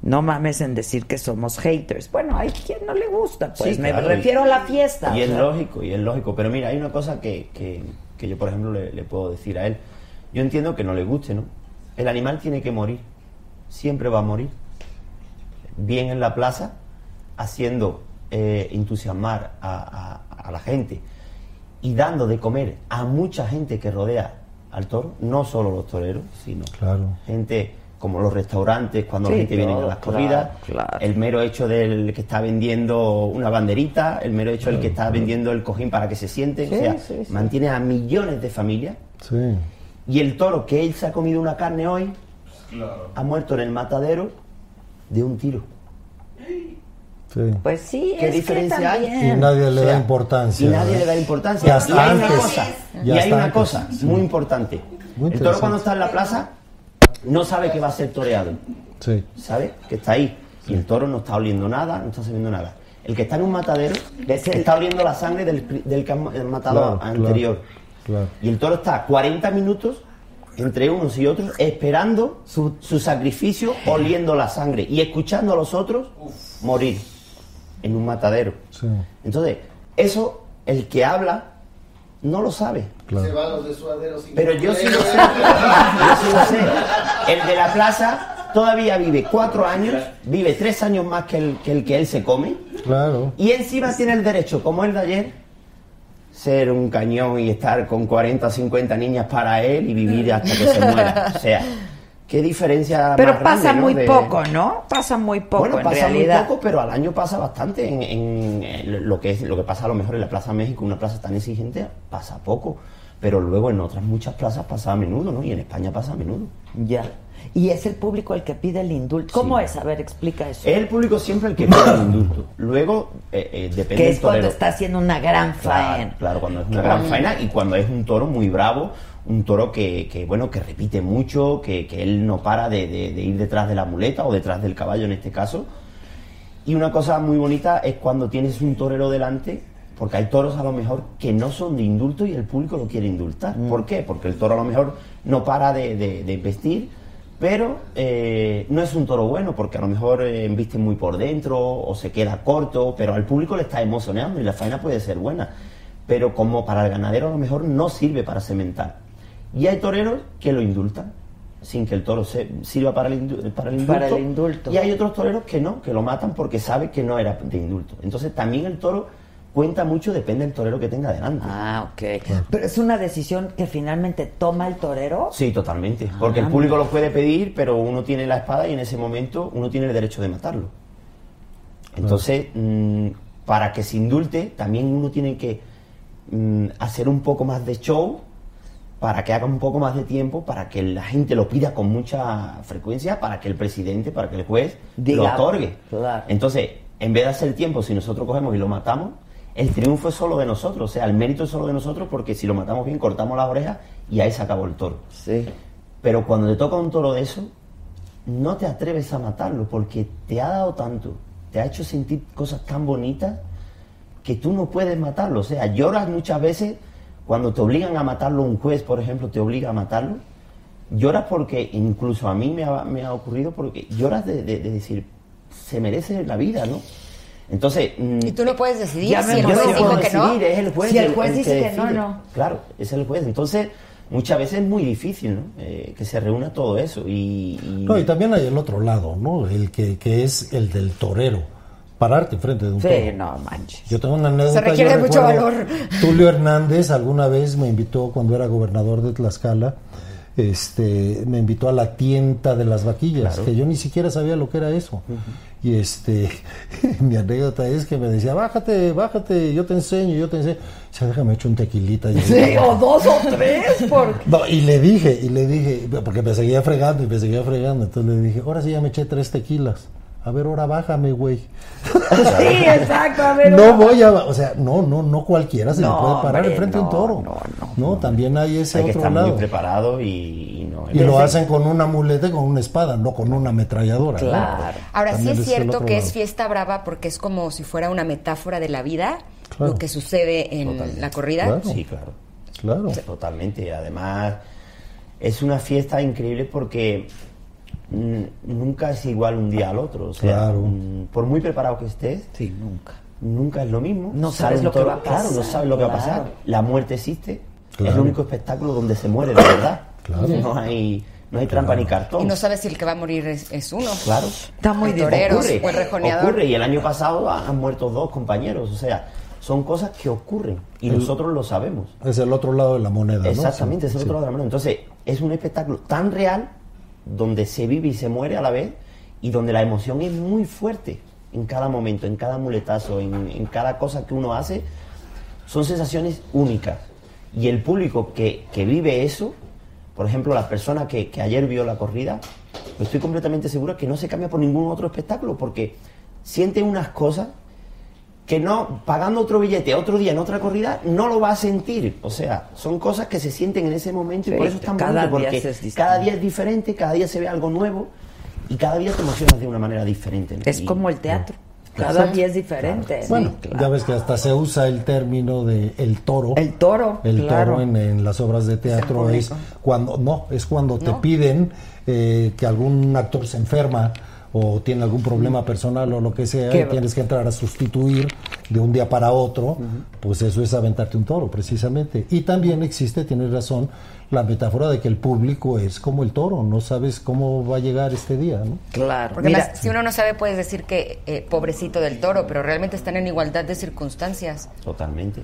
Speaker 1: No mames en decir que somos haters. Bueno, hay quien no le gusta, pues
Speaker 3: Sí,
Speaker 1: me
Speaker 3: claro, y-
Speaker 1: refiero a la fiesta. Pues
Speaker 3: Y
Speaker 1: o
Speaker 3: es
Speaker 1: sea.
Speaker 3: lógico, y es lógico. Pero mira, hay una cosa que, que- que yo, por ejemplo, le, le puedo decir a él. Yo entiendo que no le guste, ¿no? El animal tiene que morir. Siempre va a morir. Bien en la plaza, haciendo eh, entusiasmar a, a- a la gente y dando de comer a mucha gente que rodea al toro, no solo los toreros, sino
Speaker 7: Claro.
Speaker 3: gente como los restaurantes, cuando la
Speaker 1: Sí,
Speaker 3: gente viene a
Speaker 1: todo,
Speaker 3: las
Speaker 1: claro,
Speaker 3: corridas,
Speaker 1: claro.
Speaker 3: el mero hecho del que está vendiendo una banderita, el mero hecho del que está vendiendo el cojín para que se siente, o sea,
Speaker 1: sí, sí.
Speaker 3: mantiene a millones de familias
Speaker 7: Sí.
Speaker 3: y el toro que él se ha comido una carne hoy ha muerto en el matadero de un tiro.
Speaker 7: sí.
Speaker 1: Pues sí,
Speaker 3: ¿Qué
Speaker 1: es que
Speaker 3: diferencia hay?
Speaker 1: también-
Speaker 7: Y nadie le
Speaker 3: O sea,
Speaker 7: da importancia.
Speaker 3: Y nadie
Speaker 7: ¿no?
Speaker 3: le da importancia.
Speaker 7: Y hasta
Speaker 3: hay una
Speaker 7: antes.
Speaker 3: cosa,
Speaker 7: Y
Speaker 3: y hay
Speaker 7: hasta
Speaker 3: una
Speaker 7: antes,
Speaker 3: cosa
Speaker 7: sí.
Speaker 3: muy importante.
Speaker 7: Muy
Speaker 3: el toro
Speaker 7: interesante.
Speaker 3: cuando está en la plaza no sabe que va a ser toreado,
Speaker 7: Sí.
Speaker 3: ¿sabe? Que está ahí. Y el toro no está oliendo nada, no está sabiendo nada. El que está en un matadero está oliendo la sangre del, pri- del que han- el matador
Speaker 7: Eh, Claro,
Speaker 3: anterior.
Speaker 7: claro, claro.
Speaker 3: Y el toro está 40 minutos entre unos y otros esperando su, su sacrificio, oliendo la sangre y escuchando a los otros morir en un matadero.
Speaker 7: Sí.
Speaker 3: Entonces, eso el que habla no lo sabe.
Speaker 7: Claro.
Speaker 5: Se van los de suadero sin
Speaker 3: Pero yo sí lo sé.
Speaker 5: complejo.
Speaker 3: Yo sí lo sé. El de la plaza todavía vive cuatro años, vive tres años más que el que, el que él se come.
Speaker 7: Claro.
Speaker 3: Y encima tiene el derecho, como el de ayer, ser un cañón y estar con 40 o 50 niñas para él y vivir hasta que se muera. O sea, qué diferencia.
Speaker 1: Pero
Speaker 3: más
Speaker 1: pasa
Speaker 3: grande, ¿no?
Speaker 1: muy
Speaker 3: De-
Speaker 1: poco, ¿no? Pasa muy poco
Speaker 3: bueno,
Speaker 1: en
Speaker 3: pasa
Speaker 1: realidad.
Speaker 3: muy poco, pero al año pasa bastante. En, en, eh, lo que es lo que pasa a lo mejor en la Plaza México, una plaza tan exigente, pasa poco. Pero luego en otras muchas plazas pasa a menudo, ¿no? Y en España pasa a menudo.
Speaker 1: Ya. Y es el público el que pide el indulto. ¿Cómo
Speaker 3: Sí. Eh,
Speaker 1: es? A ver, explica eso.
Speaker 3: Es el público siempre el que pide el indulto. Luego eh, eh, depende
Speaker 1: que
Speaker 3: del
Speaker 1: es cuando
Speaker 3: torero.
Speaker 1: está haciendo una gran
Speaker 3: Claro,
Speaker 1: faena.
Speaker 3: claro, cuando es una gran faena y cuando es un toro muy bravo, un toro que, que, bueno, que repite mucho, que, que él no para de, de- de ir detrás de la muleta o detrás del caballo en este caso. Y una cosa muy bonita es cuando tienes un torero delante, porque hay toros a lo mejor que no son de indulto y el público lo quiere indultar.
Speaker 1: Mm.
Speaker 3: ¿Por qué? Porque el toro a lo mejor no para de, de, de investir, pero eh, no es un toro bueno, porque a lo mejor eh, embiste muy por dentro o se queda corto, pero al público le está emocionando y la faena puede ser buena. Pero como para el ganadero a lo mejor no sirve para cementar. Y hay toreros que lo indultan sin que el toro se, sirva para el, indu- para el indulto.
Speaker 1: Para el indulto.
Speaker 3: Y hay hay otros toreros que no, que lo matan porque sabe que no era de indulto. Entonces también el toro cuenta mucho, depende del torero que tenga delante.
Speaker 1: Ah, ok. Pero es una decisión que finalmente toma el torero.
Speaker 3: Sí, totalmente. Porque el público lo puede pedir, pero uno tiene la espada y en ese momento uno tiene el derecho de matarlo. Entonces, mm, para que se indulte, también uno tiene que mm, hacer un poco más de show para que haga un poco más de tiempo, para que la gente lo pida con mucha frecuencia, para que el presidente, para que el juez lo
Speaker 1: Diga,
Speaker 3: otorgue.
Speaker 1: claro.
Speaker 3: Entonces, en vez de hacer tiempo, si nosotros cogemos y lo matamos, el triunfo es solo de nosotros, o sea, el mérito es solo de nosotros porque si lo matamos bien, cortamos las orejas y ahí se acabó el toro.
Speaker 1: Sí.
Speaker 3: Pero cuando te toca un toro de eso, no te atreves a matarlo porque te ha dado tanto, te ha hecho sentir cosas tan bonitas que tú no puedes matarlo. O sea, lloras muchas veces cuando te obligan a matarlo, un juez, por ejemplo, te obliga a matarlo. Lloras porque, incluso a mí me ha, me ha ocurrido, porque lloras de, de- de decir, se merece la vida, ¿no? Entonces... mm,
Speaker 6: Y tú no puedes decidir
Speaker 1: Ya me
Speaker 6: si el
Speaker 3: yo
Speaker 6: juez
Speaker 3: no
Speaker 6: dijo
Speaker 3: puedo
Speaker 6: que no.
Speaker 3: decidir, eh. es el juez
Speaker 1: Si el
Speaker 3: el-
Speaker 1: juez
Speaker 3: el
Speaker 1: dice que no,
Speaker 3: decide.
Speaker 1: no.
Speaker 3: Claro, es el juez. Entonces, muchas veces es muy difícil ¿no? Eh, que se reúna todo eso. Y, y-
Speaker 7: No, y también hay el otro lado, ¿no? El que, que es el del torero. Pararte enfrente de un toro.
Speaker 1: Sí, no manches.
Speaker 7: Yo tengo una anécdota.
Speaker 6: Se requiere
Speaker 7: yo
Speaker 6: de mucho
Speaker 7: recuerdo,
Speaker 6: valor.
Speaker 7: Tulio Hernández alguna vez me invitó cuando era gobernador de Tlaxcala. Este, me invitó a la tienda de las vaquillas, que yo ni siquiera sabía lo que era eso. Y este, mi anécdota es que me decía, bájate, bájate, yo te enseño, yo te enseño. O sea, déjame echar un tequilita. Y
Speaker 1: Sí, o dos o tres, porque.
Speaker 7: no, y le dije, y le dije, porque me seguía fregando y me seguía fregando. Entonces le dije, ahora sí ya me eché tres tequilas. a ver, ahora bájame, güey.
Speaker 1: Sí, exacto. A ver,
Speaker 7: No voy a, o sea, no, no, no cualquiera se
Speaker 1: No,
Speaker 7: le puede parar
Speaker 1: hombre,
Speaker 7: enfrente de un
Speaker 1: no,
Speaker 7: toro.
Speaker 1: no, no.
Speaker 7: también hay ese
Speaker 3: Hay que
Speaker 7: otro
Speaker 3: estar
Speaker 7: lado.
Speaker 3: muy preparado y, y no.
Speaker 7: Y lo hacen con una muleta y con una espada, no con una ametralladora. ¿no?
Speaker 1: Claro.
Speaker 6: Ahora
Speaker 7: También
Speaker 6: sí es
Speaker 7: ese el
Speaker 6: cierto
Speaker 7: otro
Speaker 6: que
Speaker 7: lado.
Speaker 6: es fiesta brava porque es como si fuera una metáfora de la vida
Speaker 7: Claro.
Speaker 6: lo que sucede en
Speaker 3: Totalmente.
Speaker 6: la corrida.
Speaker 7: Claro.
Speaker 3: Sí, claro.
Speaker 7: Claro.
Speaker 3: Totalmente. Además, es una fiesta increíble porque mm, nunca es igual un día al otro. O sea,
Speaker 7: Claro.
Speaker 3: mm, por muy preparado que estés,
Speaker 1: Sí, nunca.
Speaker 3: nunca es lo mismo.
Speaker 1: No
Speaker 3: Sale
Speaker 1: sabes
Speaker 3: un
Speaker 1: lo que
Speaker 3: toro-
Speaker 1: va a
Speaker 3: Claro, no
Speaker 1: pasar,
Speaker 3: sabes lo que va a pasar.
Speaker 1: claro.
Speaker 3: La muerte existe. Es
Speaker 7: Claro.
Speaker 3: el único espectáculo donde se muere, de verdad.
Speaker 7: Claro.
Speaker 3: No hay, no hay trampa ni cartón.
Speaker 6: Y no sabes si el que va a morir es, es uno.
Speaker 3: Claro.
Speaker 1: Está muy
Speaker 6: El torero
Speaker 3: ocurre,
Speaker 6: o el rejoneador.
Speaker 3: ocurre, y el año pasado ha- han muerto dos compañeros, o sea, son cosas que ocurren y nosotros lo sabemos.
Speaker 7: Es el otro lado de la moneda, ¿no?
Speaker 3: Exactamente, es
Speaker 7: Sí,
Speaker 3: el otro lado de la mano. Entonces, es un espectáculo tan real donde se vive y se muere a la vez y donde la emoción es muy fuerte en cada momento, en cada muletazo, en, en cada cosa que uno hace. Son sensaciones únicas. Y el público que, que vive eso, por ejemplo, la persona que, que ayer vio la corrida, pues estoy completamente seguro que no se cambia por ningún otro espectáculo porque siente unas cosas que no, pagando otro billete otro día en otra corrida, no lo va a sentir. O sea, son cosas que se sienten en ese momento y por
Speaker 1: Sí,
Speaker 3: eso es tan
Speaker 1: cada
Speaker 3: bonito,
Speaker 1: día
Speaker 3: porque
Speaker 1: es distinto.
Speaker 3: cada día es diferente, cada día se ve algo nuevo y cada día te emocionas de una manera diferente. ¿no?
Speaker 1: Es
Speaker 3: Y-
Speaker 1: como el teatro. Cada
Speaker 3: Claro.
Speaker 1: día es diferente. ¿no?
Speaker 7: Bueno,
Speaker 1: Claro.
Speaker 7: ya ves que hasta se usa el término de el toro.
Speaker 1: El toro,
Speaker 7: El
Speaker 1: claro.
Speaker 7: toro en, en las obras de teatro es cuando, no, es cuando te piden eh, que algún actor se enferma o tiene algún problema personal o lo que sea
Speaker 1: Mm. Qué
Speaker 7: y tienes que entrar a sustituir de un día para otro, pues eso es aventarte un toro, precisamente. Y también existe, tienes razón, la metáfora de que el público es como el toro, no sabes cómo va a llegar este día, ¿no?
Speaker 1: Claro.
Speaker 6: Porque
Speaker 1: Mira,
Speaker 6: además, si uno no sabe, puedes decir que eh, pobrecito del toro, pero realmente están en igualdad de circunstancias.
Speaker 3: Totalmente.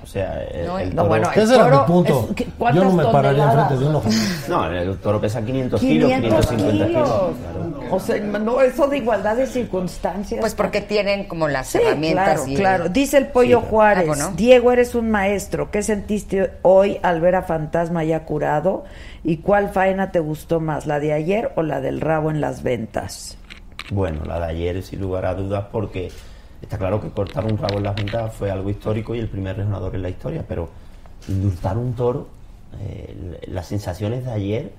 Speaker 3: O sea, el,
Speaker 6: No,
Speaker 3: el
Speaker 6: no,
Speaker 3: toro,
Speaker 1: bueno, Ah, el
Speaker 7: Ese era mi
Speaker 1: toro
Speaker 7: punto.
Speaker 1: es- ¿qué-
Speaker 7: Yo
Speaker 1: cuántas
Speaker 7: no me pararía
Speaker 1: toneladas?
Speaker 7: enfrente de un ojo.
Speaker 3: no, el toro pesa 500, kilos,
Speaker 1: 500
Speaker 3: 550 kilos.
Speaker 1: kilos.
Speaker 3: claro.
Speaker 1: O sea, no, eso de igualdad de circunstancias.
Speaker 6: Pues porque tienen como las
Speaker 1: Sí,
Speaker 6: herramientas.
Speaker 1: claro,
Speaker 6: y-
Speaker 1: claro. Dice el Pollo
Speaker 3: claro.
Speaker 1: Juárez,
Speaker 6: Ah, bueno.
Speaker 1: Diego, eres un maestro. ¿Qué sentiste hoy al ver a Fantasma ya curado? ¿Y cuál faena te gustó más, la de ayer o la del rabo en las ventas?
Speaker 3: Bueno, la de ayer, sin lugar a dudas, porque está claro que cortar un rabo en las ventas fue algo histórico y el primer rejonador en la historia, pero indultar un toro, eh, l- las sensaciones de ayer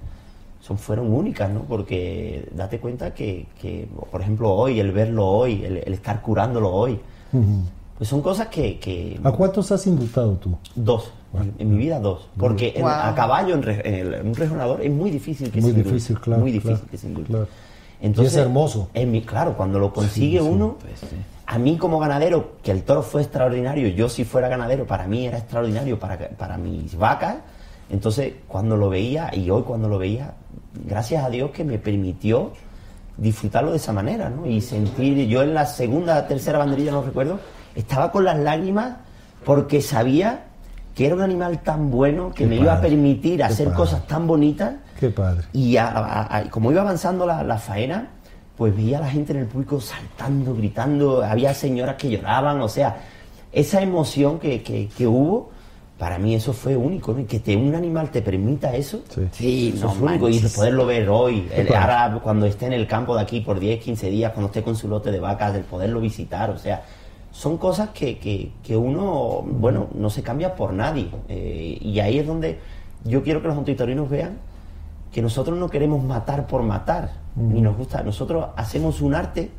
Speaker 3: son, fueron únicas, ¿no? Porque date cuenta que, que, por ejemplo, hoy, el verlo hoy, el, el estar curándolo hoy, pues son cosas que... que
Speaker 7: ¿A cuántos has indultado tú?
Speaker 3: Dos. En mi vida dos. Porque en-
Speaker 6: Guau.
Speaker 3: a caballo en, re- en el- en un rejonador es muy difícil que
Speaker 7: Muy
Speaker 3: se indulte,
Speaker 7: difícil, claro,
Speaker 3: Muy difícil
Speaker 7: claro,
Speaker 3: que se indulte.
Speaker 7: claro. Y es hermoso.
Speaker 3: en mi- claro, cuando lo consigue uno, Pues, a mí como ganadero, que el toro fue extraordinario, yo si fuera ganadero, para mí era extraordinario, para, para mis vacas. Entonces, cuando lo veía, y hoy cuando lo veía, gracias a Dios que me permitió disfrutarlo de esa manera, ¿no? Y sentir, yo en la segunda, tercera banderilla, no recuerdo, estaba con las lágrimas porque sabía que era un animal tan bueno que
Speaker 7: Qué
Speaker 3: me iba a
Speaker 7: padre, qué
Speaker 3: permitir hacer
Speaker 7: padre.
Speaker 3: cosas tan bonitas
Speaker 7: Qué padre.
Speaker 3: y a- a- a- como iba avanzando la, la faena, pues veía a la gente en el público saltando, gritando, había señoras que lloraban, o sea, esa emoción que, que- que hubo, para mí eso fue único, ¿no? Y que te, un animal te permita eso,
Speaker 7: Sí.
Speaker 3: eso es único, y poderlo ver hoy, el-
Speaker 7: padre.
Speaker 3: ahora Ah, cuando esté en el campo de aquí por 10, 15 días, cuando esté con su lote de vacas, el poderlo visitar, o sea... Son cosas que, que- que uno, bueno, no se cambia por nadie. eh, y ahí es donde yo quiero que los antitorinos vean que nosotros no queremos matar por matar, ni nos gusta. Nosotros hacemos un arte,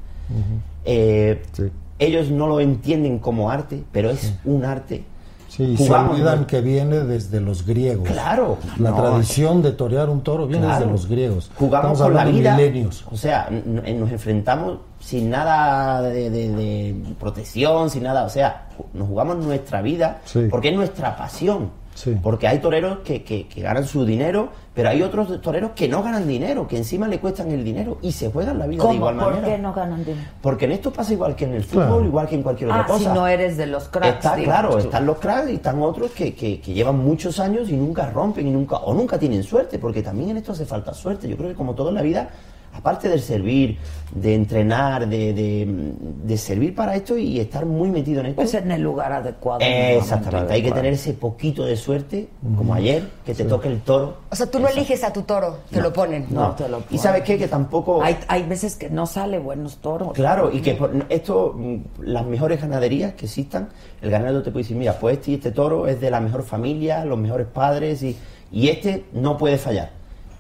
Speaker 3: eh,
Speaker 7: Sí.
Speaker 3: ellos no lo entienden como arte, pero es un arte.
Speaker 7: Sí, y se
Speaker 3: Jugamos,
Speaker 7: olvidan
Speaker 3: ¿no?
Speaker 7: que viene desde los griegos.
Speaker 3: Claro.
Speaker 7: La
Speaker 3: No,
Speaker 7: tradición de torear un toro viene
Speaker 3: claro.
Speaker 7: desde los griegos.
Speaker 3: Jugamos
Speaker 7: Estamos
Speaker 3: con la
Speaker 7: hablando de
Speaker 3: vida.
Speaker 7: milenios.
Speaker 3: O sea, n- n- nos enfrentamos sin nada de, de- de protección, sin nada. O sea, ju- nos jugamos nuestra vida
Speaker 7: Sí.
Speaker 3: porque es nuestra pasión.
Speaker 7: Sí.
Speaker 3: Porque hay toreros que, que- que ganan su dinero, pero hay otros toreros que no ganan dinero, que encima le cuestan el dinero y se juegan la vida de igual manera.
Speaker 1: ganan dinero?
Speaker 3: Porque en esto pasa igual que en el fútbol,
Speaker 7: Claro.
Speaker 3: igual que en cualquier otra
Speaker 1: Ah, si
Speaker 3: cosa.
Speaker 1: no eres de los cracks.
Speaker 3: Está
Speaker 1: digamos
Speaker 3: claro,
Speaker 1: tú.
Speaker 3: están los cracks y están otros que, que- que llevan muchos años y nunca rompen y nunca o nunca tienen suerte, porque también en esto hace falta suerte. Yo creo que como todo en la vida aparte de servir, de entrenar, de, de- de servir para esto y estar muy metido en esto.
Speaker 1: Pues en el lugar adecuado. en el
Speaker 3: Eh,
Speaker 1: momento
Speaker 3: Exactamente, hay que
Speaker 1: adecuado.
Speaker 3: tener ese poquito de suerte, como ayer, que te toque el toro.
Speaker 6: O sea, tú no eliges a tu toro, te lo ponen.
Speaker 3: No,
Speaker 1: te lo
Speaker 3: y sabes qué, que tampoco...
Speaker 1: Hay, hay veces que no sale buenos toros.
Speaker 3: Claro, y que por- esto, mm, las mejores ganaderías que existan, el ganadero te puede decir, mira, pues este, este toro es de la mejor familia, los mejores padres, y, y este no puede fallar.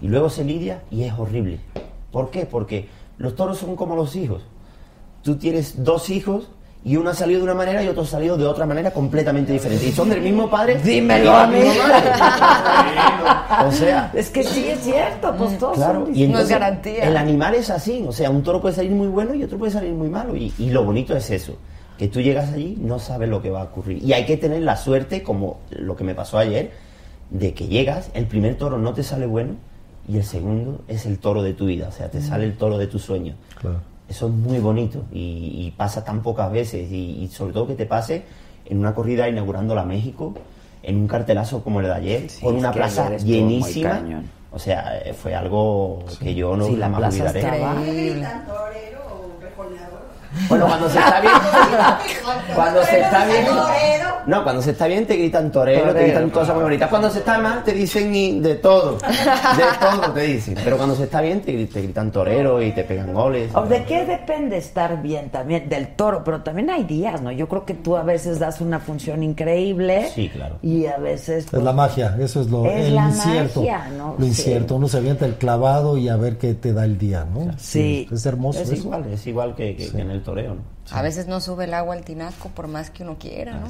Speaker 3: Y luego se lidia y es horrible. ¿Por qué? Porque los toros son como los hijos. Tú tienes dos hijos y uno ha salido de una manera y otro ha salido de otra manera completamente diferente. Y son del mismo padre.
Speaker 1: Dímelo
Speaker 3: y
Speaker 1: a
Speaker 3: la
Speaker 1: mí.
Speaker 3: misma madre. o sea,
Speaker 1: Es que sí es cierto, pues todos
Speaker 3: Claro,
Speaker 1: son
Speaker 3: y
Speaker 1: distintos.
Speaker 3: entonces
Speaker 6: garantía.
Speaker 3: el animal es así, o sea, un toro puede salir muy bueno y otro puede salir muy malo. Y, y lo bonito es eso, que tú llegas allí, no sabes lo que va a ocurrir. Y hay que tener la suerte, como lo que me pasó ayer, de que llegas, el primer toro no te sale bueno y el segundo es el toro de tu vida, o sea, te sale el toro de tu sueño.
Speaker 7: Claro.
Speaker 3: Eso es muy bonito y, y pasa tan pocas veces y, y sobre todo que te pase en una corrida inaugurando la México, en un cartelazo como el de ayer,
Speaker 1: Sí,
Speaker 3: con
Speaker 1: es
Speaker 3: una
Speaker 1: que
Speaker 3: plaza
Speaker 1: ayer estuvo muy
Speaker 3: llenísima.
Speaker 1: cañón.
Speaker 3: O sea, eh, fue algo que yo no
Speaker 1: Sí, la
Speaker 3: jamás
Speaker 1: plaza
Speaker 3: olvidaré.
Speaker 1: estaba-
Speaker 5: gritan torero o rejoneador?
Speaker 3: Bueno, cuando se está bien, cuando se está bien,
Speaker 5: Torero.
Speaker 3: no, cuando se está bien te gritan torero,
Speaker 1: Torero.
Speaker 3: te gritan cosas muy bonitas. Cuando se está mal te dicen y de todo, de todo te dicen. Pero cuando se está bien te, gri- te gritan torero y te pegan goles.
Speaker 1: ¿O ¿De qué depende estar bien también? Del toro, pero también hay días, ¿no? Yo creo que tú a veces das una función increíble.
Speaker 3: Sí, claro.
Speaker 1: Y a veces... pues,
Speaker 7: Es la magia, eso es lo
Speaker 1: Es
Speaker 7: el
Speaker 1: la
Speaker 7: incierto.
Speaker 1: magia, ¿no?
Speaker 7: Lo
Speaker 1: Sí.
Speaker 7: incierto, uno se avienta el clavado y a ver qué te da el día, ¿no?
Speaker 1: Sí.
Speaker 7: Es hermoso
Speaker 3: Es
Speaker 7: eso.
Speaker 3: igual, es igual que, que- que en el toreo, ¿no?
Speaker 6: A veces no sube el agua al tinaco por más que uno quiera, ¿no?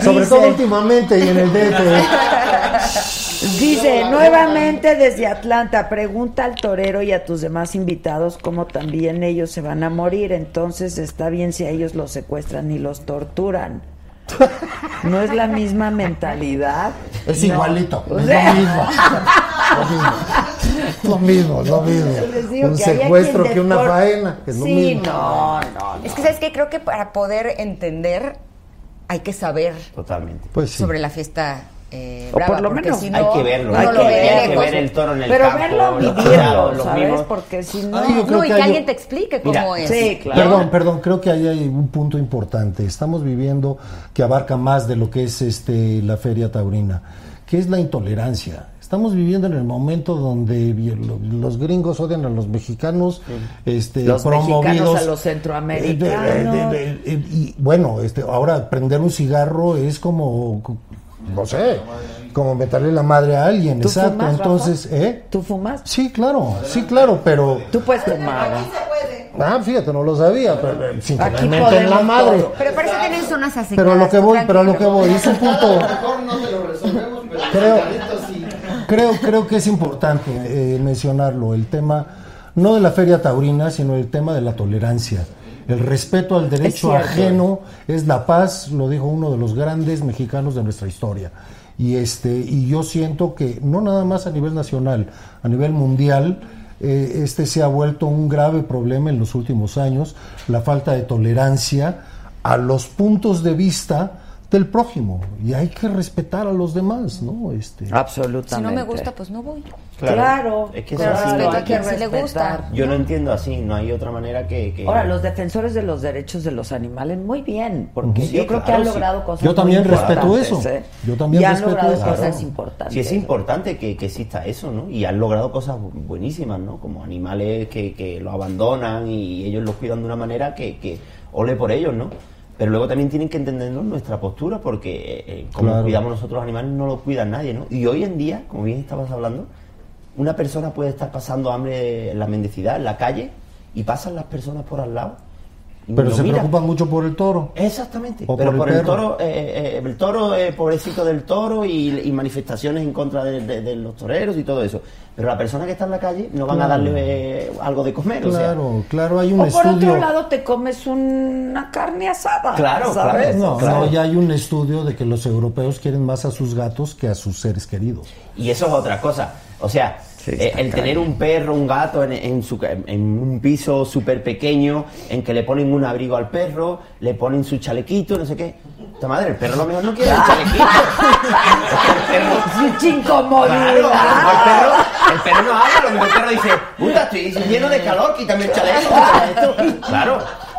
Speaker 7: Sobre
Speaker 1: Dice-
Speaker 7: todo últimamente y en el E, DF.
Speaker 1: Dice, nuevamente desde Atlanta, pregunta al torero y a tus demás invitados cómo también ellos se van a morir. Entonces está bien si a ellos los secuestran y los torturan. No es la misma mentalidad.
Speaker 7: Es
Speaker 1: No.
Speaker 7: igualito,
Speaker 1: O
Speaker 7: es
Speaker 1: sea,
Speaker 7: lo mismo. Lo mismo, lo mismo.
Speaker 1: les digo
Speaker 7: Un
Speaker 1: que había
Speaker 7: secuestro
Speaker 1: quien
Speaker 7: que una
Speaker 1: destor-
Speaker 7: faena, que es lo
Speaker 1: sí,
Speaker 7: mismo.
Speaker 1: no, no, no.
Speaker 6: Es que, ¿sabes qué? Creo que para poder entender hay que saber
Speaker 3: Totalmente.
Speaker 7: Pues sí.
Speaker 6: sobre la fiesta eh,
Speaker 1: O
Speaker 6: brava,
Speaker 1: por lo
Speaker 6: porque
Speaker 1: menos
Speaker 6: si no,
Speaker 3: hay que verlo,
Speaker 6: uno
Speaker 3: hay,
Speaker 6: lo
Speaker 3: que,
Speaker 6: ve de
Speaker 3: hay que
Speaker 6: lejos.
Speaker 3: ver el toro en el
Speaker 1: Pero
Speaker 3: campo.
Speaker 1: verlo
Speaker 3: los
Speaker 1: viviendo,
Speaker 3: chavos, los
Speaker 1: ¿sabes?
Speaker 3: mimos.
Speaker 1: Porque si no...
Speaker 7: Ay, yo creo
Speaker 6: No, y que,
Speaker 7: que hay
Speaker 6: alguien
Speaker 7: un-
Speaker 6: te explique cómo
Speaker 3: Mira,
Speaker 6: es.
Speaker 1: Sí, claro.
Speaker 7: Perdón, perdón, creo que ahí hay un punto importante. Estamos viviendo que abarca más de lo que es este la feria taurina, que es la intolerancia. Estamos viviendo en el momento donde vi- lo- los gringos odian a los mexicanos, este,
Speaker 1: Mm. Los
Speaker 7: promovidos
Speaker 1: mexicanos a los centroamericanos.
Speaker 7: Eh, de- de- de- de- y bueno, este, ahora prender un cigarro es como, no sé, como meterle la madre a alguien.
Speaker 1: ¿Tú
Speaker 7: Exacto.
Speaker 1: fumas, Rafa?
Speaker 7: Entonces, ¿eh?
Speaker 1: ¿Tú fumas?
Speaker 7: Sí, claro, sí, claro, pero
Speaker 1: Tú puedes fumar. ¿eh?
Speaker 5: Se puede.
Speaker 7: Ah, fíjate, no lo sabía, pero eh, sin que
Speaker 1: Aquí
Speaker 7: me metan la
Speaker 1: podemos
Speaker 7: madre.
Speaker 1: todo.
Speaker 6: Pero parece que tienen zonas así.
Speaker 7: Pero a lo que voy, pero a lo que voy, es un punto.
Speaker 5: Mejor no te lo resolvemos, pero
Speaker 7: Creo.
Speaker 5: Carlitos sí.
Speaker 7: Creo, creo que es importante eh, mencionarlo, el tema no de la feria taurina, sino el tema de la tolerancia. El respeto al derecho
Speaker 1: Es cierto.
Speaker 7: ajeno es la paz, lo dijo uno de los grandes mexicanos de nuestra historia. Y este, y yo siento que no nada más a nivel nacional, a nivel mundial, eh, este se ha vuelto un grave problema en los últimos años, la falta de tolerancia a los puntos de vista del prójimo. Y hay que respetar a los demás, ¿no? Este.
Speaker 1: Absolutamente.
Speaker 6: Si no me gusta, pues no voy.
Speaker 1: Claro.
Speaker 3: Es que es
Speaker 1: claro,
Speaker 3: así.
Speaker 6: respeto
Speaker 1: hay
Speaker 6: a quien
Speaker 1: que
Speaker 6: sí le gusta.
Speaker 1: respetar.
Speaker 3: Yo lo entiendo así, no hay otra manera que... que-
Speaker 1: Ahora, los defensores de los derechos de los animales, muy bien, porque
Speaker 3: Sí,
Speaker 1: yo creo que
Speaker 3: claro,
Speaker 1: han
Speaker 3: sí.
Speaker 1: logrado cosas
Speaker 7: Yo también
Speaker 1: muy
Speaker 7: respeto
Speaker 1: importantes,
Speaker 7: eso.
Speaker 1: ¿eh?
Speaker 7: Yo también
Speaker 1: y han
Speaker 7: respeto
Speaker 1: logrado
Speaker 7: eso.
Speaker 1: cosas
Speaker 7: Claro.
Speaker 1: importantes.
Speaker 3: Sí, es importante que, que exista eso, ¿no? Y han logrado cosas bu- buenísimas, ¿no? Como animales que, que lo abandonan y ellos los cuidan de una manera que, que ole por ellos, ¿no? Pero luego también tienen que entendernos nuestra postura porque eh, eh, como
Speaker 7: Claro.
Speaker 3: cuidamos nosotros los animales no lo cuida nadie, ¿no? Y hoy en día, como bien estabas hablando, una persona puede estar pasando hambre en la mendicidad, en la calle, y pasan las personas por al lado. y
Speaker 7: Pero
Speaker 3: lo
Speaker 7: se
Speaker 3: miran.
Speaker 7: preocupan mucho por el toro.
Speaker 3: Exactamente.
Speaker 7: O
Speaker 3: Pero
Speaker 7: por el
Speaker 3: por el,
Speaker 7: perro.
Speaker 3: toro, eh, eh, el toro, eh, pobrecito del toro y, y manifestaciones en contra de, de- de los toreros y todo eso. Pero la persona que está en la calle no van a
Speaker 7: Claro.
Speaker 3: darle eh, algo de comer. o sea.
Speaker 7: Claro, claro, hay un
Speaker 1: O por
Speaker 7: estudio.
Speaker 1: otro lado, te comes una carne asada.
Speaker 3: Claro,
Speaker 1: ¿sabes?
Speaker 3: claro.
Speaker 7: no,
Speaker 3: Claro.
Speaker 7: no, ya hay un estudio de que los europeos quieren más a sus gatos que a sus seres queridos.
Speaker 3: Y eso es otra cosa. O sea,
Speaker 1: está
Speaker 3: eh, el tener un perro, un gato en, en su, ca- en un piso súper pequeño, en que le ponen un abrigo al perro, le ponen su chalequito, no sé qué. Puta madre, el perro a lo mejor no quiere el chalequito. el perro.
Speaker 1: Mucha
Speaker 3: Claro,
Speaker 1: incomodidad.
Speaker 3: a lo mejor el perro, el perro no habla, a lo mejor el perro dice, puta, estoy lleno de calor, quítame el chaleco, quítame esto. Claro.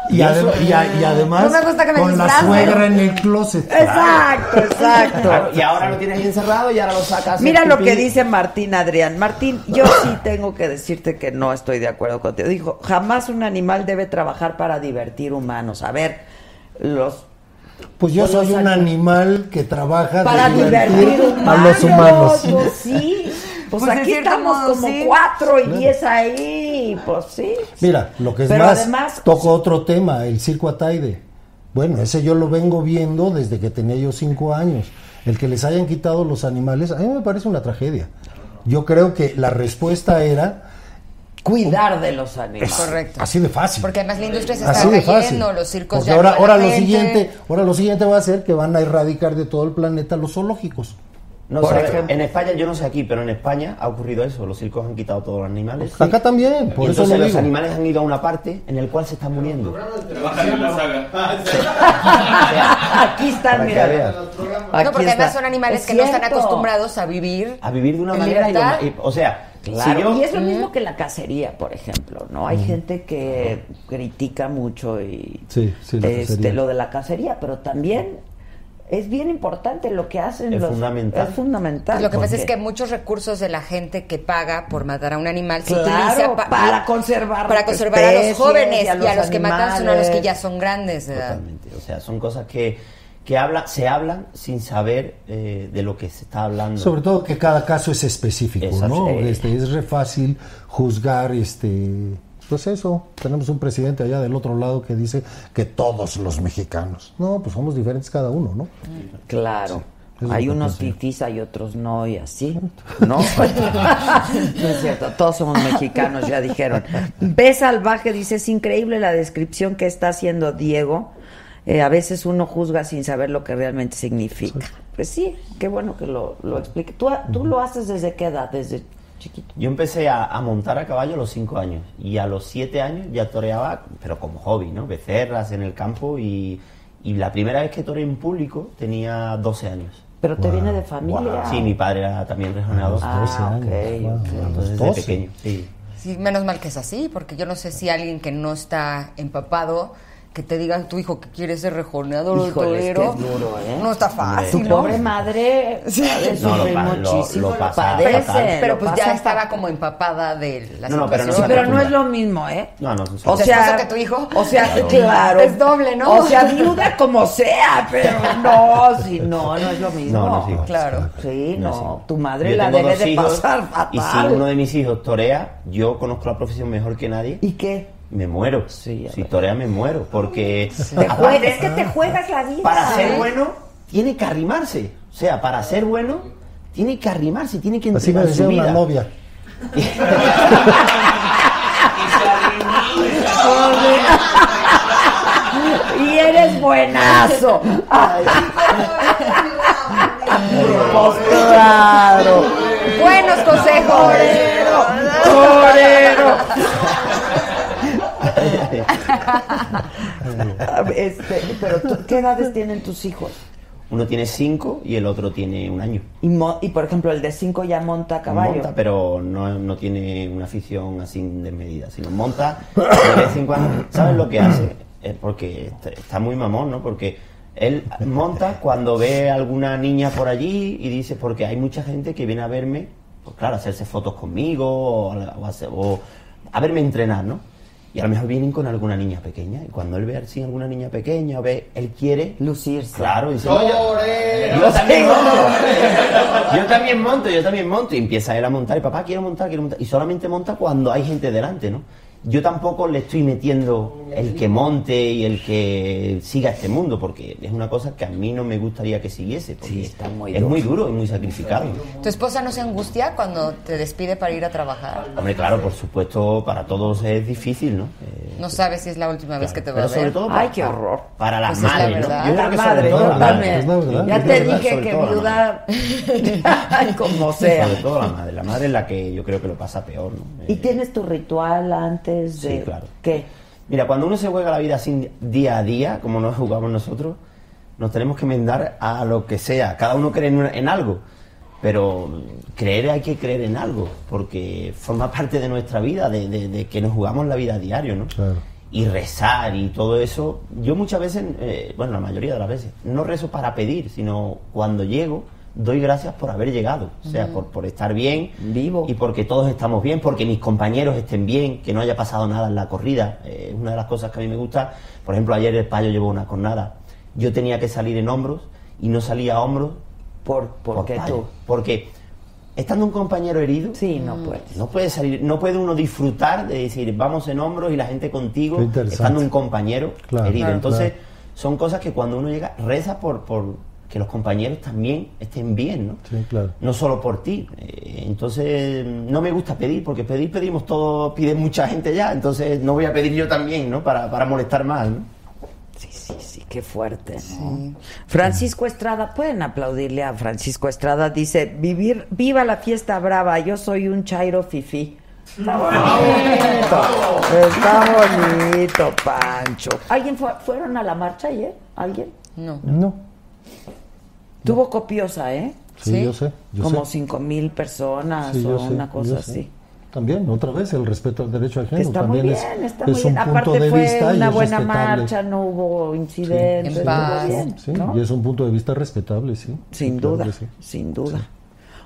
Speaker 7: Y, adem-
Speaker 3: eso-
Speaker 7: y a- y además
Speaker 6: No me gusta que me
Speaker 7: con la
Speaker 6: disfracen.
Speaker 7: suegra en el closet.
Speaker 1: Exacto, exacto.
Speaker 3: Claro, y ahora lo tienes ahí encerrado y ahora lo sacas.
Speaker 1: Mira lo que
Speaker 3: dice
Speaker 1: dice Martín Adrián. Martín, yo sí tengo que decirte que no estoy de acuerdo contigo. Dijo, jamás un animal debe trabajar para divertir humanos. A ver, los...
Speaker 7: Pues yo
Speaker 1: Con
Speaker 7: soy
Speaker 1: los
Speaker 7: un
Speaker 1: ani-
Speaker 7: animal que trabaja de
Speaker 1: Para divertir
Speaker 7: a
Speaker 1: humanos.
Speaker 7: los humanos.
Speaker 1: Pues sí. Pues,
Speaker 6: Pues, de
Speaker 1: aquí
Speaker 6: cierto
Speaker 1: estamos
Speaker 6: modo,
Speaker 1: como
Speaker 6: sí.
Speaker 1: cuatro y diez ahí. Pues sí.
Speaker 7: Mira, lo que es
Speaker 1: Pero
Speaker 7: más,
Speaker 1: además-
Speaker 7: toco otro tema, el circo Ataide. Bueno, ese yo lo vengo viendo desde que tenía yo cinco años. El que les hayan quitado los animales, a mí me parece una tragedia. Yo creo que la respuesta era
Speaker 1: Cuidar de los animales.
Speaker 6: Correcto.
Speaker 7: así de fácil.
Speaker 6: Porque además la industria se está
Speaker 7: Así de fácil.
Speaker 6: cayendo, los circos
Speaker 7: Porque
Speaker 6: ya
Speaker 7: ahora,
Speaker 6: no van a
Speaker 7: ahora lo
Speaker 6: gente.
Speaker 7: siguiente, ahora lo siguiente va a ser que van a erradicar de todo el planeta los zoológicos.
Speaker 3: No,
Speaker 7: Por
Speaker 3: ¿sabes?
Speaker 7: ejemplo.
Speaker 3: en España, yo no sé aquí, pero en España ha ocurrido eso. Los circos han quitado todos los animales.
Speaker 7: Acá también,
Speaker 3: Y
Speaker 7: por eso
Speaker 3: entonces
Speaker 7: lo
Speaker 3: los
Speaker 7: digo.
Speaker 3: animales han ido a una parte en el cual se están muriendo.
Speaker 4: Trabajar en la saga.
Speaker 1: aquí
Speaker 3: Para
Speaker 1: están,
Speaker 3: que
Speaker 1: mira.
Speaker 3: veas.
Speaker 1: Aquí
Speaker 6: No, porque
Speaker 1: está.
Speaker 6: además son animales
Speaker 1: Es
Speaker 6: que no están
Speaker 1: cierto.
Speaker 6: acostumbrados a vivir.
Speaker 3: A vivir de una
Speaker 6: En
Speaker 3: manera y, de
Speaker 6: libertad.
Speaker 3: una- y- O sea,
Speaker 1: Claro,
Speaker 3: si yo-
Speaker 1: y es lo mismo que la cacería, por ejemplo, ¿no? Hay gente que critica mucho y
Speaker 7: Sí, sí, la
Speaker 1: este,
Speaker 7: cacería.
Speaker 1: lo de la cacería, pero también es bien importante lo que hacen
Speaker 3: Es
Speaker 1: los-
Speaker 3: fundamental.
Speaker 1: Es fundamental.
Speaker 6: Pues lo que pasa es
Speaker 1: porque-
Speaker 6: que muchos recursos de la gente que paga por matar a un animal se
Speaker 1: Claro,
Speaker 6: utiliza
Speaker 1: para conservar
Speaker 6: para conservar a los
Speaker 1: especies
Speaker 6: jóvenes
Speaker 1: y
Speaker 6: y
Speaker 1: a
Speaker 6: a
Speaker 1: los
Speaker 6: los, que matan son a los que
Speaker 1: animales.
Speaker 6: ya son grandes de edad.
Speaker 3: Totalmente. O sea, son cosas que, que habla, se hablan sin saber eh, de lo que se está hablando.
Speaker 7: Sobre todo que cada caso es específico,
Speaker 3: Exacto.
Speaker 7: ¿no?
Speaker 3: Sí.
Speaker 7: Este, es re fácil juzgar, este, pues eso. Tenemos un presidente allá del otro lado que dice que todos los mexicanos. No, pues somos diferentes cada uno, ¿no?
Speaker 1: Claro.
Speaker 7: es lo
Speaker 1: Hay
Speaker 7: que
Speaker 1: unos
Speaker 7: pensé.
Speaker 1: fifís, hay otros no, y así, ¿no? no es cierto, todos somos mexicanos, ya dijeron. Ve Salvaje dice, es increíble la descripción que está haciendo Diego. Eh, a veces uno juzga sin saber lo que realmente significa. Pues sí, qué bueno que lo, lo explique. ¿Tú, tú lo haces desde qué edad? Desde chiquito.
Speaker 3: Yo empecé a, a montar a caballo a los 5 años y a los 7 años ya toreaba, pero como hobby, ¿no? Becerras en el campo y, y la primera vez que toreé en público tenía 12 años.
Speaker 1: Pero te viene de familia.
Speaker 3: Ah, Sí, mi padre era también rejonador.
Speaker 1: Ah, ok, ok.
Speaker 3: Entonces, desde
Speaker 7: 12.
Speaker 3: pequeño, sí.
Speaker 6: Sí, menos mal que es así, porque yo no sé si alguien que no está empapado que te diga tu hijo que quiere ser rejoneador o
Speaker 1: Híjole, es que
Speaker 6: torero,
Speaker 1: es duro, ¿eh?
Speaker 6: no está
Speaker 1: Tu
Speaker 6: fácil, ¿no?
Speaker 1: pobre madre ha de
Speaker 3: No, lo
Speaker 1: sufrir
Speaker 3: pa- lo-
Speaker 1: muchísimo,
Speaker 3: lo
Speaker 1: lo
Speaker 3: pasa
Speaker 1: padece,
Speaker 3: fatal.
Speaker 6: Pero
Speaker 1: lo
Speaker 6: pues
Speaker 1: pasa
Speaker 6: ya estaba
Speaker 1: fatal.
Speaker 6: como empapada de la
Speaker 3: No, no, pero no
Speaker 6: situación.
Speaker 3: se
Speaker 1: Sí, pero no
Speaker 3: acostumbra.
Speaker 1: es lo mismo, ¿eh?
Speaker 3: No, no,
Speaker 1: O
Speaker 6: Es
Speaker 1: sea,
Speaker 6: cosa que tu hijo-
Speaker 1: O sea, claro.
Speaker 3: Claro.
Speaker 6: Es doble, ¿no?
Speaker 1: O sea, viuda como sea, pero no, si no, no es lo mismo.
Speaker 3: No, no es igual.
Speaker 6: Claro.
Speaker 1: Sí, no,
Speaker 3: es igual.
Speaker 1: tu madre
Speaker 3: Yo
Speaker 1: la
Speaker 3: tengo
Speaker 1: debe
Speaker 3: dos
Speaker 1: de
Speaker 3: hijos,
Speaker 1: pasar
Speaker 3: Y
Speaker 1: fatal.
Speaker 3: si uno de mis hijos torea, yo conozco la profesión mejor que nadie.
Speaker 1: ¿Y qué?
Speaker 3: Me muero.
Speaker 1: Sí, ya
Speaker 3: si
Speaker 1: veo.
Speaker 3: torea, me muero. Porque
Speaker 1: Te
Speaker 3: aparte,
Speaker 1: juegas, es que te juegas la vida.
Speaker 3: para ser
Speaker 1: ¿eh?
Speaker 3: bueno, tiene que arrimarse. O sea, para ser bueno, tiene que arrimarse, tiene que
Speaker 7: Así me
Speaker 3: entregar
Speaker 7: decía
Speaker 3: su vida.
Speaker 7: una novia.
Speaker 1: Y eres buenazo. pues claro.
Speaker 6: Buenos consejos.
Speaker 1: Torero. Este, pero tú, ¿qué edades tienen tus hijos?
Speaker 3: Uno tiene cinco y el otro tiene un año.
Speaker 1: Y, mo- y, por ejemplo, el de 5 ya monta a caballo.
Speaker 3: Monta, pero no, no tiene una afición así desmedida, sino monta de vez en cuando. ¿Sabes lo que hace? Es porque está, está muy mamón, ¿no? Porque él monta cuando ve alguna niña por allí y dice, porque hay mucha gente que viene a verme, pues claro, a hacerse fotos conmigo o, a- o a hacer- o a verme entrenar, ¿no? Y a lo mejor vienen con alguna niña pequeña. Y cuando él ve así alguna niña pequeña, o ve, él quiere
Speaker 1: Lucirse.
Speaker 3: Claro, dice,
Speaker 5: Torero.
Speaker 3: yo también monto. Yo también monto, yo también monto. Y empieza él a montar. Y papá, quiero montar, quiero montar. Y solamente monta cuando hay gente delante, ¿no? Yo tampoco le estoy metiendo el que monte y el que siga este mundo, porque es una cosa que a mí no me gustaría que siguiese. porque
Speaker 1: Sí, está muy
Speaker 3: es
Speaker 1: duro.
Speaker 3: muy duro y muy sacrificado.
Speaker 6: ¿Tu esposa no se angustia cuando te despide para ir a trabajar?
Speaker 3: Hombre, claro, por supuesto, para todos es difícil, ¿no? Eh,
Speaker 6: No sabes si es la última vez que te va
Speaker 3: pero
Speaker 6: a
Speaker 3: sobre
Speaker 6: ver.
Speaker 3: todo
Speaker 1: Ay,
Speaker 3: para-
Speaker 1: qué horror.
Speaker 3: Para las
Speaker 6: Pues es la
Speaker 3: madres, ¿no?
Speaker 6: verdad.
Speaker 3: Yo creo
Speaker 1: La
Speaker 3: que sobre
Speaker 1: madre,
Speaker 3: todo
Speaker 1: yo
Speaker 3: las madres.
Speaker 1: también.
Speaker 7: es la verdad,
Speaker 1: Ya
Speaker 7: es
Speaker 1: te
Speaker 7: verdad,
Speaker 1: dije
Speaker 3: sobre
Speaker 1: que
Speaker 3: todo la
Speaker 1: viuda. Ay, como sea.
Speaker 3: Sobre todo la madre. La madre es la que yo creo que lo pasa peor, ¿no?
Speaker 1: ¿Y
Speaker 3: Eh,
Speaker 1: tienes tu ritual antes de
Speaker 3: Sí, claro.
Speaker 1: qué?
Speaker 3: Mira, cuando uno se juega la vida así día a día, como nos jugamos nosotros, nos tenemos que enmendar a lo que sea. Cada uno cree en, una- en algo, pero creer hay que creer en algo, porque forma parte de nuestra vida, de, de- de que nos jugamos la vida a diario, ¿no?
Speaker 7: Claro.
Speaker 3: Y rezar y todo eso. Yo muchas veces, eh, bueno, la mayoría de las veces, no rezo para pedir, sino cuando llego, doy gracias por haber llegado, o sea, por, por estar bien
Speaker 6: Vivo.
Speaker 3: y porque todos estamos bien, porque mis compañeros estén bien, que no haya pasado nada en la corrida. Eh, Es una de las cosas que a mí me gusta. Por ejemplo, ayer el payo llevó una cornada. Yo tenía que salir en hombros y no salía a hombros
Speaker 1: ¿Por, por, qué
Speaker 3: payo.
Speaker 1: tú?
Speaker 3: Porque estando un compañero herido,
Speaker 1: Sí, no puedes.
Speaker 3: no puede salir, no puede uno disfrutar de decir vamos en hombros y la gente contigo,
Speaker 7: Qué interesante.
Speaker 3: estando un compañero
Speaker 7: Claro,
Speaker 3: herido.
Speaker 7: claro,
Speaker 3: Entonces,
Speaker 7: claro.
Speaker 3: son cosas que cuando uno llega, reza por, por que los compañeros también estén bien, ¿no?
Speaker 7: Sí, claro.
Speaker 3: No solo por ti. Eh, Entonces, no me gusta pedir, porque pedir pedimos todo, pide mucha gente ya, entonces no voy a pedir yo también, ¿no? Para, para molestar más, ¿no?
Speaker 1: Sí, sí, sí, qué fuerte. ¿no? Francisco Estrada, pueden aplaudirle a Francisco Estrada, dice, vivir, viva la fiesta brava, yo soy un chairo fifí. Está bonito, está bonito, Pancho. ¿Alguien fue- fueron a la marcha ayer? ¿Alguien?
Speaker 6: No.
Speaker 7: No.
Speaker 1: Tuvo copiosa, ¿eh?
Speaker 7: Sí,
Speaker 6: ¿Sí?
Speaker 7: yo sé. Yo
Speaker 1: Como
Speaker 7: sé.
Speaker 1: cinco mil personas
Speaker 7: Sí, yo
Speaker 1: o
Speaker 7: sé,
Speaker 1: una
Speaker 7: yo
Speaker 1: cosa
Speaker 7: sé.
Speaker 1: así.
Speaker 7: También, otra vez, el respeto al derecho ajeno.
Speaker 1: Está muy
Speaker 7: también
Speaker 1: bien,
Speaker 7: es,
Speaker 1: está
Speaker 7: es
Speaker 1: muy bien.
Speaker 7: un punto
Speaker 1: Aparte
Speaker 7: de vista
Speaker 1: fue
Speaker 7: y
Speaker 1: una
Speaker 7: es
Speaker 1: buena
Speaker 7: respetable.
Speaker 1: marcha, no hubo incidentes,
Speaker 6: Sí,
Speaker 1: estuvo
Speaker 6: paz.
Speaker 1: bien,
Speaker 7: Sí,
Speaker 1: ¿no?
Speaker 7: y es un punto de vista respetable, sí.
Speaker 1: Sin
Speaker 7: Sí, claro
Speaker 1: duda,
Speaker 7: que sí.
Speaker 1: sin duda.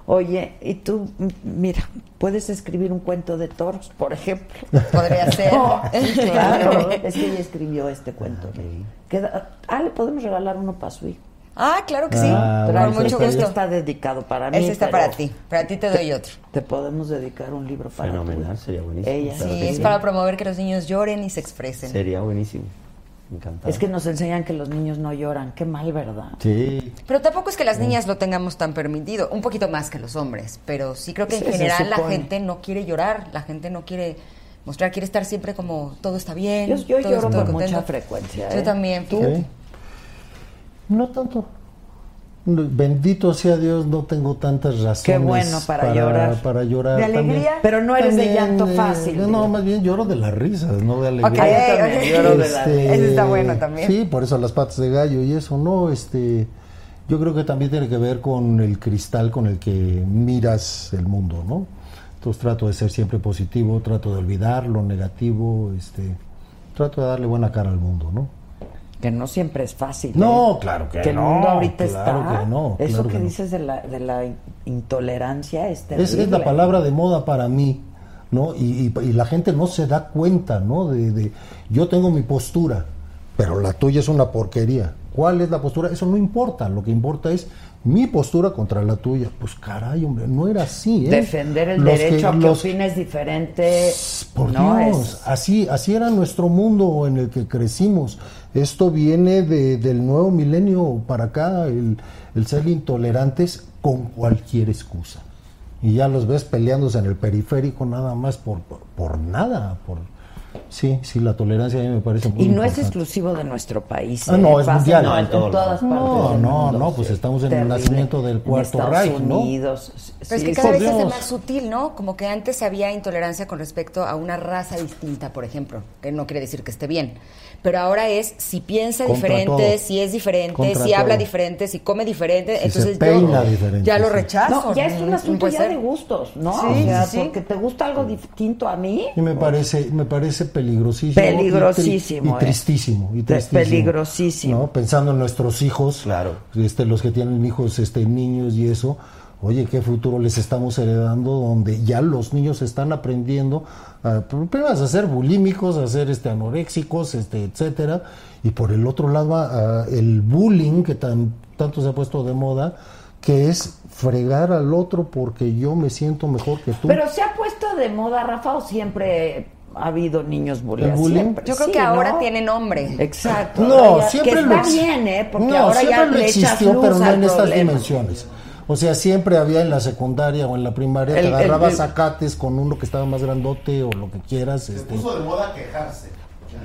Speaker 1: Oye, y tú, m- mira, puedes escribir un cuento de toros, por ejemplo.
Speaker 6: Podría ser.
Speaker 1: No, sí, claro. es que ella escribió este
Speaker 3: Ah,
Speaker 1: cuento. Queda- ah, le podemos regalar uno para su hijo.
Speaker 6: Ah, claro que sí.
Speaker 7: Ah,
Speaker 6: Con
Speaker 7: bueno,
Speaker 6: mucho
Speaker 7: está
Speaker 1: Este
Speaker 6: gusto.
Speaker 1: está dedicado para mí.
Speaker 6: Ese está
Speaker 1: pero
Speaker 6: para ti. Para ti te doy otro.
Speaker 1: Te podemos dedicar un libro para tu
Speaker 3: Fenomenal,
Speaker 1: hijo.
Speaker 3: sería buenísimo.
Speaker 1: Ella.
Speaker 3: claro
Speaker 6: Sí,
Speaker 3: que
Speaker 6: es
Speaker 3: sí.
Speaker 6: para promover que los niños lloren y se expresen.
Speaker 3: Sería buenísimo. Encantado.
Speaker 1: Es que nos enseñan que los niños no lloran. Qué mal, ¿verdad?
Speaker 3: Sí,
Speaker 6: Pero tampoco es que las niñas lo tengamos tan permitido, un poquito más que los hombres, pero sí creo que
Speaker 1: Sí, se
Speaker 6: en general la
Speaker 1: supone.
Speaker 6: gente no quiere llorar, la gente no quiere mostrar, quiere estar siempre como todo está bien.
Speaker 1: Yo- yo
Speaker 6: todo
Speaker 1: lloro
Speaker 6: estoy
Speaker 1: con
Speaker 6: contento.
Speaker 1: mucha frecuencia, ¿eh?
Speaker 6: Yo también.
Speaker 1: ¿Tú?
Speaker 6: fíjate.
Speaker 7: Sí. No tanto. No, Bendito sea Dios, no tengo tantas razones.
Speaker 1: Qué bueno para llorar.
Speaker 7: Para llorar.
Speaker 1: ¿De alegría?
Speaker 7: también. eh,
Speaker 1: Pero no eres de llanto fácil,
Speaker 7: No,
Speaker 1: digo.
Speaker 7: más bien lloro de las risas, no de alegría.
Speaker 6: Ok,
Speaker 1: Ah, yo también,
Speaker 6: ok.
Speaker 1: lloro de la-
Speaker 7: Este,
Speaker 6: Ese está bueno también.
Speaker 7: Sí, por eso las patas de gallo y eso, ¿no? Este, yo creo que también tiene que ver con el cristal con el que miras el mundo, ¿no? Entonces trato de ser siempre positivo, trato de olvidar lo negativo, este, trato de darle buena cara al mundo, ¿no?
Speaker 1: Que no siempre es fácil.
Speaker 7: No,
Speaker 1: ¿eh?
Speaker 7: claro que
Speaker 1: Que el
Speaker 7: no,
Speaker 1: mundo ahorita
Speaker 7: claro
Speaker 1: está.
Speaker 7: que no,
Speaker 1: Eso
Speaker 7: claro
Speaker 1: que,
Speaker 7: que no.
Speaker 1: dices de la, de la intolerancia es
Speaker 7: Es, es la
Speaker 1: terrible.
Speaker 7: palabra de moda para mí, ¿no? Y, y- y la gente no se da cuenta, ¿no? De, de- yo tengo mi postura, pero la tuya es una porquería. ¿Cuál es la postura? Eso no importa, lo que importa es mi postura contra la tuya. Pues caray, hombre, no era así, ¿eh?
Speaker 1: Defender el
Speaker 7: Los
Speaker 1: derecho a que
Speaker 7: los-
Speaker 1: opines diferente.
Speaker 7: por
Speaker 1: no
Speaker 7: Dios, Ah,
Speaker 1: es.
Speaker 7: así, así era nuestro mundo en el que crecimos. Esto viene de- del nuevo milenio para acá, el, el ser intolerantes con cualquier excusa. Y ya los ves peleándose en el periférico nada más por, por, por nada. Por, sí, sí, la tolerancia a mí me parece muy
Speaker 1: Y no es
Speaker 7: importante.
Speaker 1: exclusivo de nuestro país.
Speaker 7: Ah,
Speaker 1: ¿eh?
Speaker 7: no, es
Speaker 1: Pasa
Speaker 7: mundial. No,
Speaker 3: en todo el
Speaker 1: todas partes.
Speaker 7: No,
Speaker 1: del
Speaker 7: no,
Speaker 1: mundo,
Speaker 7: no, pues
Speaker 1: sí.
Speaker 7: estamos en el
Speaker 1: Terrible.
Speaker 7: nacimiento del
Speaker 1: En
Speaker 7: Cuarto
Speaker 1: Estados
Speaker 7: Reich, ¿no?
Speaker 1: Unidos.
Speaker 6: Pero es
Speaker 1: sí,
Speaker 6: que
Speaker 1: sí,
Speaker 6: cada
Speaker 7: por
Speaker 6: vez es de
Speaker 7: Dios.
Speaker 6: más sutil, ¿no? Como que antes había intolerancia con respecto a una raza distinta, por ejemplo, que no quiere decir que esté bien. Pero ahora es si piensa
Speaker 7: Contra
Speaker 6: diferente,
Speaker 7: todo.
Speaker 6: si es diferente,
Speaker 7: Contra
Speaker 6: si habla
Speaker 7: todo.
Speaker 6: diferente, si come diferente,
Speaker 7: Si se
Speaker 6: entonces
Speaker 7: peina
Speaker 6: yo
Speaker 7: diferente,
Speaker 6: ya lo
Speaker 7: sí.
Speaker 6: rechazo.
Speaker 1: No, ya es un
Speaker 6: No
Speaker 1: asunto
Speaker 6: puede
Speaker 1: ya
Speaker 6: ser.
Speaker 1: de gustos, ¿no?
Speaker 6: Sí,
Speaker 1: o sea,
Speaker 6: sí, sí.
Speaker 1: porque te gusta algo distinto a mí.
Speaker 7: Y me parece, me parece peligrosísimo. y tri-
Speaker 1: Peligrosísimo,
Speaker 7: Y,
Speaker 1: eh.
Speaker 7: tristísimo. Y
Speaker 1: Es
Speaker 7: tristísimo,
Speaker 1: peligrosísimo.
Speaker 7: ¿no? Pensando en nuestros hijos.
Speaker 3: Claro.
Speaker 7: Este, los que tienen hijos, este, niños y eso. Oye, qué futuro les estamos heredando donde ya los niños están aprendiendo a, primero a ser bulímicos, a ser este, anoréxicos, este, etcétera. Y por el otro lado, a- a el bullying que tan, tanto se ha puesto de moda, que es fregar al otro porque yo me siento mejor que tú.
Speaker 1: Pero se ha puesto de moda, Rafa, o siempre ha habido niños bullying.
Speaker 7: ¿El bullying?
Speaker 1: Siempre,
Speaker 6: Yo creo
Speaker 1: sí,
Speaker 6: que ahora
Speaker 1: ¿no?
Speaker 6: tiene nombre.
Speaker 1: Exacto.
Speaker 7: No,
Speaker 1: Ahora ya-
Speaker 7: siempre
Speaker 1: que
Speaker 7: lo
Speaker 1: está
Speaker 7: ex-
Speaker 1: bien, ¿eh? Porque
Speaker 7: no,
Speaker 1: ahora
Speaker 7: siempre
Speaker 1: ya
Speaker 7: lo
Speaker 1: le echas
Speaker 7: existió,
Speaker 1: luz
Speaker 7: pero no
Speaker 1: al
Speaker 7: en estas
Speaker 1: problema.
Speaker 7: dimensiones. O sea, siempre había en la secundaria o en la primaria,
Speaker 1: El-
Speaker 7: te
Speaker 1: el-
Speaker 7: agarrabas
Speaker 1: el-
Speaker 7: zacates con uno que estaba más grandote o lo que quieras. este.
Speaker 5: Puso de moda quejarse.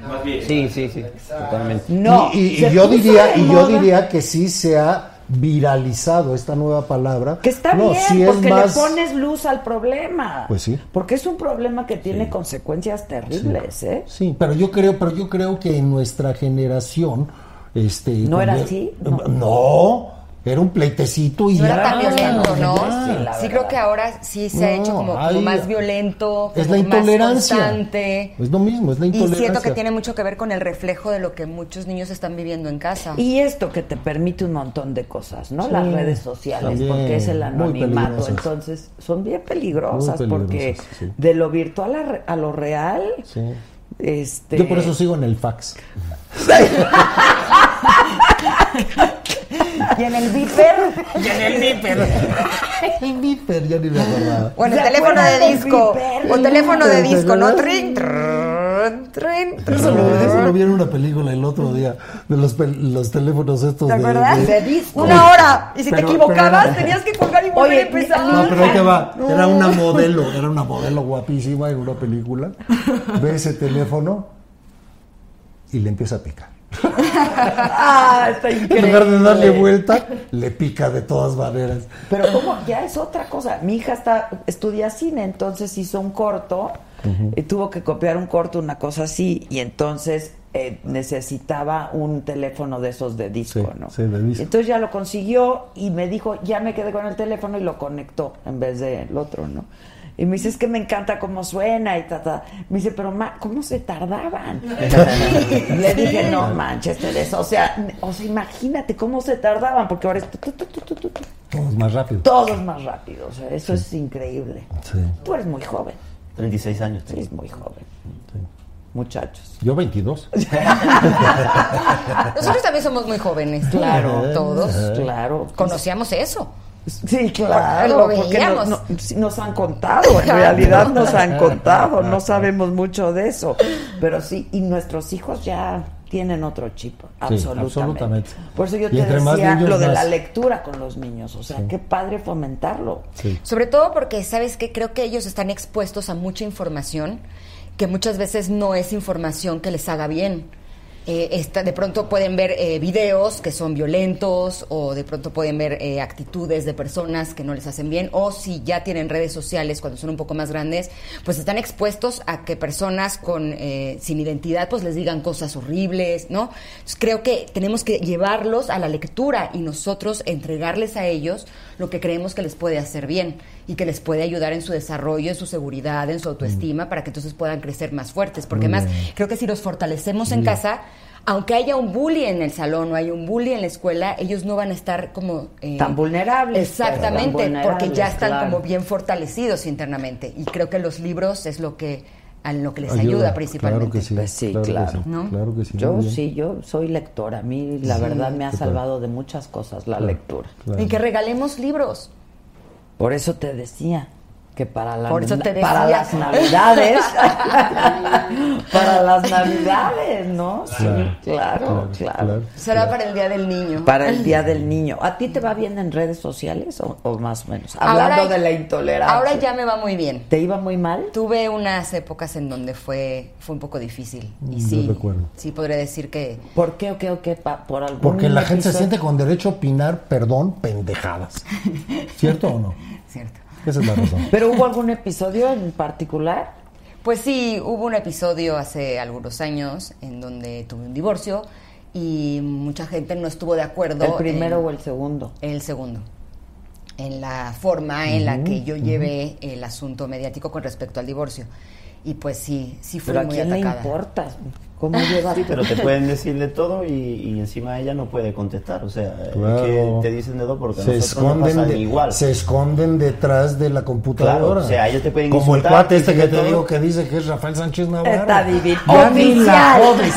Speaker 4: Más bien.
Speaker 3: sí, sí, sí, totalmente.
Speaker 1: No,
Speaker 7: y, y- y
Speaker 1: se
Speaker 7: yo
Speaker 1: puso
Speaker 7: diría,
Speaker 1: de
Speaker 7: y yo
Speaker 1: moda.
Speaker 7: diría que sí se ha viralizado esta nueva palabra.
Speaker 1: Que está
Speaker 7: No,
Speaker 1: bien,
Speaker 7: sí es
Speaker 1: porque
Speaker 7: más-
Speaker 1: le pones luz al problema.
Speaker 7: Pues sí.
Speaker 1: Porque es un problema que tiene consecuencias terribles, ¿eh?
Speaker 7: Sí, pero yo creo, pero yo creo que en nuestra generación Este,
Speaker 1: ¿No era así?
Speaker 7: también- No.
Speaker 1: No.
Speaker 7: era un pleitecito y
Speaker 6: No
Speaker 7: ya.
Speaker 6: era tan violento, ¿no?
Speaker 7: ya.
Speaker 6: Sí,
Speaker 1: la
Speaker 6: sí
Speaker 1: verdad.
Speaker 6: creo que ahora sí se ha
Speaker 7: No,
Speaker 6: hecho como, como
Speaker 7: hay-
Speaker 6: más violento,
Speaker 7: Es
Speaker 6: como
Speaker 7: la intolerancia.
Speaker 6: más constante.
Speaker 7: Es lo mismo, es la
Speaker 6: Y
Speaker 7: intolerancia.
Speaker 6: siento que tiene mucho que ver con el reflejo de lo que muchos niños están viviendo en casa.
Speaker 1: Y esto que te permite un montón de cosas, ¿no?
Speaker 7: Sí,
Speaker 1: Las redes sociales,
Speaker 7: también,
Speaker 1: porque es el
Speaker 7: muy
Speaker 1: anonimato.
Speaker 7: peligrosas.
Speaker 1: Entonces, son bien peligrosas,
Speaker 7: Muy
Speaker 1: porque
Speaker 7: peligrosas, sí.
Speaker 1: de lo virtual a, re- a lo real,
Speaker 7: Sí.
Speaker 1: este...
Speaker 7: Yo por eso sigo en el fax.
Speaker 1: Y en el viper...
Speaker 7: El viper, ya ni me acordaba.
Speaker 6: Bueno, el
Speaker 1: ¿Se
Speaker 6: teléfono
Speaker 1: acuerdan
Speaker 6: de
Speaker 1: del
Speaker 6: disco.
Speaker 1: Viper?
Speaker 6: O teléfono de
Speaker 7: ¿Te
Speaker 6: disco, ¿no?
Speaker 7: acuerdas?
Speaker 6: Trin, trrr, trin,
Speaker 7: Eso lo,
Speaker 6: trrr.
Speaker 7: eso lo vi en una película el otro día, de los, pel- los teléfonos estos
Speaker 6: ¿Te
Speaker 7: de-
Speaker 6: acuerdas?
Speaker 7: de-
Speaker 6: Una hora. Y si
Speaker 7: Pero-
Speaker 6: te equivocabas,
Speaker 7: pero-
Speaker 6: tenías que colgar y volver
Speaker 1: Oye,
Speaker 6: a empezar.
Speaker 7: No, pero ahí te va. Era una modelo, era una modelo guapísima en una película. Ve ese teléfono y le empieza a picar.
Speaker 1: ¡Ah, está
Speaker 7: En
Speaker 1: increíble!
Speaker 7: lugar de darle vuelta, le pica de todas maneras.
Speaker 1: Pero como ya es otra cosa. Mi hija está estudia cine, entonces hizo un corto y tuvo que copiar un corto, una cosa así, y entonces eh, necesitaba un teléfono de esos de disco,
Speaker 7: Sí,
Speaker 1: ¿no?
Speaker 7: sí, de disco.
Speaker 1: Entonces ya lo consiguió y me dijo, ya me quedé con el teléfono y lo conectó en vez del otro, ¿no? Y me dice, es que me encanta cómo suena y ta, ta. Me dice, pero ma, ¿cómo se tardaban? Y le dije, no manches, Teresa, o sea, n- o sea, imagínate cómo se tardaban, porque ahora es... tu, tu, tu, tu, tu, tu, tu
Speaker 7: Todo es más rápido.
Speaker 1: todos más rápido. O sea, eso es increíble.
Speaker 7: Sí.
Speaker 1: Tú eres muy joven,
Speaker 3: 36 años.
Speaker 1: tú
Speaker 3: tengo.
Speaker 1: eres muy joven. Muchachos.
Speaker 7: Yo 22.
Speaker 6: Nosotros también somos muy jóvenes.
Speaker 1: Claro.
Speaker 6: Todos.
Speaker 1: Claro.
Speaker 6: Conocíamos eso.
Speaker 1: Sí, claro.
Speaker 6: Lo
Speaker 1: porque
Speaker 6: veíamos.
Speaker 1: no- no- sí, nos han contado, en realidad nos han contado. No sabemos mucho de eso. Pero sí, y nuestros hijos ya tienen otro chip. Absolutamente.
Speaker 7: absolutamente.
Speaker 1: Por eso yo
Speaker 7: Y
Speaker 1: te
Speaker 7: entre más
Speaker 1: decía
Speaker 7: niños,
Speaker 1: lo de
Speaker 7: más.
Speaker 1: la lectura con los niños. O sea, qué padre fomentarlo.
Speaker 7: Sí.
Speaker 6: Sobre todo porque, ¿sabes que Creo que ellos están expuestos a mucha información que muchas veces no es información que les haga bien. Eh, esta- de pronto pueden ver eh, videos que son violentos o de pronto pueden ver eh, actitudes de personas que no les hacen bien o si ya tienen redes sociales cuando son un poco más grandes, pues están expuestos a que personas con eh, sin identidad pues les digan cosas horribles, ¿no? Entonces, creo que tenemos que llevarlos a la lectura y nosotros entregarles a ellos lo que creemos que les puede hacer bien y que les puede ayudar en su desarrollo, en su seguridad, en su
Speaker 1: Mm.
Speaker 6: autoestima, para que entonces puedan crecer más fuertes. Porque más, creo que si los fortalecemos
Speaker 1: Mm.
Speaker 6: en casa, aunque haya un bully en el salón o haya un bully en la escuela, ellos no van a estar como... eh,
Speaker 1: Tan vulnerables, pues, tan
Speaker 6: Exactamente, porque ya
Speaker 1: vulnerables,
Speaker 6: están
Speaker 1: claro.
Speaker 6: como bien fortalecidos internamente. Y creo que los libros es lo que a lo que les ayuda,
Speaker 7: Ayuda,
Speaker 6: principalmente.
Speaker 7: Claro que sí.
Speaker 1: Pues sí,
Speaker 7: que
Speaker 1: claro.
Speaker 7: sí,
Speaker 6: ¿No?
Speaker 7: claro que sí,
Speaker 1: Yo
Speaker 7: muy bien.
Speaker 1: sí, yo soy lectora. A mí, la verdad, me ha
Speaker 7: total.
Speaker 1: salvado de muchas cosas la lectura.
Speaker 7: Claro.
Speaker 6: Y que regalemos libros.
Speaker 1: Por eso te decía que para, la-
Speaker 6: Por eso te decía.
Speaker 1: para las navidades, para las navidades, ¿no? sí, claro, claro.
Speaker 6: Será para el Día del Niño.
Speaker 1: Para el Día del Niño. ¿A ti te va bien en redes sociales o, o más o menos? Hablando
Speaker 6: Ahora-
Speaker 1: de la intolerancia.
Speaker 6: Ahora ya me va muy bien.
Speaker 1: ¿Te iba muy mal?
Speaker 6: Tuve unas épocas en donde fue, fue un poco difícil. Y
Speaker 7: Yo
Speaker 6: sí,
Speaker 7: recuerdo.
Speaker 6: sí podría decir que...
Speaker 1: ¿Por qué o qué o qué? Pa- por algún
Speaker 7: Porque la gente se
Speaker 1: episodio?
Speaker 7: siente con derecho a opinar, perdón, pendejadas. ¿Cierto o no?
Speaker 6: Cierto.
Speaker 7: Esa es la razón.
Speaker 1: ¿Pero hubo algún episodio en particular?
Speaker 6: Pues sí, hubo un episodio hace algunos años en donde tuve un divorcio y mucha gente no estuvo de acuerdo.
Speaker 1: ¿El primero
Speaker 6: en-
Speaker 1: o el segundo?
Speaker 6: El segundo. En la forma en la que yo llevé el asunto mediático con respecto al divorcio. Y pues sí, sí fui
Speaker 1: Pero a
Speaker 6: muy
Speaker 1: quién
Speaker 6: atacada.
Speaker 1: le importa? ¿Cómo llevas?
Speaker 3: Sí, pero te pueden decir de todo y, y encima ella no puede contestar. O sea, es
Speaker 7: Claro.
Speaker 3: que te dicen de todo porque a
Speaker 7: se
Speaker 3: nosotros nos
Speaker 7: esconden,
Speaker 3: pasan
Speaker 7: de-
Speaker 3: igual.
Speaker 7: se esconden detrás de la computadora.
Speaker 3: Claro, o sea, ellos te pueden
Speaker 7: Como el
Speaker 3: insultar,
Speaker 7: cuate este que
Speaker 3: decir
Speaker 7: te
Speaker 3: todo.
Speaker 7: digo que dice que es Rafael Sánchez Navarro.
Speaker 1: Está divino.
Speaker 7: Ya ni la
Speaker 1: Oficial.
Speaker 7: jodes,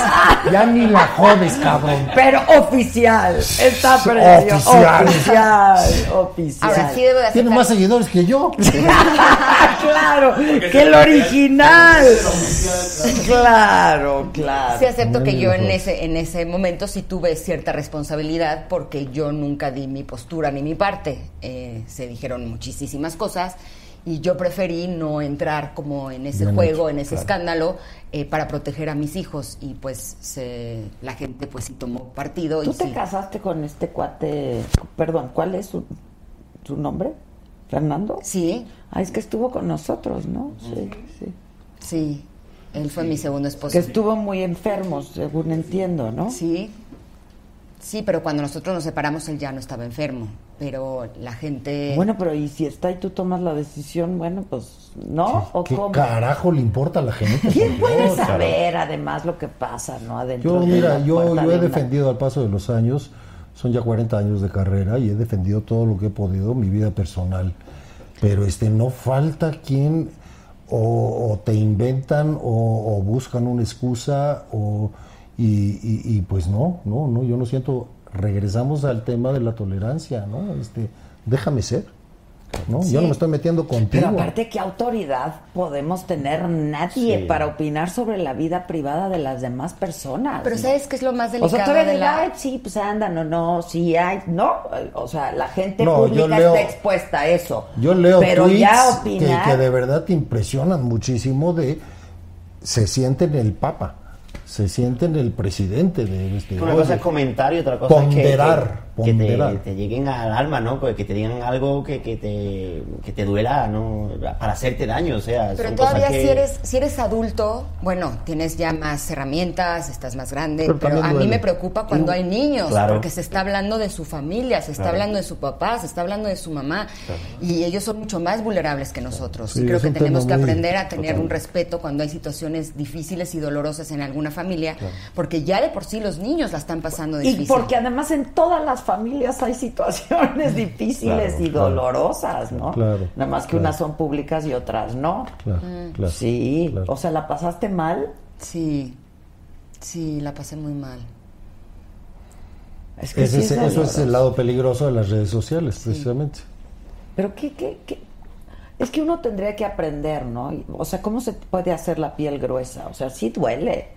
Speaker 7: ya ni la jodes, cabrón.
Speaker 1: Pero oficial, está precioso.
Speaker 7: Oficial.
Speaker 1: Oficial, oficial.
Speaker 6: Ahora sí debo de aceptar.
Speaker 7: Tiene más seguidores que yo.
Speaker 1: claro, que el original. Claro, claro.
Speaker 6: Sí acepto que
Speaker 7: Muy
Speaker 6: yo en
Speaker 7: mejor.
Speaker 6: ese, en ese momento sí tuve cierta responsabilidad porque yo nunca di mi postura ni mi parte. Eh, se dijeron muchísimas cosas y yo preferí no entrar como en ese
Speaker 7: Bien
Speaker 6: juego,
Speaker 7: hecho,
Speaker 6: en ese
Speaker 7: claro.
Speaker 6: escándalo, eh, para proteger a mis hijos. Y pues se- la gente pues sí tomó partido.
Speaker 1: Tú
Speaker 6: y
Speaker 1: te
Speaker 6: sí.
Speaker 1: casaste con este cuate, perdón, ¿cuál es su, su nombre? ¿Fernando?
Speaker 6: Sí,
Speaker 1: Ah, es que estuvo con nosotros, ¿no? Sí, sí.
Speaker 6: sí. Él fue mi segundo esposo.
Speaker 1: Que estuvo muy enfermo, según entiendo, ¿no?
Speaker 6: Sí. Sí, pero cuando nosotros nos separamos él ya no estaba enfermo, pero la gente...
Speaker 1: Bueno, pero y si está y tú tomas la decisión, bueno, pues no, o
Speaker 7: ¿Qué
Speaker 1: cómo.
Speaker 7: carajo le importa a la gente?
Speaker 1: ¿Quién
Speaker 7: Por
Speaker 1: puede
Speaker 7: Dios, caray.
Speaker 1: saber además lo que pasa, no? Adentro
Speaker 7: Yo,
Speaker 1: de
Speaker 7: mira,
Speaker 1: una
Speaker 7: yo,
Speaker 1: puerta
Speaker 7: yo
Speaker 1: de
Speaker 7: he
Speaker 1: una-
Speaker 7: defendido al paso de los años, son ya 40 años de carrera y he defendido todo lo que he podido, mi vida personal. Pero este no falta quien o, o te inventan o, o buscan una excusa o y, y- y, pues no, no, no, yo no siento. Regresamos al tema de la tolerancia, ¿no? Este, déjame ser, ¿no? Yo no me estoy metiendo contigo.
Speaker 1: Pero aparte, ¿qué autoridad podemos tener nadie
Speaker 3: Sí.
Speaker 1: para opinar sobre la vida privada de las demás personas?
Speaker 6: Pero ¿sabes qué es lo más
Speaker 1: O
Speaker 6: delicado
Speaker 1: sea, todavía
Speaker 6: de
Speaker 1: digo,
Speaker 6: la...?
Speaker 1: "Ay, sí, pues andan o no, sí hay, no, o sea, la gente
Speaker 7: No, yo
Speaker 1: pública
Speaker 7: leo-
Speaker 1: está expuesta a eso.
Speaker 7: Yo leo
Speaker 1: Pero
Speaker 7: tweets
Speaker 1: ya
Speaker 7: que-
Speaker 1: opinar,
Speaker 7: que, de verdad te impresionan muchísimo de se sienten el Papa, se sienten el presidente de este.
Speaker 3: Que Una
Speaker 7: oye,
Speaker 3: cosa es comentario, otra cosa
Speaker 7: Ponderar,
Speaker 3: es que- que, que te-
Speaker 7: ponderar.
Speaker 3: te, lleguen al alma, ¿no? Que, que te digan algo que, que te, que te duela, ¿no? Para hacerte daño, o sea.
Speaker 6: Pero
Speaker 3: son
Speaker 6: todavía
Speaker 3: cosas que-
Speaker 6: si eres si eres adulto, bueno, tienes ya más herramientas, estás más grande,
Speaker 7: Pero
Speaker 6: pero,
Speaker 7: también
Speaker 6: a mí
Speaker 7: duele.
Speaker 6: me preocupa cuando hay niños,
Speaker 3: Claro.
Speaker 6: porque se está hablando de su familia, se está
Speaker 3: Claro.
Speaker 6: hablando de su papá, se está hablando de su mamá, y ellos son mucho más vulnerables que nosotros.
Speaker 7: Sí,
Speaker 6: y creo
Speaker 7: es
Speaker 6: que
Speaker 7: un tema
Speaker 6: tenemos que
Speaker 7: muy-
Speaker 6: aprender a tener un respeto cuando hay situaciones difíciles y dolorosas en alguna familia, porque ya de por sí los niños la están pasando difícil.
Speaker 1: y porque además en todas las familias hay situaciones difíciles
Speaker 3: Claro,
Speaker 1: y
Speaker 3: claro.
Speaker 1: dolorosas, ¿no?
Speaker 7: Claro,
Speaker 1: Nada más que
Speaker 7: claro.
Speaker 1: unas son públicas y otras no.
Speaker 7: Claro, claro,
Speaker 1: Mm, sí,
Speaker 7: claro.
Speaker 1: o sea, ¿la pasaste mal?
Speaker 6: Sí, sí, la pasé muy mal.
Speaker 1: Es
Speaker 7: Ese
Speaker 1: pues sí
Speaker 7: es- eso es
Speaker 1: doloroso.
Speaker 7: el lado peligroso de las redes sociales, precisamente.
Speaker 1: Pero qué, qué, qué- Es que uno tendría que aprender, ¿no? Y, O sea, ¿cómo se puede hacer la piel gruesa? O sea, sí duele.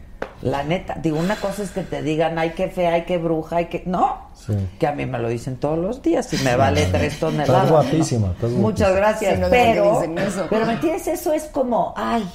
Speaker 1: La neta. Digo, una cosa es que te digan, ay, qué fea, ay, qué bruja, ay, qué... No.
Speaker 7: Sí.
Speaker 1: Que a mí me lo dicen todos los días y me vale tres toneladas.
Speaker 7: Estás
Speaker 1: ¿no?
Speaker 7: guapísima, estás
Speaker 1: Muchas
Speaker 7: guapísima.
Speaker 1: gracias.
Speaker 6: Sí, no, de
Speaker 1: pero,
Speaker 6: dónde dicen eso.
Speaker 1: pero, ¿me entiendes? Eso es como, ay...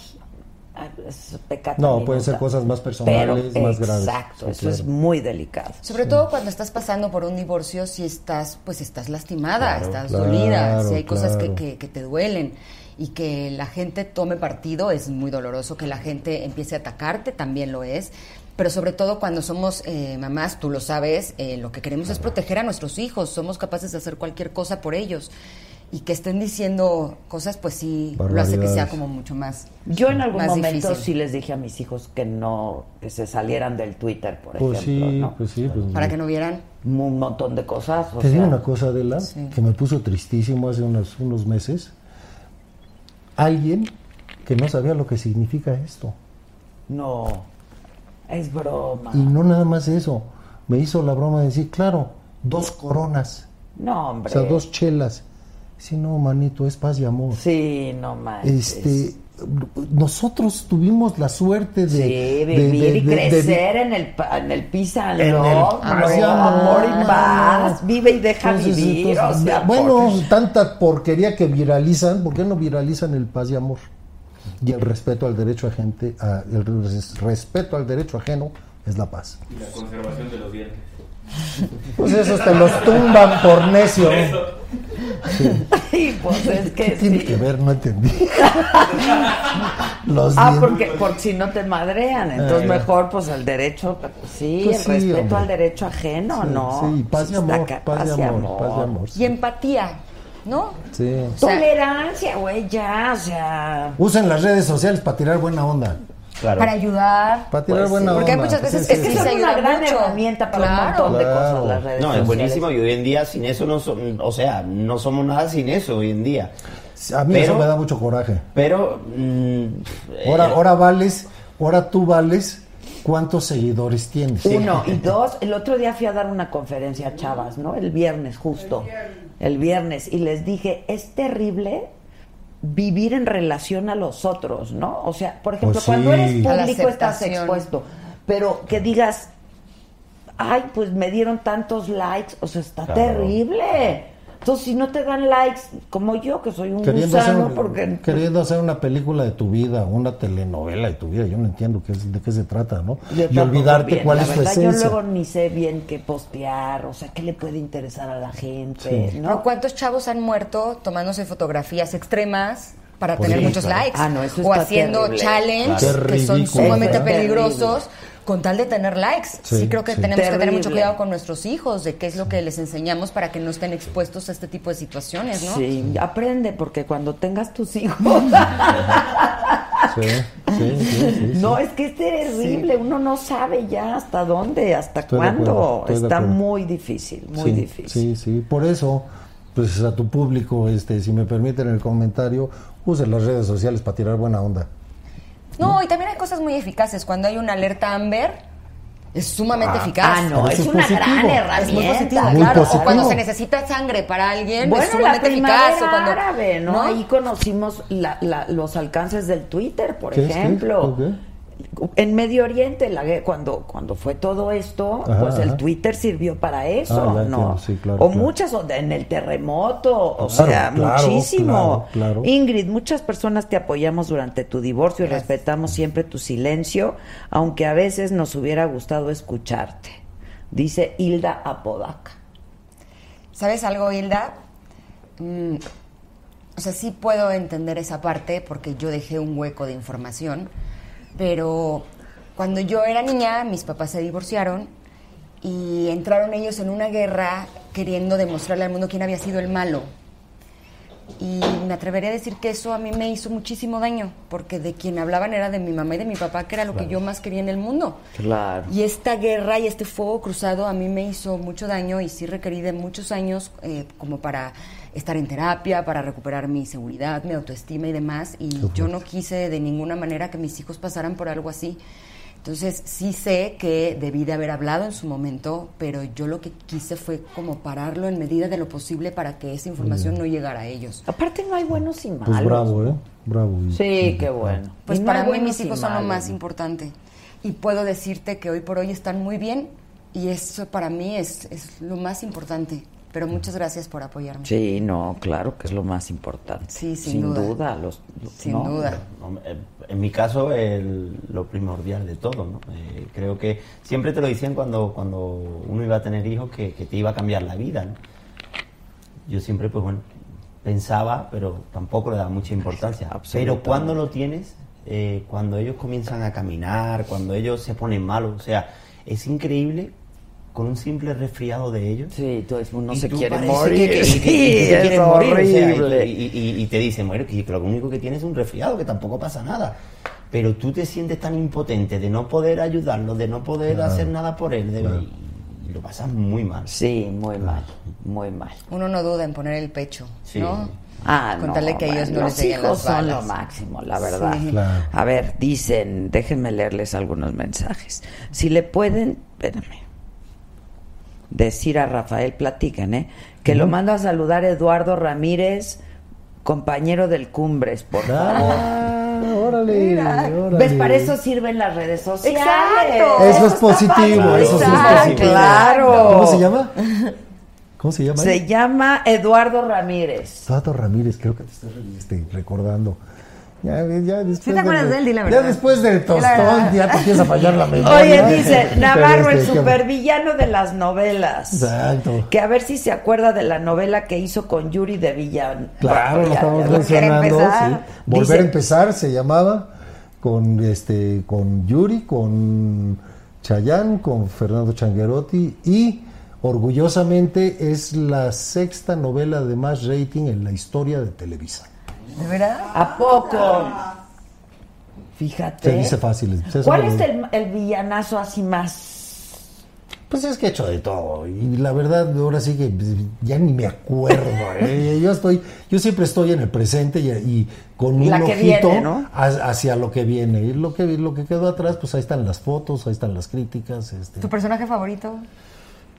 Speaker 1: ay, Es pecado.
Speaker 7: No, pueden ser
Speaker 1: minuta.
Speaker 7: cosas más personales,
Speaker 1: Pero,
Speaker 7: más graves.
Speaker 1: Exacto,
Speaker 7: Sí,
Speaker 1: eso es
Speaker 7: claro.
Speaker 1: muy delicado.
Speaker 6: Sobre todo cuando estás pasando por un divorcio, si estás, pues estás lastimada,
Speaker 3: Claro,
Speaker 6: estás
Speaker 7: claro,
Speaker 6: dolida, si hay cosas que,
Speaker 7: claro.
Speaker 6: que- que te duelen. Y que la gente tome partido es muy doloroso, que la gente empiece a atacarte también lo es. Pero sobre todo cuando somos eh, mamás, tú lo sabes, eh, lo que queremos es proteger a nuestros hijos, somos capaces de hacer cualquier cosa por ellos. Y que estén diciendo cosas, pues sí, lo hace que sea
Speaker 7: Barbaridades.
Speaker 6: como mucho más.
Speaker 1: Yo en algún
Speaker 6: más
Speaker 1: momento
Speaker 6: difícil.
Speaker 1: sí les dije a mis hijos que no, que se salieran del Twitter, por
Speaker 7: Pues
Speaker 1: ejemplo,
Speaker 7: sí,
Speaker 1: ¿no?
Speaker 7: pues sí, pues
Speaker 6: Para que no vieran.
Speaker 1: Un montón de cosas. o
Speaker 7: Te digo
Speaker 1: sea,
Speaker 7: una cosa, Adela, que me puso tristísimo hace unos, unos meses. Alguien que no sabía lo que significa esto.
Speaker 1: No, es broma.
Speaker 7: Y no nada más eso. Me hizo la broma de decir, claro, dos coronas,
Speaker 1: No,
Speaker 7: o
Speaker 1: hombre.
Speaker 7: sea, dos chelas. Sí, no, manito, es paz y amor.
Speaker 1: Sí, no manches.
Speaker 7: Este, nosotros tuvimos la suerte de,
Speaker 1: Sí,
Speaker 7: de-
Speaker 1: vivir
Speaker 7: de-
Speaker 1: y
Speaker 7: de- de-
Speaker 1: crecer en el pa- en el pisan,
Speaker 7: En el
Speaker 1: ¿no?
Speaker 7: paz y
Speaker 1: No, amor
Speaker 7: amor.
Speaker 1: y paz, vive y deja
Speaker 7: Entonces,
Speaker 1: vivir,
Speaker 7: Pues entonces,
Speaker 1: o sea,
Speaker 7: bueno,
Speaker 1: por-
Speaker 7: tanta porquería que viralizan, ¿por qué no viralizan el paz y amor? Y el respeto al derecho a gente, a- el res- respeto al derecho ajeno es la paz.
Speaker 4: Y la conservación de los dientes.
Speaker 7: Pues esos te los tumban por necio.
Speaker 1: Sí, pues es que
Speaker 7: ¿Qué tiene
Speaker 1: sí.
Speaker 7: que ver? No entendí. Los
Speaker 1: Ah,
Speaker 7: dientes.
Speaker 1: porque, porque si no te madrean, entonces
Speaker 7: Eh.
Speaker 1: mejor pues el derecho, sí,
Speaker 7: Pues
Speaker 1: el
Speaker 7: sí,
Speaker 1: respeto
Speaker 7: hombre.
Speaker 1: al derecho ajeno,
Speaker 7: Sí,
Speaker 1: ¿no?
Speaker 7: Sí, paz y
Speaker 1: Pues está
Speaker 7: amor,
Speaker 1: ca-
Speaker 7: paz y amor, paz y amor.
Speaker 6: Y empatía, ¿no?
Speaker 7: Sí.
Speaker 6: sea-
Speaker 1: Tolerancia, güey, ya, o sea.
Speaker 7: Usen las redes sociales para tirar buena onda.
Speaker 3: Claro.
Speaker 6: Para ayudar.
Speaker 7: Para tirar
Speaker 1: Pues sí,
Speaker 7: buena onda.
Speaker 6: porque hay muchas veces
Speaker 7: Sí,
Speaker 6: que
Speaker 7: sí,
Speaker 1: Es que
Speaker 7: sí.
Speaker 1: son
Speaker 6: se
Speaker 1: una
Speaker 6: ayuda
Speaker 1: gran
Speaker 6: mucho.
Speaker 1: herramienta para un
Speaker 6: Claro.
Speaker 1: montón de cosas
Speaker 7: Claro.
Speaker 1: las redes
Speaker 3: No, es
Speaker 1: sociales.
Speaker 3: buenísimo y hoy en día sin eso no son, o sea, no somos nada sin eso hoy en día.
Speaker 7: A mí
Speaker 3: Pero-
Speaker 7: eso me da mucho coraje.
Speaker 3: Pero mm, eh,
Speaker 7: Ahora, ahora vales, ahora tú vales cuántos seguidores tienes.
Speaker 1: Uno, y dos, el otro día fui a dar una conferencia a Chavas, ¿no? El viernes, justo. El viernes. Y les dije, es terrible vivir en relación a los otros, ¿no? O sea, por ejemplo,
Speaker 7: Pues
Speaker 1: cuando
Speaker 7: sí.
Speaker 1: eres
Speaker 6: A la
Speaker 1: público estás
Speaker 6: aceptación.
Speaker 1: expuesto. Pero que digas, ay, pues me dieron tantos likes, o sea, está
Speaker 3: Claro.
Speaker 1: terrible. Entonces, si no te dan likes, como yo, que soy un
Speaker 7: Queriendo hacer,
Speaker 1: gusano,
Speaker 7: un-
Speaker 1: porque...
Speaker 7: queriendo hacer una película de tu vida, una telenovela de tu vida, yo no entiendo qué es- de qué se trata, ¿no?
Speaker 1: Yo
Speaker 7: y
Speaker 1: tampoco
Speaker 7: olvidarte
Speaker 1: bien,
Speaker 7: cuál
Speaker 1: la
Speaker 7: es tu
Speaker 1: verdad,
Speaker 7: esencia.
Speaker 1: Yo luego ni sé bien qué postear, o sea, qué le puede interesar a la gente,
Speaker 7: Sí.
Speaker 1: ¿no?
Speaker 6: ¿O ¿Cuántos chavos han muerto tomándose fotografías extremas para
Speaker 7: Pues
Speaker 6: tener
Speaker 7: sí,
Speaker 6: muchos
Speaker 7: claro.
Speaker 6: likes?
Speaker 1: Ah, no, eso
Speaker 6: o
Speaker 1: está
Speaker 6: haciendo
Speaker 1: terrible.
Speaker 6: challenges
Speaker 7: Claro. Qué
Speaker 6: que son
Speaker 7: ridículo.
Speaker 6: sumamente
Speaker 1: Terrible.
Speaker 6: peligrosos con tal de tener likes. Sí,
Speaker 7: Sí,
Speaker 6: creo que
Speaker 7: sí.
Speaker 6: tenemos que tener
Speaker 1: Terrible.
Speaker 6: mucho cuidado con nuestros hijos, de qué es lo que les enseñamos para que no estén expuestos a este tipo de situaciones, ¿no?
Speaker 1: Sí, aprende porque cuando tengas tus hijos,
Speaker 7: Sí, sí, sí, sí, sí.
Speaker 1: no, es que es terrible, uno no sabe ya hasta dónde, hasta
Speaker 7: Estoy de
Speaker 1: cuándo.
Speaker 7: acuerdo, estoy de
Speaker 1: Está
Speaker 7: acuerdo.
Speaker 1: muy difícil, muy
Speaker 7: sí,
Speaker 1: difícil.
Speaker 7: Sí, sí. Por eso, pues a tu público, este, si me permiten el comentario, usen las redes sociales para tirar buena onda.
Speaker 6: No, y también hay cosas muy eficaces. Cuando hay una alerta Amber, es sumamente eficaz.
Speaker 1: Ah, no,
Speaker 7: Eso
Speaker 1: es
Speaker 7: es
Speaker 1: una gran
Speaker 6: Es
Speaker 7: positivo.
Speaker 6: muy
Speaker 1: herramienta.
Speaker 6: positivo,
Speaker 7: Muy
Speaker 6: claro.
Speaker 7: positivo.
Speaker 6: O cuando se necesita sangre para alguien, es
Speaker 1: Bueno, la
Speaker 6: sumamente
Speaker 1: primavera
Speaker 6: eficaz. O cuando,
Speaker 1: árabe, ¿no? Ahí conocimos la- la- los alcances del Twitter, por
Speaker 7: Sí, sí,
Speaker 1: ejemplo.
Speaker 7: ok.
Speaker 1: En Medio Oriente, la gue- cuando, cuando fue todo esto,
Speaker 7: Ajá,
Speaker 1: pues el
Speaker 7: ajá.
Speaker 1: Twitter sirvió para eso,
Speaker 7: Ah, ya
Speaker 1: ¿no?
Speaker 7: entiendo, sí, claro,
Speaker 1: o
Speaker 7: claro.
Speaker 1: muchas, o de- en el terremoto, o
Speaker 7: Claro,
Speaker 1: sea,
Speaker 7: claro,
Speaker 1: muchísimo.
Speaker 7: claro, claro.
Speaker 1: Ingrid, muchas personas te apoyamos durante tu divorcio y respetamos siempre tu silencio, aunque a veces nos hubiera gustado escucharte, dice Hilda Apodaca.
Speaker 6: ¿Sabes algo, Hilda? Mm, o sea, sí puedo entender esa parte porque yo dejé un hueco de información, pero cuando yo era niña, mis papás se divorciaron y entraron ellos en una guerra queriendo demostrarle al mundo quién había sido el malo. Y me atrevería a decir que eso a mí me hizo muchísimo daño, porque de quien hablaban era de mi mamá y de mi papá, que era lo que yo más quería en el mundo.
Speaker 1: Claro.
Speaker 6: Y esta guerra y este fuego cruzado a mí me hizo mucho daño y sí requerí de muchos años eh, como para estar en terapia, para recuperar mi seguridad, mi autoestima y demás. Y yo no quise de ninguna manera que mis hijos pasaran por algo así. Entonces sí sé que debí de haber hablado en su momento, pero yo lo que quise fue como pararlo en medida de lo posible para que esa información no llegara a ellos.
Speaker 1: Aparte no hay buenos y malos.
Speaker 7: Pues bravo, ¿eh? Bravo. Y-
Speaker 1: Sí, qué bueno.
Speaker 6: Pues
Speaker 1: Y no
Speaker 6: para
Speaker 1: hay
Speaker 6: mí
Speaker 1: buenos
Speaker 6: mis
Speaker 1: y
Speaker 6: hijos son lo
Speaker 1: malos.
Speaker 6: más importante. Y puedo decirte que hoy por hoy están muy bien y eso para mí es, es lo más importante. Pero muchas gracias por apoyarme.
Speaker 1: Sí, no, claro que es lo más importante.
Speaker 6: Sí, sin duda.
Speaker 1: los, los-
Speaker 6: Sin
Speaker 1: no.
Speaker 6: duda.
Speaker 3: No, eh, En mi caso, el- lo primordial de todo, ¿no? Eh, creo que siempre te lo decían cuando, cuando uno iba a tener hijos que, que te iba a cambiar la vida, ¿no? Yo siempre, pues bueno, pensaba, pero tampoco le daba mucha importancia. Pero cuando lo tienes, eh, cuando ellos comienzan a caminar, cuando ellos se ponen malos, o sea, es increíble con un simple resfriado de ellos.
Speaker 1: Sí, entonces uno
Speaker 3: Y
Speaker 1: se
Speaker 3: tú
Speaker 1: quiere
Speaker 3: parece
Speaker 1: morir.
Speaker 3: que- que-
Speaker 1: sí,
Speaker 3: que- que te
Speaker 1: es
Speaker 3: quieres morir, o sea, y-
Speaker 1: horrible.
Speaker 3: y, y- y te dicen, bueno, que que lo único que tienes es un resfriado, que tampoco pasa nada. Pero tú te sientes tan impotente de no poder ayudarlo, de no poder hacer nada por él, de, y, y lo pasas muy mal.
Speaker 1: Sí, muy mal, muy mal.
Speaker 6: Uno no duda en poner el pecho,
Speaker 3: Sí.
Speaker 6: ¿no?
Speaker 1: Ah,
Speaker 6: Con tal de
Speaker 1: no,
Speaker 6: que ellos
Speaker 1: bueno,
Speaker 6: no
Speaker 1: los
Speaker 6: les lleguen
Speaker 1: hijos
Speaker 6: las
Speaker 1: son
Speaker 6: balas.
Speaker 1: lo máximo, la verdad.
Speaker 6: Sí.
Speaker 7: Claro.
Speaker 1: A ver, dicen, déjenme leerles algunos mensajes. Si le pueden, espérame, decir a Rafael, platican, ¿eh? Que lo manda a saludar Eduardo Ramírez, compañero del Cumbres, por favor.
Speaker 7: Ah, órale, órale.
Speaker 1: ¿Ves? Para eso sirven las redes sociales.
Speaker 6: Exacto.
Speaker 7: Eso es
Speaker 6: está
Speaker 7: positivo,
Speaker 3: padre.
Speaker 7: eso sí
Speaker 3: Exacto,
Speaker 7: es positivo.
Speaker 1: claro.
Speaker 7: ¿Cómo se llama? ¿Cómo se llama?
Speaker 1: Se llama Eduardo Ramírez.
Speaker 7: Tato Ramírez, creo que te estoy re- este, recordando. Ya, ya después
Speaker 6: ¿Sí te acuerdas de él? Di la
Speaker 7: Ya
Speaker 6: verdad.
Speaker 7: después del tostón, ya te empieza a fallar la memoria.
Speaker 1: Oye, dice
Speaker 7: Pues Pero
Speaker 1: Navarro, el
Speaker 7: este, qué-
Speaker 1: supervillano de las novelas.
Speaker 7: Exacto.
Speaker 1: Que a ver si se acuerda de la novela que hizo con Yuri de Villan.
Speaker 7: Claro, lo
Speaker 1: Ya,
Speaker 7: estamos
Speaker 1: ya, ya.
Speaker 7: mencionando. sí. Volver
Speaker 1: Dice-
Speaker 7: a empezar se llamaba con este con Yuri, con Chayán, con Fernando Changuerotti y orgullosamente es la sexta novela de más rating en la historia de Televisa.
Speaker 6: ¿De verdad?
Speaker 1: ¿A poco? Fíjate.
Speaker 7: Se dice fácil. se hace
Speaker 1: ¿Cuál
Speaker 7: muy
Speaker 1: es
Speaker 7: bien.
Speaker 1: el, el villanazo así más?
Speaker 7: Pues es que he hecho de todo. Y la verdad, ahora sí que pues, ya ni me acuerdo. ¿eh? Yo estoy, yo siempre estoy en el presente y, y con un
Speaker 1: La que
Speaker 7: ojito
Speaker 1: viene, ¿no?
Speaker 7: ha- hacia lo que viene. Y lo que, lo que quedó atrás, pues ahí están las fotos, ahí están las críticas. Este.
Speaker 6: ¿Tu personaje favorito?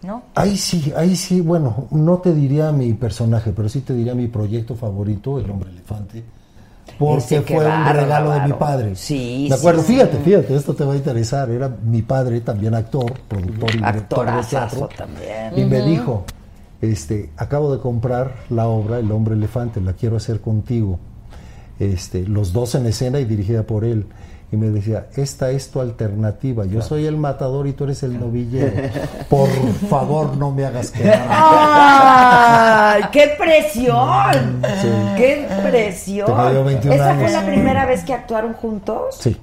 Speaker 6: ¿No?
Speaker 7: Ahí sí, ahí sí, bueno, no te diría mi personaje, pero sí te diría mi proyecto favorito, El Hombre Elefante, porque
Speaker 1: Ese que
Speaker 7: fue un
Speaker 1: bárbaro.
Speaker 7: regalo de mi padre.
Speaker 1: Sí,
Speaker 7: De acuerdo,
Speaker 1: sí.
Speaker 7: fíjate, fíjate, esto te va a interesar. Era mi padre, también actor, productor y director de
Speaker 1: Actorazazo
Speaker 7: teatro.
Speaker 1: también.
Speaker 7: Y me dijo, este, acabo de comprar la obra El hombre elefante, la quiero hacer contigo. Este, los dos en escena y dirigida por él. Y me decía, esta es tu alternativa. Yo soy el matador y tú eres el novillero. Por favor, no me hagas quedar. mal".
Speaker 1: ¡Ay! ¡Qué
Speaker 7: Mm,
Speaker 1: presión! ¡Qué presión!
Speaker 7: Tenía yo 21
Speaker 1: ¿Esa fue
Speaker 7: años.
Speaker 1: la primera vez que actuaron juntos?
Speaker 7: Sí,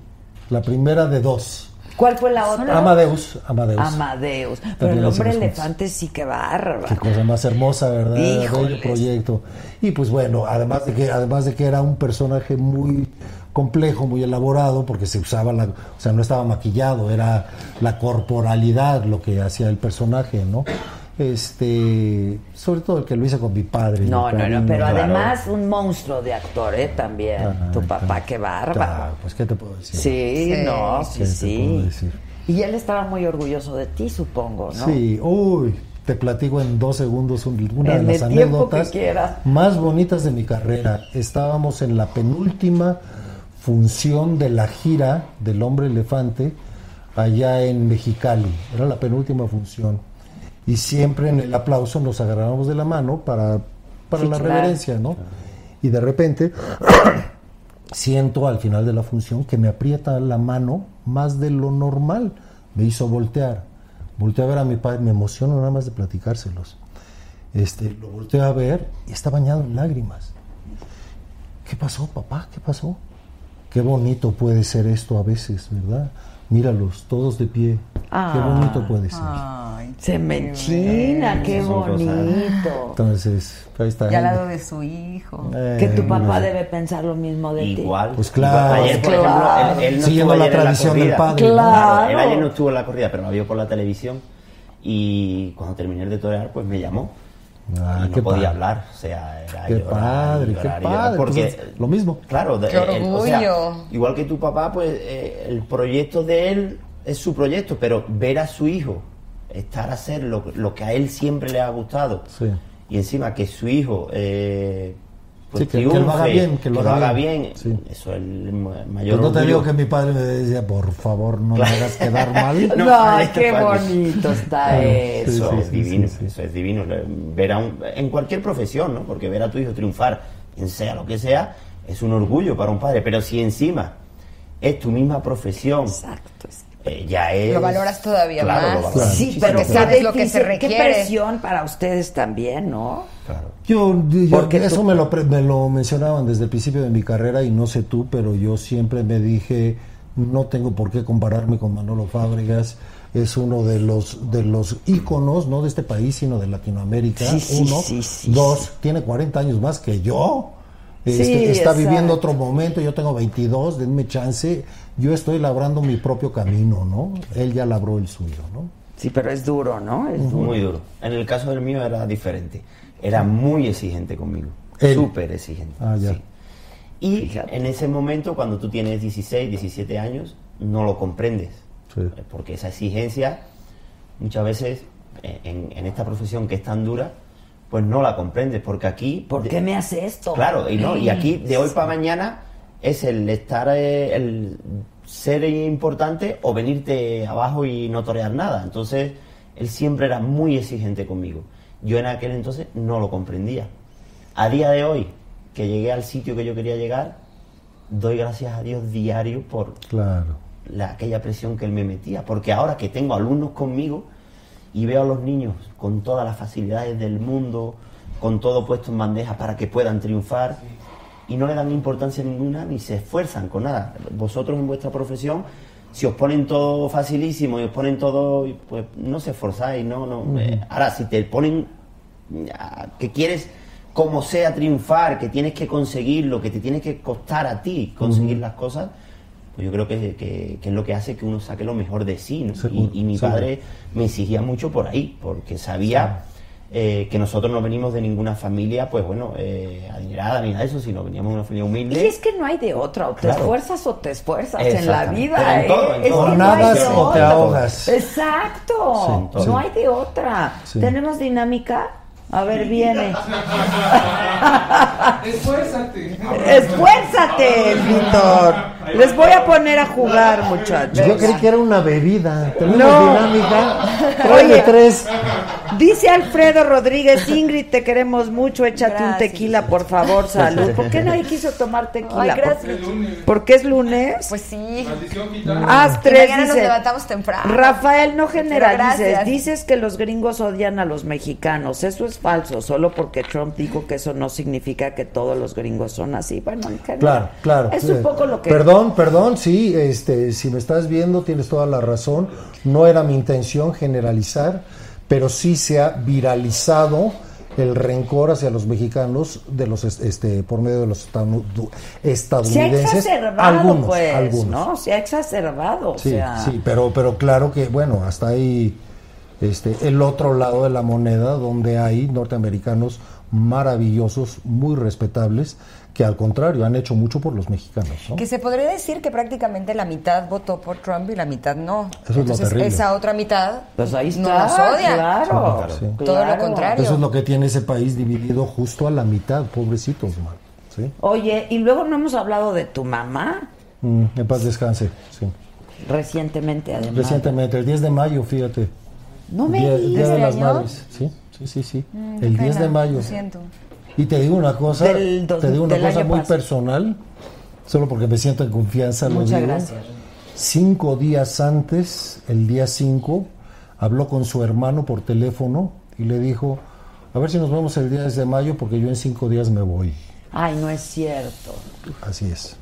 Speaker 7: la primera de dos.
Speaker 1: ¿Cuál fue la otra?
Speaker 7: Amadeus, Amadeus.
Speaker 1: Amadeus. Pero
Speaker 7: También
Speaker 1: el
Speaker 7: lo
Speaker 1: hombre
Speaker 7: hicimos
Speaker 1: elefante sí que bárbaro.
Speaker 7: Qué cosa más hermosa, ¿verdad?
Speaker 1: Híjoles.
Speaker 7: Bello proyecto. Y pues bueno, además de que además de que era un personaje muy complejo, muy elaborado, porque se usaba la, o sea, no estaba maquillado, era la corporalidad lo que hacía el personaje, ¿no? Este, sobre todo el que lo hice con mi padre. mi
Speaker 1: No, no, no,
Speaker 7: padrino.
Speaker 1: pero
Speaker 7: Claro. Ah,
Speaker 1: además un monstruo de actor, ¿eh? También.
Speaker 7: Ajá,
Speaker 1: tu
Speaker 7: claro.
Speaker 1: papá, qué bárbaro.
Speaker 7: Claro, pues qué te puedo decir.
Speaker 1: Sí,
Speaker 6: Sí.
Speaker 1: no,
Speaker 7: ¿Qué
Speaker 1: sí,
Speaker 7: te puedo
Speaker 1: sí.
Speaker 7: decir?
Speaker 1: Y él estaba muy orgulloso de ti, supongo, ¿no?
Speaker 7: Sí, uy, te platico en dos segundos un- una
Speaker 1: En
Speaker 7: de
Speaker 1: el
Speaker 7: las
Speaker 1: tiempo
Speaker 7: anécdotas
Speaker 1: que quieras.
Speaker 7: más bonitas de mi carrera. Estábamos en la penúltima función de la gira del Hombre Elefante allá en Mexicali. Era la penúltima función. Y siempre en el aplauso nos agarrábamos de la mano para, para
Speaker 1: Sí,
Speaker 7: la
Speaker 1: claro.
Speaker 7: reverencia, ¿no? Y de repente siento al final de la función que me aprieta la mano más de lo normal. Me hizo voltear. Volteé a ver a mi padre, me emociono nada más de platicárselos. Este, lo volteé a ver y está bañado en lágrimas. ¿Qué pasó, papá? ¿Qué pasó? Qué bonito puede ser esto a veces, ¿verdad? Míralos, todos de pie. Qué
Speaker 1: Ah.
Speaker 7: bonito puede ser.
Speaker 1: Se me china, qué
Speaker 3: son cosas.
Speaker 1: bonito.
Speaker 7: Entonces, ahí está.
Speaker 6: Y al lado de su hijo.
Speaker 7: Eh,
Speaker 1: Que tu
Speaker 7: no
Speaker 1: papá
Speaker 7: sé.
Speaker 1: debe pensar lo mismo de ti.
Speaker 3: Igual.
Speaker 7: Pues claro.
Speaker 3: Ayer, por
Speaker 1: Claro.
Speaker 3: ejemplo, él, él no
Speaker 7: Siguiendo
Speaker 3: estuvo
Speaker 7: la
Speaker 3: ayer en
Speaker 7: tradición del
Speaker 3: corrida.
Speaker 7: padre.
Speaker 1: Claro.
Speaker 3: Él ayer no estuvo en la corrida, pero la vio por la televisión. Y cuando terminé de torear, pues me llamó.
Speaker 7: Ah,
Speaker 3: y no
Speaker 7: qué
Speaker 3: podía
Speaker 7: padre.
Speaker 3: hablar. O sea, era
Speaker 7: Qué
Speaker 3: llorar,
Speaker 7: padre,
Speaker 3: llorar,
Speaker 7: qué
Speaker 3: llorar,
Speaker 7: padre.
Speaker 3: Porque,
Speaker 7: Entonces, lo mismo.
Speaker 3: Claro, de-
Speaker 6: Qué
Speaker 3: o sea,
Speaker 6: orgullo.
Speaker 3: igual que tu papá, pues eh, el proyecto de él es su proyecto, pero ver a su hijo estar a hacer lo, lo que a él siempre le ha gustado.
Speaker 7: Sí.
Speaker 3: Y encima que su hijo eh, pues
Speaker 7: Sí, que- que lo haga
Speaker 3: triunfe,
Speaker 7: bien, que lo haga bien. Sí.
Speaker 3: Eso es el ma-
Speaker 7: Yo
Speaker 3: mayor
Speaker 7: pues no te
Speaker 3: orgullo.
Speaker 7: digo que mi padre me decía, por favor, no me hagas quedar mal.
Speaker 1: No,
Speaker 3: No,
Speaker 1: Ay,
Speaker 3: este
Speaker 1: qué
Speaker 3: padre.
Speaker 1: bonito está
Speaker 7: Claro,
Speaker 1: eso.
Speaker 3: Eso
Speaker 7: Sí, sí,
Speaker 3: es
Speaker 7: sí,
Speaker 3: divino,
Speaker 7: sí, sí.
Speaker 3: eso es divino. Le- Ver a un- en cualquier profesión, ¿no? Porque ver a tu hijo triunfar, en sea lo que sea, es un orgullo para un padre. Pero si encima es tu misma profesión,
Speaker 1: Exacto.
Speaker 3: eh, ya es...
Speaker 6: Lo valoras todavía
Speaker 3: Claro,
Speaker 6: más.
Speaker 3: lo valoras.
Speaker 1: Sí,
Speaker 7: Sí,
Speaker 1: pero
Speaker 7: porque
Speaker 1: qué
Speaker 6: sabes lo que se
Speaker 1: difícil, Qué
Speaker 6: requiere.
Speaker 1: presión para ustedes también, ¿no?
Speaker 3: Claro.
Speaker 7: Yo, yo-
Speaker 1: Porque
Speaker 7: eso
Speaker 1: tú-
Speaker 7: me, lo, pre- me lo mencionaban desde el principio de mi carrera y no sé tú, pero yo siempre me dije, no tengo por qué compararme con Manolo Fábregas, es uno de los de los íconos, no de este país, sino de Latinoamérica.
Speaker 1: Sí, sí,
Speaker 7: uno,
Speaker 1: sí, sí,
Speaker 7: dos,
Speaker 1: sí.
Speaker 7: tiene 40 años más que yo. Este,
Speaker 1: Sí,
Speaker 7: está
Speaker 1: exacto.
Speaker 7: viviendo otro momento, yo tengo 22, denme chance. Yo estoy labrando mi propio camino, ¿no? Él ya labró el suyo, ¿no?
Speaker 1: Sí, pero es duro, ¿no? Es duro.
Speaker 3: Muy duro. En el caso del mío era diferente. Era muy exigente conmigo.
Speaker 7: Él.
Speaker 3: Súper exigente.
Speaker 7: Ah, ya.
Speaker 3: sí. Y en ese momento, cuando tú tienes 16, 17 años, no lo comprendes.
Speaker 7: Sí.
Speaker 3: Eh, Porque esa exigencia, muchas veces, eh, en, en esta profesión que es tan dura, pues no la comprendes. Porque aquí...
Speaker 1: ¿Por
Speaker 3: de-
Speaker 1: qué me hace esto?
Speaker 3: Claro, y, no, y aquí de hoy para mañana es el estar, eh, el ser importante o venirte abajo y no torear nada. Entonces, él siempre era muy exigente conmigo. Yo en aquel entonces no lo comprendía. A día de hoy, que llegué al sitio que yo quería llegar, doy gracias a Dios diario por
Speaker 7: Claro.
Speaker 3: la, aquella presión que él me metía. Porque ahora que tengo alumnos conmigo y veo a los niños con todas las facilidades del mundo, con todo puesto en bandeja para que puedan triunfar y no le dan importancia ninguna ni se esfuerzan con nada. Vosotros en vuestra profesión, si os ponen todo facilísimo y os ponen todo, y pues no se esforzáis, no, no. eh, ahora, si te ponen mm, a- que quieres como sea triunfar, que tienes que conseguirlo, que te tiene que costar a ti conseguir las cosas, pues yo creo que, que- que es lo que hace que uno saque lo mejor de sí. ¿no?
Speaker 7: Seguro,
Speaker 3: Y, y mi
Speaker 7: seguro.
Speaker 3: padre me exigía mucho por ahí, porque sabía eh, que nosotros no venimos de ninguna familia, pues bueno, eh, adinerada ni nada de eso, sino veníamos de una familia
Speaker 1: Y
Speaker 3: humilde.
Speaker 1: es que no hay de otra, o te
Speaker 3: Claro.
Speaker 1: esfuerzas o te esfuerzas en la
Speaker 3: Exactamente.
Speaker 1: vida.
Speaker 3: Pero en
Speaker 1: ¿eh?
Speaker 3: todo, en
Speaker 1: Es
Speaker 3: todo.
Speaker 1: que
Speaker 7: O
Speaker 1: no hay
Speaker 7: nadas
Speaker 1: de
Speaker 7: o te
Speaker 1: otra.
Speaker 7: ahogas.
Speaker 1: Exacto,
Speaker 7: Sí, todo.
Speaker 1: no hay de otra.
Speaker 7: Sí.
Speaker 1: ¿Tenemos dinámica? A ver, viene.
Speaker 2: Esfuérzate.
Speaker 1: Esfuérzate, Víctor. Les voy a poner a jugar, muchachos.
Speaker 7: Yo creí que era una bebida. Tenemos
Speaker 1: No.
Speaker 7: dinámica. Oye, tres.
Speaker 1: Dice Alfredo Rodríguez, Ingrid, te queremos mucho, échate un
Speaker 6: Gracias.
Speaker 1: tequila, por favor, salud. ¿Por qué nadie quiso tomar tequila?
Speaker 6: Ay,
Speaker 1: ¿Por-
Speaker 6: gracias.
Speaker 1: ¿Porque es lunes?
Speaker 6: Pues sí.
Speaker 2: Maldición gitana.
Speaker 1: Haz
Speaker 6: Que
Speaker 1: tres,
Speaker 6: mañana nos
Speaker 1: dice.
Speaker 6: levantamos temprano.
Speaker 1: Rafael, no generalices.
Speaker 6: gracias.
Speaker 1: Dices que los gringos odian a los mexicanos. Eso es falso. Solo porque Trump dijo que eso no significa que todos los gringos son así. Bueno, en general,
Speaker 7: Claro, claro.
Speaker 1: Es
Speaker 7: Eh,
Speaker 1: un poco lo que.
Speaker 7: Perdón, perdón, sí, este, si me estás viendo, tienes toda la razón. No era mi intención generalizar, pero sí se ha viralizado el rencor hacia los mexicanos de los es- este por medio de los estanu- du-
Speaker 1: Se ha
Speaker 7: estadounidenses
Speaker 1: exacerbado,
Speaker 7: algunos
Speaker 1: pues.
Speaker 7: algunos
Speaker 1: ¿no? Se ha exacerbado.
Speaker 7: sí
Speaker 1: o sea.
Speaker 7: sí pero pero claro que bueno hasta ahí este el otro lado de la moneda donde hay norteamericanos maravillosos muy respetables que al contrario han hecho mucho por los mexicanos ¿no?
Speaker 6: Que se podría decir que prácticamente la mitad votó por Trump y la mitad no.
Speaker 7: es lo
Speaker 6: Entonces,
Speaker 7: terrible.
Speaker 6: esa otra mitad
Speaker 1: Pues ahí está.
Speaker 6: no las odia.
Speaker 1: Claro.
Speaker 7: Sí.
Speaker 6: Todo lo
Speaker 1: claro.
Speaker 6: contrario.
Speaker 7: Eso es lo que tiene ese país dividido justo a la mitad, pobrecitos, man. ¿Sí?
Speaker 1: Oye, y luego no hemos hablado de tu mamá
Speaker 7: Mm, en paz descanse. sí.
Speaker 1: recientemente, además.
Speaker 7: Recientemente, el 10 de mayo, fíjate.
Speaker 1: No me
Speaker 7: Día- Día
Speaker 1: digas.
Speaker 7: de las
Speaker 6: año?
Speaker 7: Madres. Sí, sí, sí. sí.
Speaker 6: Mm, qué
Speaker 7: el 10
Speaker 6: pena,
Speaker 7: de mayo.
Speaker 6: Lo siento.
Speaker 7: Y te digo una cosa,
Speaker 1: Del dos-
Speaker 7: te digo una
Speaker 1: del
Speaker 7: cosa
Speaker 1: año
Speaker 7: muy
Speaker 1: pasado.
Speaker 7: personal, solo porque me siento en confianza. lo
Speaker 1: Muchas
Speaker 7: digo.
Speaker 1: gracias.
Speaker 7: Cinco días antes, el día 5, habló con su hermano por teléfono y le dijo, a ver si nos vemos el 10 de mayo porque yo en cinco días me voy.
Speaker 1: Ay, no es cierto.
Speaker 7: Así es.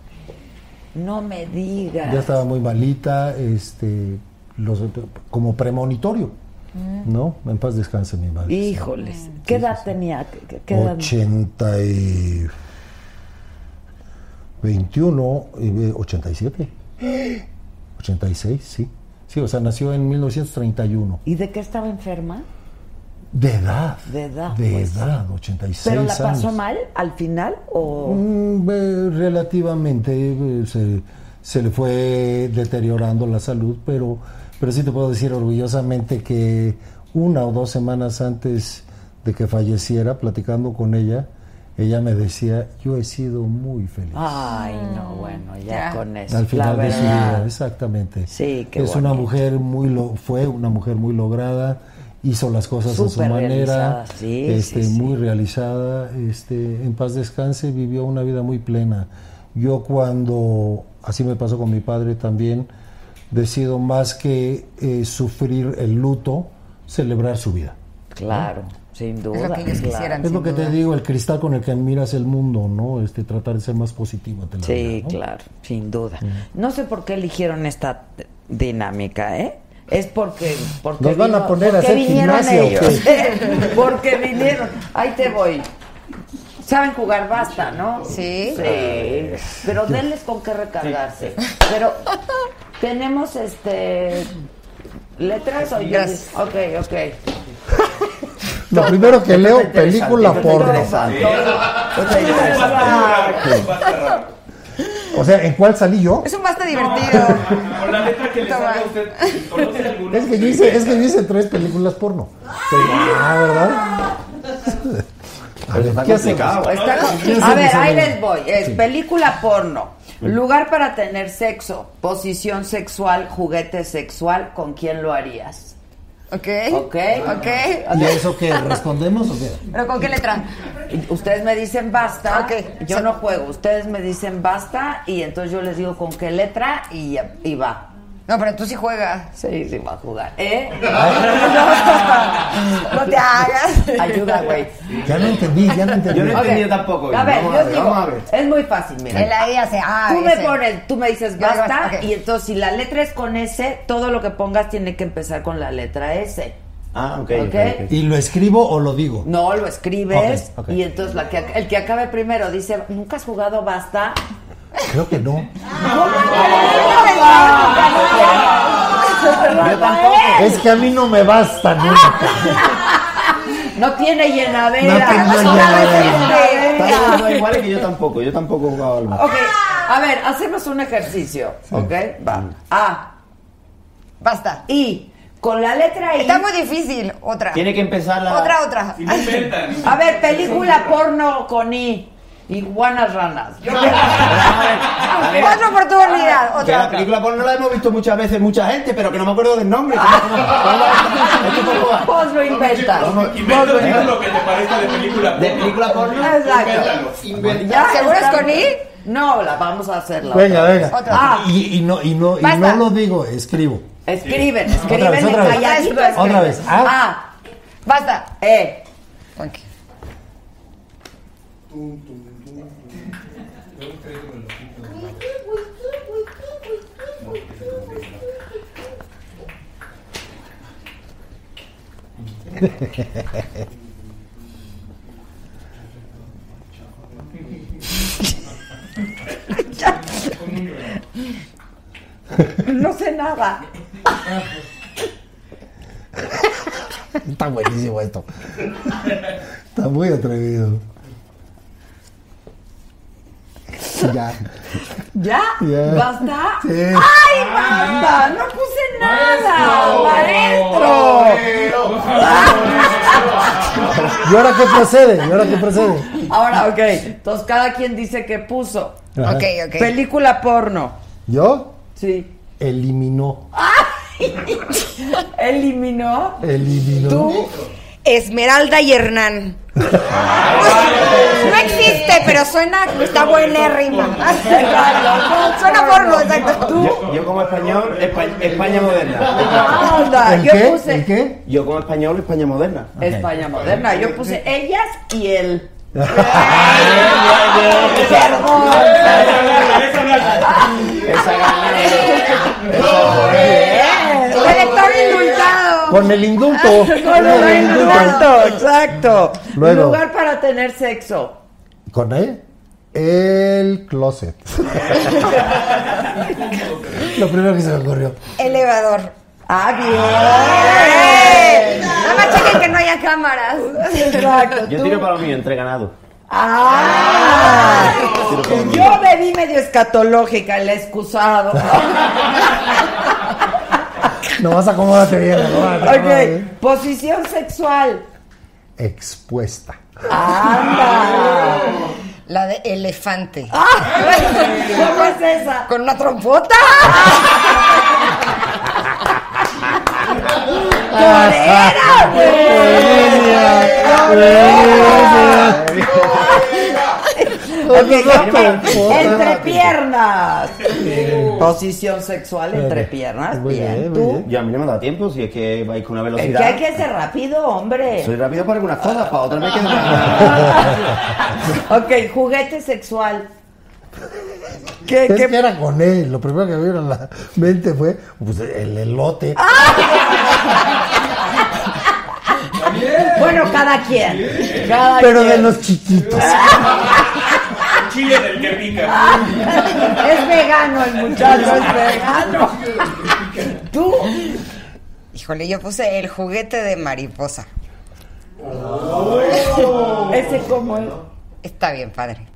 Speaker 1: No me digas.
Speaker 7: Ya estaba muy malita, este, los, como premonitorio,
Speaker 1: Mm.
Speaker 7: ¿no? En paz descanse mi madre.
Speaker 1: Híjoles. ¿Qué edad tenía? ¿Qué- qué- qué edad?
Speaker 7: 80 y 21 y eh, 87. 86, sí. Sí, o sea, nació en 1931.
Speaker 1: ¿Y de qué estaba enferma?
Speaker 7: De edad.
Speaker 1: De edad,
Speaker 7: De
Speaker 1: pues.
Speaker 7: edad, 86
Speaker 1: ¿Pero la pasó
Speaker 7: años.
Speaker 1: mal al final? ¿O
Speaker 7: Mm, eh, relativamente eh, se, se le fue deteriorando la salud, pero, pero sí te puedo decir orgullosamente que una o dos semanas antes de que falleciera, platicando con ella, ella me decía, yo he sido muy feliz.
Speaker 1: Ay, no, bueno, ya,
Speaker 6: ya.
Speaker 1: con eso.
Speaker 7: Al final
Speaker 1: la
Speaker 7: de su
Speaker 1: verdad.
Speaker 7: vida, exactamente.
Speaker 1: Sí, qué
Speaker 7: es una
Speaker 1: bonito.
Speaker 7: mujer muy lo, fue una mujer muy lograda, hizo las cosas a su
Speaker 1: Súper
Speaker 7: manera,
Speaker 1: realizada, sí,
Speaker 7: este,
Speaker 1: sí, sí.
Speaker 7: muy realizada, este, en paz descanse, vivió una vida muy plena. Yo cuando así me pasó con mi padre también, decido más que eh, sufrir el luto, celebrar su vida.
Speaker 1: Claro, sin duda.
Speaker 6: Es lo que ellos
Speaker 1: claro.
Speaker 6: quisieran.
Speaker 7: Es lo
Speaker 6: sin
Speaker 7: que
Speaker 6: duda.
Speaker 7: te digo, el cristal con el que miras el mundo, ¿no? Este, tratar de ser más positivo ante la
Speaker 1: Sí,
Speaker 7: vida, ¿no?
Speaker 1: claro, sin duda. No sé por qué eligieron esta t- dinámica, ¿eh? Es porque, porque
Speaker 7: Nos van a poner a
Speaker 1: porque
Speaker 7: hacer
Speaker 1: vinieron
Speaker 7: gimnasia, ¿o
Speaker 1: ellos. porque vinieron. Ahí te voy. Saben jugar basta, ¿no?
Speaker 6: Sí.
Speaker 1: Sí. Pero denles con qué recargarse. Pero tenemos este letras o yo.
Speaker 6: Gracias.
Speaker 1: Ok, ok.
Speaker 7: Lo primero que leo,
Speaker 1: Interesante,
Speaker 7: película porno.
Speaker 1: interesante. Está interesante.
Speaker 7: O sea, ¿en cuál salí yo?
Speaker 6: Es un basta divertido.
Speaker 4: Con la letra que le
Speaker 6: Toma.
Speaker 4: salga a usted, ¿conoce alguna?
Speaker 7: Es que yo hice, es que yo hice tres películas porno. Ah, ¿verdad? A ver, ¿qué hacemos?
Speaker 3: ¿eh?
Speaker 1: Está con-
Speaker 7: ¿Qué
Speaker 1: Pues A
Speaker 7: hacemos,
Speaker 1: ver, ahí
Speaker 7: Adela?
Speaker 1: les voy. Es
Speaker 7: Sí.
Speaker 1: película porno. Lugar para tener sexo. Posición sexual, juguete sexual. ¿Con quién lo harías?
Speaker 6: Ok.
Speaker 1: Ok.
Speaker 3: Ah.
Speaker 6: Ok.
Speaker 7: ¿Y a eso qué? ¿Respondemos o qué?
Speaker 6: ¿Pero con qué letra?
Speaker 1: Ustedes me dicen basta.
Speaker 6: Ok.
Speaker 1: Yo no juego. Ustedes me dicen basta y entonces yo les digo con qué letra y, ya- y va.
Speaker 6: No, pero tú sí juegas.
Speaker 1: Sí, sí, va a jugar. ¿Eh?
Speaker 6: No te hagas.
Speaker 1: Ayuda, güey.
Speaker 7: Ya no entendí, ya no entendí.
Speaker 3: Yo no entendí
Speaker 1: Ok.
Speaker 3: tampoco.
Speaker 1: A ver,
Speaker 3: vamos
Speaker 1: yo
Speaker 3: a ver,
Speaker 1: digo,
Speaker 3: vamos a ver.
Speaker 1: es muy fácil, mira.
Speaker 6: El ahí hace ah,
Speaker 1: Tú me
Speaker 6: ese.
Speaker 1: pones, tú me dices
Speaker 6: Yo digo,
Speaker 1: basta
Speaker 6: ok.
Speaker 1: y entonces si la letra es con S, todo lo que pongas tiene que empezar con la letra S.
Speaker 3: Ah, ok.
Speaker 1: Ok.
Speaker 3: ok, ok.
Speaker 7: ¿Y lo escribo o lo digo?
Speaker 1: No, lo escribes
Speaker 7: Ok, ok.
Speaker 1: y entonces la que, el que acabe primero dice, ¿nunca has jugado basta?
Speaker 7: Creo que no.
Speaker 3: Yo tampoco.
Speaker 7: Es que a mí no me basta
Speaker 3: Ah,
Speaker 7: nunca.
Speaker 1: No tiene
Speaker 7: No
Speaker 1: llenadera.
Speaker 7: tengo
Speaker 3: Está
Speaker 1: llenadera.
Speaker 3: jugando igual que yo tampoco. Yo tampoco he jugado al
Speaker 1: Ok, a ver, hacemos un ejercicio, ¿ok? Va. A,
Speaker 6: Mm. Basta.
Speaker 1: I, con la letra I.
Speaker 6: Está muy difícil. Otra.
Speaker 3: Tiene que empezar la.
Speaker 6: Otra, otra.
Speaker 4: Si no inventan.
Speaker 1: A ver, película porno con I. Iguanas ranas. Yo-
Speaker 3: A ver,
Speaker 6: Cuatro
Speaker 1: Ah,
Speaker 6: oportunidades.
Speaker 3: que
Speaker 6: Otra.
Speaker 3: la película porno la hemos visto muchas veces, mucha gente, pero que no me acuerdo del nombre. ¿Cómo- cómo- cómo la-
Speaker 1: Vos lo inventas.
Speaker 4: Inventa un título que te parezca de película.
Speaker 3: ¿De película porno?
Speaker 1: Exacto. Ya
Speaker 6: ¿Seguro es
Speaker 1: está-
Speaker 6: con I?
Speaker 1: No, la vamos a hacer la
Speaker 7: Venga,
Speaker 1: otra.
Speaker 7: venga.
Speaker 1: Ah,
Speaker 6: Otra.
Speaker 7: Y, y no, y, no, y
Speaker 6: Basta.
Speaker 7: no lo digo, escribo.
Speaker 1: Escriben,
Speaker 7: Otra
Speaker 1: escriben
Speaker 7: vez,
Speaker 1: en
Speaker 7: otra vez.
Speaker 1: calladito.
Speaker 7: Otra
Speaker 1: escriben.
Speaker 7: vez. Ah,
Speaker 6: Ah, basta.
Speaker 1: Eh,
Speaker 6: Tranqui.
Speaker 1: no sé nada.
Speaker 7: está buenísimo esto. está muy atrevido. Ya.
Speaker 1: ¿Ya?
Speaker 7: Ya.
Speaker 1: ¿Basta?
Speaker 7: Sí.
Speaker 1: ¡Ay, basta! ¡No puse nada! ¡Maestro!
Speaker 7: ¿Y ahora qué procede? ¿Y ahora qué procede?
Speaker 1: Ahora, ok. Entonces, cada quien dice que puso.
Speaker 7: Ajá.
Speaker 6: Ok, ok.
Speaker 1: Película porno.
Speaker 7: ¿Yo?
Speaker 1: Sí.
Speaker 7: Eliminó.
Speaker 1: Eliminó.
Speaker 7: Eliminó.
Speaker 1: Tú.
Speaker 6: Esmeralda y Hernán. No existe, pero suena, está buenérrima.
Speaker 1: Exacto.
Speaker 6: Suena porno, exacto.
Speaker 3: Yo, yo como español, Espa- España moderna.
Speaker 1: Anda,
Speaker 7: ¿El
Speaker 1: yo
Speaker 7: qué?
Speaker 1: puse.
Speaker 7: ¿El qué?
Speaker 3: Yo como español, España moderna.
Speaker 1: España moderna. Yo puse ellas y él.
Speaker 3: Esa gana.
Speaker 6: Elector indultado.
Speaker 7: Con el indulto.
Speaker 1: No, no, no,
Speaker 7: el
Speaker 1: exacto, exacto.
Speaker 7: Luego.
Speaker 1: Lugar para tener sexo.
Speaker 7: ¿Con él? El closet. Lo primero que se me ocurrió.
Speaker 6: Elevador.
Speaker 1: Ah, bien.
Speaker 6: ¡Eh! Nada más chequen que no haya cámaras.
Speaker 1: Exacto.
Speaker 3: Yo tiro para lo mío, entre ganado.
Speaker 1: Ah. Yo me vi medio escatológica, el excusado.
Speaker 7: Nomás acomódate bien. acomódate, acomódate bien.
Speaker 1: ok, posición sexual.
Speaker 7: Expuesta.
Speaker 1: Anda.
Speaker 6: La de elefante.
Speaker 1: Ah. ¿Cómo es esa?
Speaker 6: ¿Con una trompota?
Speaker 1: ¡Torera, Entre piernas. Posición sexual entre piernas.
Speaker 7: Muy bien,
Speaker 1: Bien,
Speaker 7: muy
Speaker 1: tú.
Speaker 7: bien.
Speaker 3: Yo a mí no me da tiempo, si es que vais con una
Speaker 1: Es
Speaker 3: velocidad.
Speaker 1: que hay que ser rápido, hombre.
Speaker 3: Soy rápido para algunas cosas, para otras me quedo más.
Speaker 1: Ok, juguete sexual. ¿Qué,
Speaker 7: Es
Speaker 1: qué-
Speaker 7: que era con él. Lo primero que me vino a la mente fue pues, el elote.
Speaker 1: Bueno, cada quien. Cada
Speaker 7: pero de
Speaker 1: quien.
Speaker 7: los chiquitos.
Speaker 4: Chile del que pica.
Speaker 1: Es vegano el muchacho, es vegano. Tú.
Speaker 6: Híjole, yo puse el juguete de mariposa.
Speaker 1: Ese como es.
Speaker 6: Está bien, padre.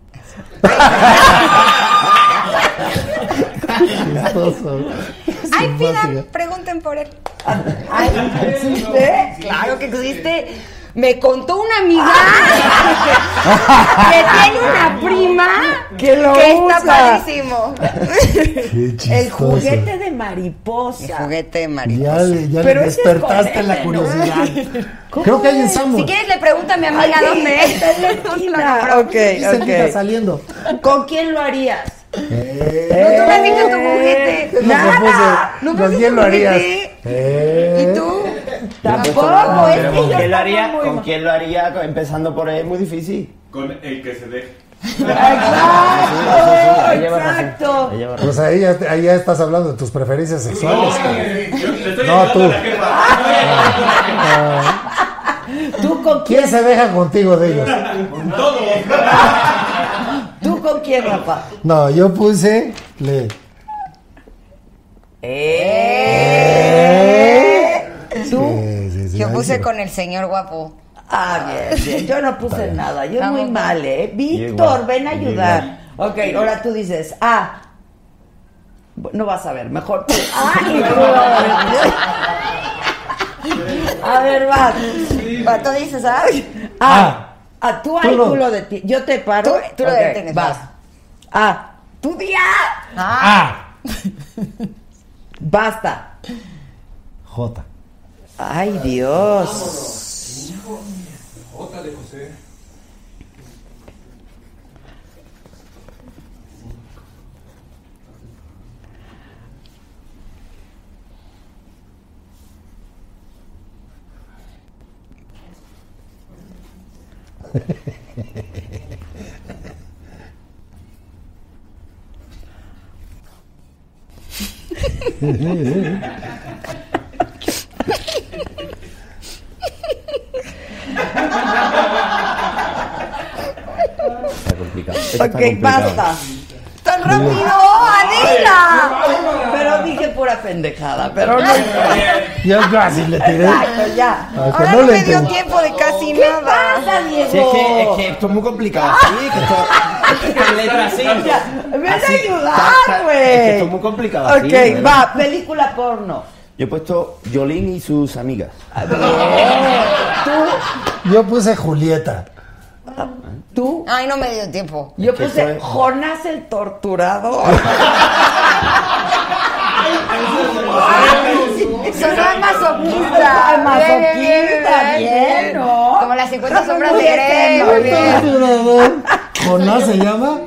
Speaker 7: Chistoso.
Speaker 6: Ay, pidan,
Speaker 7: Simpático.
Speaker 6: pregunten por él.
Speaker 1: ¿Existe?
Speaker 6: Claro que existe. Me contó una amiga que tiene una prima
Speaker 1: Que lo
Speaker 6: que está
Speaker 1: usa.
Speaker 6: padrísimo.
Speaker 7: Qué chistoso.
Speaker 1: El juguete de
Speaker 6: El
Speaker 1: mariposa.
Speaker 6: juguete de mariposa.
Speaker 7: Ya, le- ya
Speaker 1: Pero
Speaker 7: le
Speaker 1: ese es con
Speaker 7: despertaste
Speaker 1: él,
Speaker 7: la
Speaker 1: ¿no?
Speaker 7: curiosidad.
Speaker 1: ¿Cómo
Speaker 7: Creo que hay en
Speaker 1: es?
Speaker 7: Samur.
Speaker 6: Si quieres le pregunto a mi amiga dónde es.
Speaker 1: Está en la esquina.
Speaker 7: Se quita
Speaker 1: Ok,
Speaker 7: saliendo.
Speaker 1: ok. ¿Con quién lo harías?
Speaker 7: Eh,
Speaker 6: Tú me has dicho tu juguete.
Speaker 7: ¿qué es lo que
Speaker 6: Nada.
Speaker 7: puse?
Speaker 6: No me
Speaker 7: ¿Con
Speaker 6: has dicho
Speaker 7: quién
Speaker 6: tu
Speaker 7: lo harías?
Speaker 6: juguete.
Speaker 7: Eh.
Speaker 6: ¿Y tú?
Speaker 1: Tampoco, es
Speaker 3: Pero
Speaker 1: que
Speaker 3: pues, ¿con
Speaker 1: yo
Speaker 3: quién lo
Speaker 1: estaba
Speaker 3: haría?
Speaker 1: muy
Speaker 3: ¿Con
Speaker 1: mal.
Speaker 3: quién lo haría? Co- Empezando por él es muy difícil.
Speaker 4: Con el que se deje.
Speaker 1: Exacto,
Speaker 3: Ahí lleva razón.
Speaker 1: Ah, exacto.
Speaker 3: Ahí lleva razón.
Speaker 7: Pues ahí ya, ahí ya estás hablando de tus preferencias sexuales. cabrón.
Speaker 4: eh, Yo te estoy
Speaker 7: No,
Speaker 4: ayudando
Speaker 7: tú.
Speaker 4: a la jefa.
Speaker 1: ¿Tú con quién?
Speaker 7: ¿Quién se deja contigo de ellos?
Speaker 1: ¿Tú con quién, Rafa?
Speaker 7: No, yo puse. Le,
Speaker 3: Eh.
Speaker 1: ¿Tú?
Speaker 7: eh, sí, sí,
Speaker 6: Yo
Speaker 7: ahí
Speaker 6: puse
Speaker 7: sí.
Speaker 6: con el señor guapo.
Speaker 1: Ah, bien, bien. Yo no puse nada. Yo
Speaker 6: Estamos
Speaker 1: muy
Speaker 6: bien.
Speaker 1: mal, ¿eh? Víctor,
Speaker 3: igual,
Speaker 1: ven a
Speaker 3: yo
Speaker 1: ayudar. Ok, ahora tú dices, ah. No vas a ver, mejor tú. Ah, y tú. A ver, vas.
Speaker 6: Va, Tú dices, ah,
Speaker 1: Ah. Ah, tú ahí
Speaker 7: no.
Speaker 1: tú lo detienes. Yo te paro.
Speaker 6: Tú- tú lo
Speaker 1: Ok,
Speaker 6: detienes,
Speaker 1: Vas.
Speaker 6: vas.
Speaker 1: Ah. Tú di ah.
Speaker 6: Ah.
Speaker 1: Basta.
Speaker 7: J.
Speaker 1: Ay, Dios.
Speaker 2: Otra de José.
Speaker 3: Está complicado. Esto está
Speaker 1: Ok,
Speaker 3: complicado.
Speaker 1: basta. ¡Tan rápido, Adina! Pero dije pura pendejada, pero no importa.
Speaker 7: Ya casi le tiré.
Speaker 1: Exacto, ya.
Speaker 7: Hasta
Speaker 1: Ahora
Speaker 7: no
Speaker 1: no
Speaker 7: le
Speaker 1: me dio
Speaker 7: entendí.
Speaker 1: tiempo de casi nada. ¿Qué pasa, Diego?
Speaker 3: Sí, es, que, es que
Speaker 1: Oh.
Speaker 3: esto es muy complicado. Sí, que esto, es que con letras así.
Speaker 1: ¡Ven a
Speaker 3: Así, ta-
Speaker 1: ayudar,
Speaker 3: ta-
Speaker 1: güey!
Speaker 3: Es que esto es muy complicado. así,
Speaker 1: Ok,
Speaker 3: de verdad.
Speaker 1: va, película porno.
Speaker 3: Yo he puesto Jolín y sus amigas.
Speaker 7: Yo puse Julieta.
Speaker 1: ¿Tú?
Speaker 6: Ay, no me dio tiempo.
Speaker 1: Yo
Speaker 3: que
Speaker 1: puse
Speaker 3: soy-
Speaker 1: Jonás el torturado.
Speaker 6: Sonó masoquista.
Speaker 1: Ah, masoquista, bien, ¿no?
Speaker 6: Como las 50 sombras
Speaker 1: Muy
Speaker 6: de Grey,
Speaker 1: bien,
Speaker 6: muy
Speaker 1: muy
Speaker 6: bien.
Speaker 7: ¿Jonás se llama?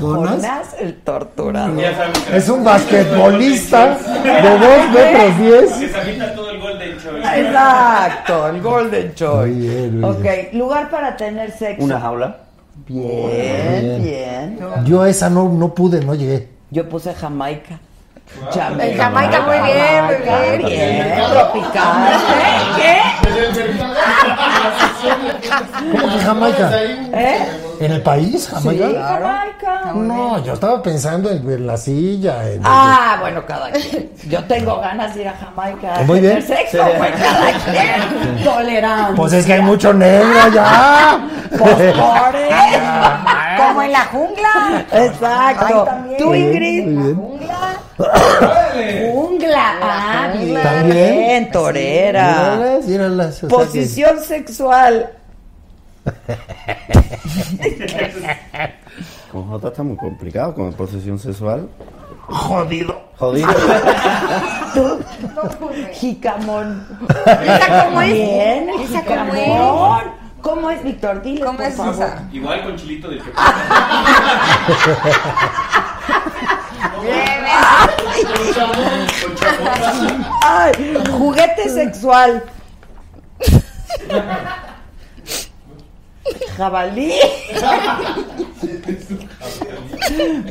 Speaker 7: ¿Jonás?
Speaker 1: Jonás el torturado.
Speaker 4: Ya sabes.
Speaker 7: Es un basquetbolista de 2 metros 10.
Speaker 4: Que se avienta todo el gol de ¿eh? Choy.
Speaker 1: Exacto, el Golden Choice.
Speaker 7: Muy bien, muy
Speaker 1: ok, lugar para tener sexo.
Speaker 3: Una jaula.
Speaker 1: Bien,
Speaker 7: Bien.
Speaker 1: bien.
Speaker 7: Yo esa no, no pude, no llegué.
Speaker 1: Yo puse Jamaica.
Speaker 6: En Jamaica, muy bien, muy bien.
Speaker 1: Jamaica, bien. Tropical.
Speaker 7: ¿Cómo que Jamaica?
Speaker 1: ¿Eh?
Speaker 7: ¿En el país, Jamaica?
Speaker 1: Sí, Jamaica.
Speaker 7: No, yo estaba pensando en, en la silla. en-
Speaker 1: Ah, bueno, cada quien. Yo tengo ganas de ir a Jamaica a
Speaker 7: Muy
Speaker 1: tener
Speaker 7: bien.
Speaker 1: sexo, pues cada quien. Tolerancia.
Speaker 7: Pues es que hay mucho negro allá.
Speaker 1: Postores.
Speaker 6: Ah. Como en la jungla. Ay,
Speaker 1: Exacto.
Speaker 6: también.
Speaker 1: Tú,
Speaker 7: Muy
Speaker 1: Ingrid.
Speaker 7: bien.
Speaker 6: Jungla.
Speaker 1: Jungla. Ah, bien.
Speaker 7: También.
Speaker 1: Bien, torera.
Speaker 7: Míralas, míralas, o sea que-
Speaker 1: Posición sexual.
Speaker 3: Con J está muy complicado, con procesión sexual.
Speaker 7: Jodido.
Speaker 3: Jodido.
Speaker 1: Jicamón.
Speaker 6: ¿Esa cómo es?
Speaker 1: Bien.
Speaker 6: ¿Esa cómo es?
Speaker 1: Jicamón. ¿Cómo es, Víctor? Dile,
Speaker 6: ¿Cómo
Speaker 1: por
Speaker 6: es
Speaker 1: favor.
Speaker 6: esa?
Speaker 4: Igual con chilito de chocolate.
Speaker 1: Ay, juguete sexual. Jabalí.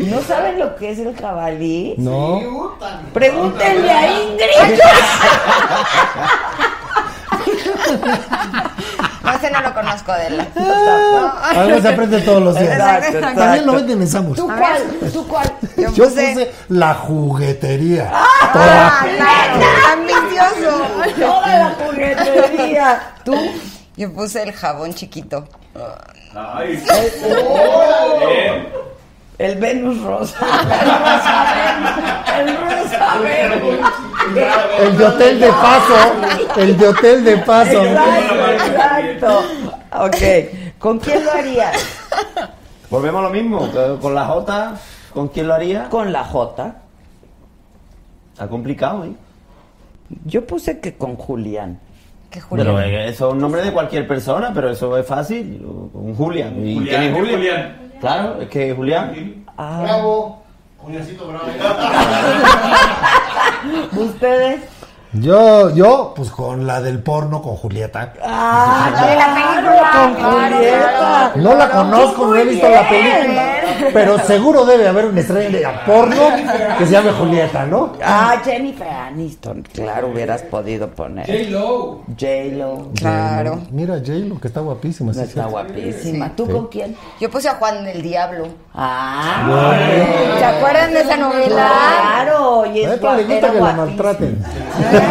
Speaker 1: ¿No saben lo que es el jabalí?
Speaker 7: No.
Speaker 1: Pregúntenle a Ingrid.
Speaker 6: No, ese no lo conozco de Ah, él.
Speaker 7: Algo se aprende todos los días.
Speaker 1: Exacto, exacto.
Speaker 7: También lo venden en Samos.
Speaker 1: ¿Tú cuál? ¿Tú cuál?
Speaker 7: Yo puse la juguetería.
Speaker 6: Ah, claro, ambicioso.
Speaker 1: Toda la juguetería. ¿Tú?
Speaker 6: Yo puse el jabón chiquito.
Speaker 4: Ay,
Speaker 1: El Venus Rosa. El Rosa Venus.
Speaker 7: El de hotel de paso. El de hotel de paso.
Speaker 1: Exacto, exacto. Ok. ¿Con quién lo harías?
Speaker 3: Volvemos a lo mismo. que Con la J, ¿con quién lo haría?
Speaker 1: Con la J.
Speaker 3: Está complicado, ¿eh?
Speaker 1: Yo puse que con Julián.
Speaker 6: Que Julián.
Speaker 3: Pero eh, eso es un nombre de cualquier persona, pero eso es fácil. Un Julián. ¿Y
Speaker 4: Julián,
Speaker 3: quién es Julián?
Speaker 4: Julián.
Speaker 3: Claro, es que Julián.
Speaker 5: Bravo. Juliancito Bravo.
Speaker 1: ¿Ustedes?
Speaker 7: Yo, yo, pues con la del porno con Julieta.
Speaker 1: Ah,
Speaker 6: de la película.
Speaker 1: con
Speaker 6: Claro,
Speaker 1: Julieta.
Speaker 7: No la conozco, no he visto la
Speaker 1: bien.
Speaker 7: película. Pero seguro debe haber una estrella de porno que se llame Julieta, ¿no?
Speaker 1: Ah, Jennifer Aniston. Claro, hubieras podido poner.
Speaker 4: J-Lo.
Speaker 1: J-Lo.
Speaker 6: Claro.
Speaker 7: Mira, J-Lo, que está guapísima. sí,
Speaker 1: Está
Speaker 7: sí.
Speaker 1: guapísima. ¿Tú con quién?
Speaker 6: Yo puse a Juan del Diablo.
Speaker 1: Ah,
Speaker 6: ¿Se acuerdan de esa novela?
Speaker 1: claro. Y
Speaker 7: A
Speaker 1: es
Speaker 7: Pepa le gusta
Speaker 1: era
Speaker 7: que la
Speaker 1: guapísima.
Speaker 7: maltraten.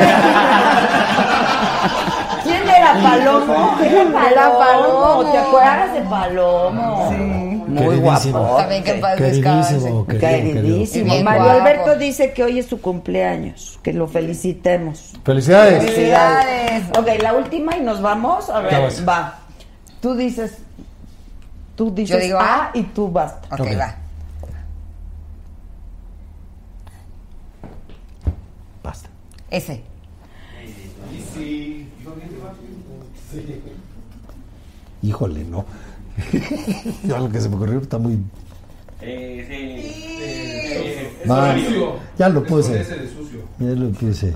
Speaker 1: ¿Quién era Palomo? Era
Speaker 6: Era Palomo.
Speaker 1: ¿Te acuerdas de Palomo? Muy
Speaker 7: Queridísimo.
Speaker 1: guapo.
Speaker 6: También que en paz descanse.
Speaker 7: Queridísimo, querido, querido.
Speaker 1: Queridísimo.
Speaker 6: Bien
Speaker 1: Mario
Speaker 6: guapo.
Speaker 1: Alberto dice que hoy es su cumpleaños. Que lo felicitemos.
Speaker 7: Felicidades.
Speaker 6: Felicidades.
Speaker 1: Ok, la última y nos vamos. A ver,
Speaker 7: Vamos.
Speaker 1: va. Tú dices. Tú dices
Speaker 6: Yo digo,
Speaker 1: ah, y tú basta.
Speaker 6: Ok,
Speaker 7: Ok.
Speaker 6: va.
Speaker 7: Basta.
Speaker 6: Ese.
Speaker 5: Sí. Sí.
Speaker 7: Híjole, no. Yo lo que se me ocurrió está muy
Speaker 4: Eh, sí.
Speaker 7: mal. Ya lo puse.
Speaker 2: Ese de sucio.
Speaker 7: Ya lo puse.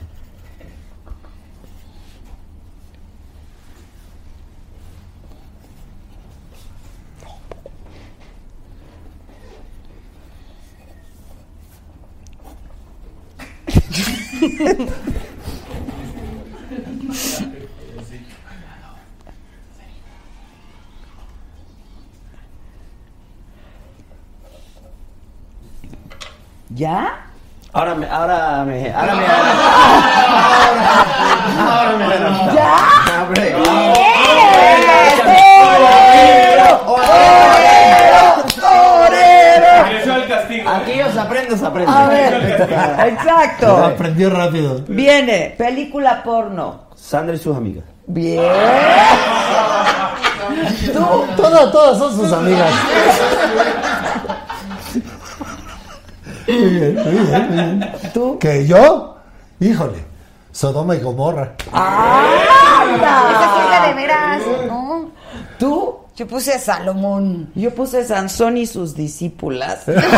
Speaker 1: ¿Ya?
Speaker 3: Ahora me, ahora me, ahora me. Ahora me adelantaste. No, hombre.
Speaker 4: Regresó el castigo.
Speaker 3: Aquí os aprendo, os aprendo.
Speaker 1: A ver, exacto.
Speaker 7: Aprendió rápido.
Speaker 1: Viene, película porno.
Speaker 3: Sandra y sus amigas.
Speaker 1: Bien.
Speaker 6: Ah.
Speaker 7: Todas, todas son sus amigas. Muy bien, muy bien, muy bien.
Speaker 1: ¿Tú?
Speaker 7: Que yo, híjole, Sodoma y Gomorra.
Speaker 6: Esa fue la de
Speaker 1: ¡Anda!
Speaker 6: veras, ¿no?
Speaker 1: ¿Tú?
Speaker 6: Yo puse a Salomón.
Speaker 1: Yo puse Sansón y sus discípulas.
Speaker 4: Debería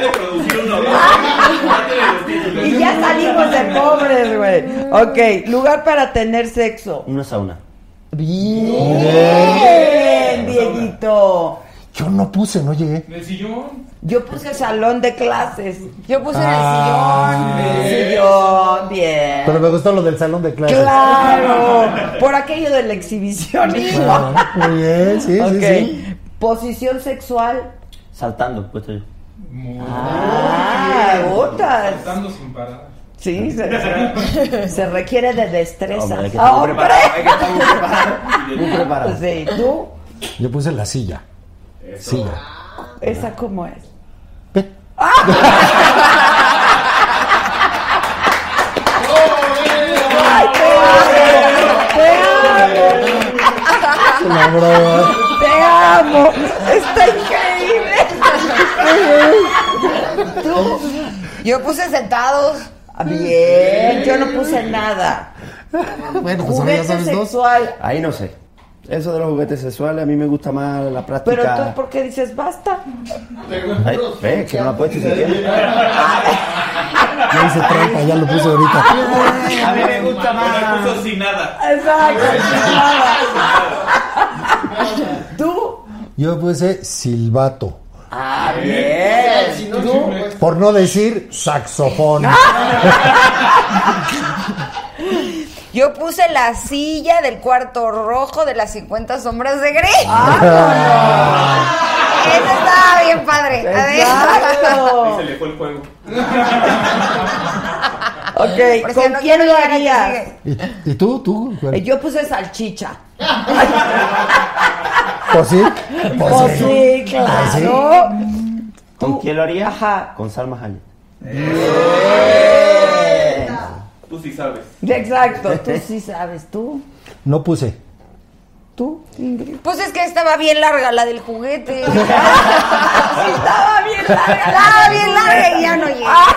Speaker 4: de producir uno. ¿no?
Speaker 1: Y ya salimos de pobres, güey. Ok, lugar para tener sexo.
Speaker 3: Una sauna.
Speaker 1: Bien, Dieguito.
Speaker 7: Yo no puse, no llegué.
Speaker 4: En el sillón.
Speaker 1: Yo puse salón de clases.
Speaker 6: Yo puse
Speaker 7: Ah.
Speaker 6: en el sillón.
Speaker 1: Sillón, bien.
Speaker 7: Pero me gustó lo del salón de clases.
Speaker 1: Claro, por aquello del exhibicionismo.
Speaker 7: Claro, Muy bien, sí,
Speaker 1: Ok,
Speaker 7: sí, sí.
Speaker 1: posición sexual.
Speaker 3: Saltando, puesto yo.
Speaker 2: Muy
Speaker 1: Ah, botas.
Speaker 2: Saltando sin parar.
Speaker 1: Sí, se, se requiere de destreza.
Speaker 3: Hombre, hay que
Speaker 1: Ah,
Speaker 3: estar muy
Speaker 1: hombre.
Speaker 3: preparado, hay que estar muy preparado. Muy preparado.
Speaker 1: Sí, tú,
Speaker 7: Yo puse la silla. Silla.
Speaker 1: esa cómo es.
Speaker 7: Ve.
Speaker 1: ¡Ay, te amo! ¡Te amo!
Speaker 7: La broma.
Speaker 1: ¡Te amo! ¡Está increíble! ¿Tú?
Speaker 6: Yo puse sentados.
Speaker 1: Bien, yo no puse nada.
Speaker 7: Bueno, pues ahora ya
Speaker 1: Juguete
Speaker 7: sabes dos.
Speaker 1: sexual.
Speaker 3: Ahí no sé. Eso de los juguetes sexuales, a mí me gusta más la práctica.
Speaker 1: Pero entonces, ¿por qué dices basta?
Speaker 3: Ay, ve, que no la puedes siquiera.
Speaker 7: Ya hice trampa, ya lo puse ahorita.
Speaker 3: A mí me gusta
Speaker 4: No
Speaker 3: más.
Speaker 4: puso sin nada.
Speaker 1: Exacto. nada. ¿Tú?
Speaker 7: Yo puse silbato.
Speaker 1: Ah, bien.
Speaker 5: Si no, chingo, pues.
Speaker 7: Por no decir saxofón.
Speaker 6: Yo puse la silla del cuarto rojo de las 50 sombras de Grey.
Speaker 7: Ah.
Speaker 6: Esa estaba bien padre. A ver.
Speaker 4: Y
Speaker 1: Exacto.
Speaker 4: se le fue el juego.
Speaker 1: Ok,
Speaker 6: Por si
Speaker 1: ¿con quién
Speaker 6: no
Speaker 1: lo
Speaker 6: quiero llegar a que
Speaker 1: harías?
Speaker 6: sigue.
Speaker 7: ¿Y, y tú? ¿Tú? ¿Cuál?
Speaker 1: Eh, Yo puse salchicha.
Speaker 7: ¿Pues sí?
Speaker 6: ¿Ah,
Speaker 7: Ah,
Speaker 1: Pues sí, claro.
Speaker 3: ¿Con quién lo haría?
Speaker 1: Ajá.
Speaker 3: Con Salma Hayek.
Speaker 4: Tú sí sabes.
Speaker 1: Exacto, tú sí sabes, tú.
Speaker 7: No puse.
Speaker 1: ¿Tú? Ingrid.
Speaker 6: Pues es que estaba bien larga la del juguete.
Speaker 1: Sí, estaba bien larga.
Speaker 6: Estaba bien larga y ya no llegué.
Speaker 1: Ah.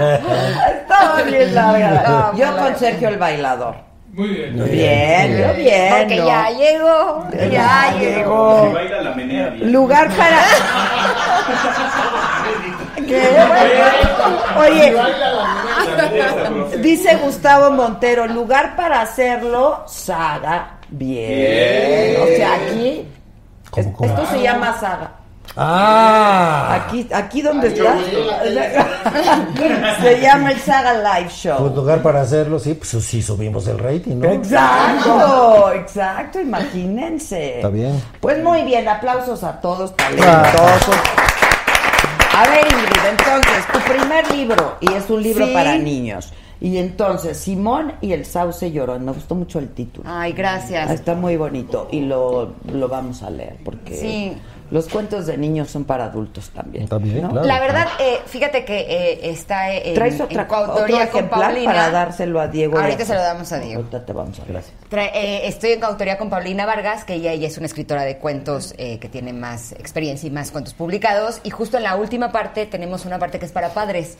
Speaker 1: Estaba bien larga.
Speaker 6: No, muy
Speaker 1: Yo
Speaker 6: larga.
Speaker 1: con Sergio el bailador.
Speaker 2: Muy bien.
Speaker 1: Bien, yo bien.
Speaker 6: Porque
Speaker 1: ¿no?
Speaker 6: ya llegó. Ya
Speaker 1: Ya
Speaker 6: llegó.
Speaker 1: llegó.
Speaker 4: Si baila la menea bien.
Speaker 1: Lugar para. ¿Qué? Oye,
Speaker 4: La menea está grosera.
Speaker 1: dice Gustavo Montero, lugar para hacerlo, saga. Bien. O sea, aquí.
Speaker 7: ¿Cómo,
Speaker 1: es-
Speaker 7: cómo?
Speaker 1: Esto se llama saga.
Speaker 7: Ah,
Speaker 1: Aquí, aquí donde está. Se llama el Saga Live
Speaker 7: pues
Speaker 1: Show.
Speaker 7: lugar para hacerlo, sí, pues sí subimos el rating, ¿no?
Speaker 1: Exacto, exacto, imagínense.
Speaker 7: Está bien.
Speaker 1: Pues muy bien, aplausos a todos, talentosos.
Speaker 7: Ah.
Speaker 1: A ver, Ingrid, entonces, tu primer libro, y es un libro
Speaker 6: Sí.
Speaker 1: para niños. Y entonces, Simón y el Sauce Llorón, me gustó mucho el título.
Speaker 6: Ay, gracias.
Speaker 1: Está muy bonito y lo, lo vamos a leer porque
Speaker 6: Sí.
Speaker 1: Los cuentos de niños son para adultos también.
Speaker 7: También,
Speaker 1: ¿no?
Speaker 7: claro.
Speaker 6: La verdad, eh, fíjate que eh, está eh, en,
Speaker 1: ¿Traes
Speaker 6: en
Speaker 1: otra,
Speaker 6: coautoría
Speaker 1: otro
Speaker 6: con
Speaker 1: ejemplar
Speaker 6: Paulina.
Speaker 1: para dárselo a Diego? y
Speaker 6: Ahorita
Speaker 1: a-
Speaker 6: se lo damos a Diego.
Speaker 1: Ahorita te vamos a Gracias.
Speaker 6: Trae- eh, estoy en coautoría con Paulina Vargas, que ella, ella es una escritora de cuentos eh, que tiene más experiencia y más cuentos publicados. Y justo en la última parte tenemos una parte que es para padres,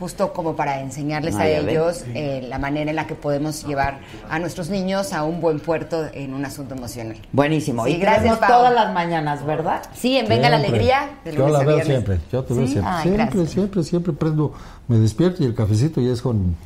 Speaker 6: justo como para enseñarles
Speaker 1: Ah,
Speaker 6: a
Speaker 1: ya ven.
Speaker 6: ellos eh, la manera en la que podemos llevar a nuestros niños a un buen puerto en un asunto emocional.
Speaker 1: Buenísimo.
Speaker 6: Sí,
Speaker 1: y
Speaker 6: gracias,
Speaker 1: gracias
Speaker 6: Pau.
Speaker 1: todas las mañanas, ¿verdad?
Speaker 6: Sí, en Venga la
Speaker 7: Siempre.
Speaker 6: Alegría. de
Speaker 7: Yo
Speaker 6: lunes
Speaker 7: la
Speaker 6: a
Speaker 7: veo
Speaker 6: viernes.
Speaker 7: siempre, yo te veo
Speaker 6: ¿Sí?
Speaker 7: siempre.
Speaker 6: Ay,
Speaker 7: siempre,
Speaker 6: gracias.
Speaker 7: siempre, siempre prendo, me despierto y el cafecito ya es con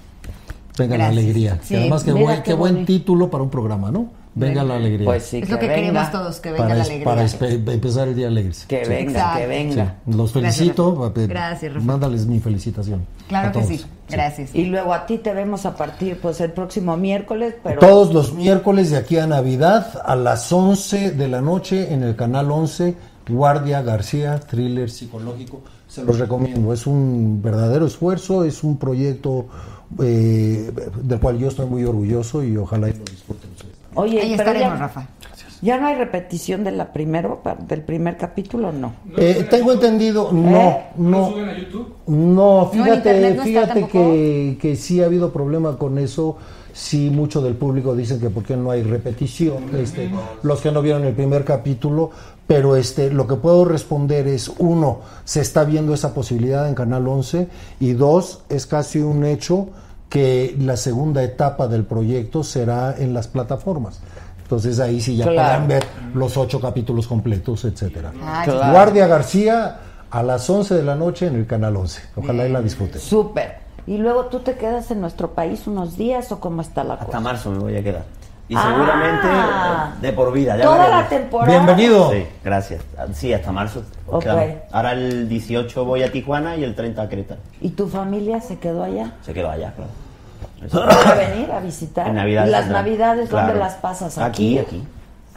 Speaker 7: Venga la
Speaker 6: Gracias.
Speaker 7: alegría.
Speaker 6: Sí,
Speaker 7: y además qué
Speaker 1: mira
Speaker 7: buen,
Speaker 1: qué
Speaker 7: qué buen
Speaker 1: bonito.
Speaker 7: título para un programa, ¿no? Venga la alegría.
Speaker 1: Pues sí,
Speaker 6: Es lo que
Speaker 1: venga.
Speaker 6: queremos todos, que venga
Speaker 7: para,
Speaker 6: la
Speaker 7: es-
Speaker 6: alegría.
Speaker 7: para espe- empezar el día alegres.
Speaker 1: Que
Speaker 7: Sí.
Speaker 1: venga,
Speaker 6: Exacto.
Speaker 1: que
Speaker 7: Sí.
Speaker 1: venga.
Speaker 7: Los
Speaker 6: Gracias,
Speaker 7: felicito.
Speaker 6: Rafa.
Speaker 7: papi.
Speaker 6: Gracias, Rafa.
Speaker 7: Mándales mi felicitación. a
Speaker 6: Claro que
Speaker 7: todos.
Speaker 6: sí. Gracias.
Speaker 1: Y luego a ti te vemos a partir, pues, el próximo miércoles, pero...
Speaker 7: Todos los miércoles de aquí a Navidad a las 11 de la noche en el canal 11, Guardia García, thriller psicológico. Se los recomiendo. Es un verdadero esfuerzo, es un proyecto eh, del cual yo estoy muy orgulloso y ojalá y lo disfruten ustedes.
Speaker 1: Oye,
Speaker 6: Ahí
Speaker 1: pero
Speaker 6: estaremos,
Speaker 1: ya,
Speaker 6: Rafa.
Speaker 1: ¿Ya no hay repetición de la primero, pa- del primer capítulo? No.
Speaker 7: Eh, tengo entendido, no,
Speaker 1: ¿Eh?
Speaker 7: no.
Speaker 2: suben a YouTube?
Speaker 7: No,
Speaker 6: en
Speaker 7: fíjate,
Speaker 6: internet no está
Speaker 7: fíjate
Speaker 6: tampoco.
Speaker 7: que, que sí ha habido problema con eso. Sí, mucho del público dicen que porque no hay repetición, este, los que no vieron el primer capítulo, pero este, lo que puedo responder es, uno, se está viendo esa posibilidad en Canal 11, y dos, es casi un hecho que la segunda etapa del proyecto será en las plataformas. Entonces ahí sí ya
Speaker 1: Claro.
Speaker 7: podrán ver los ocho capítulos completos, etcétera.
Speaker 6: Ah,
Speaker 1: Claro.
Speaker 7: Guardia García a las 11 de la noche en el canal 11. Ojalá y la disfruten.
Speaker 1: Súper. Y luego tú te quedas en nuestro país unos días, ¿o cómo está la
Speaker 3: Hasta
Speaker 1: cosa?
Speaker 3: marzo me voy a quedar. Y
Speaker 1: Pues. Ah.
Speaker 3: seguramente eh, de por vida. ya
Speaker 1: Toda la
Speaker 3: veremos.
Speaker 1: temporada.
Speaker 7: Bienvenido.
Speaker 3: Sí, gracias. Ah, Sí, hasta marzo.
Speaker 1: Ok.
Speaker 3: quedamos. Ahora el 18 voy a Tijuana y el 30 a Creta.
Speaker 1: ¿Y tu familia se quedó allá?
Speaker 3: Se quedó allá, claro.
Speaker 1: ¿Puede venir a visitar?
Speaker 3: En Navidad
Speaker 1: ¿Y las
Speaker 3: vendrán.
Speaker 1: navidades
Speaker 3: Claro.
Speaker 1: dónde las pasas?
Speaker 3: Aquí, aquí.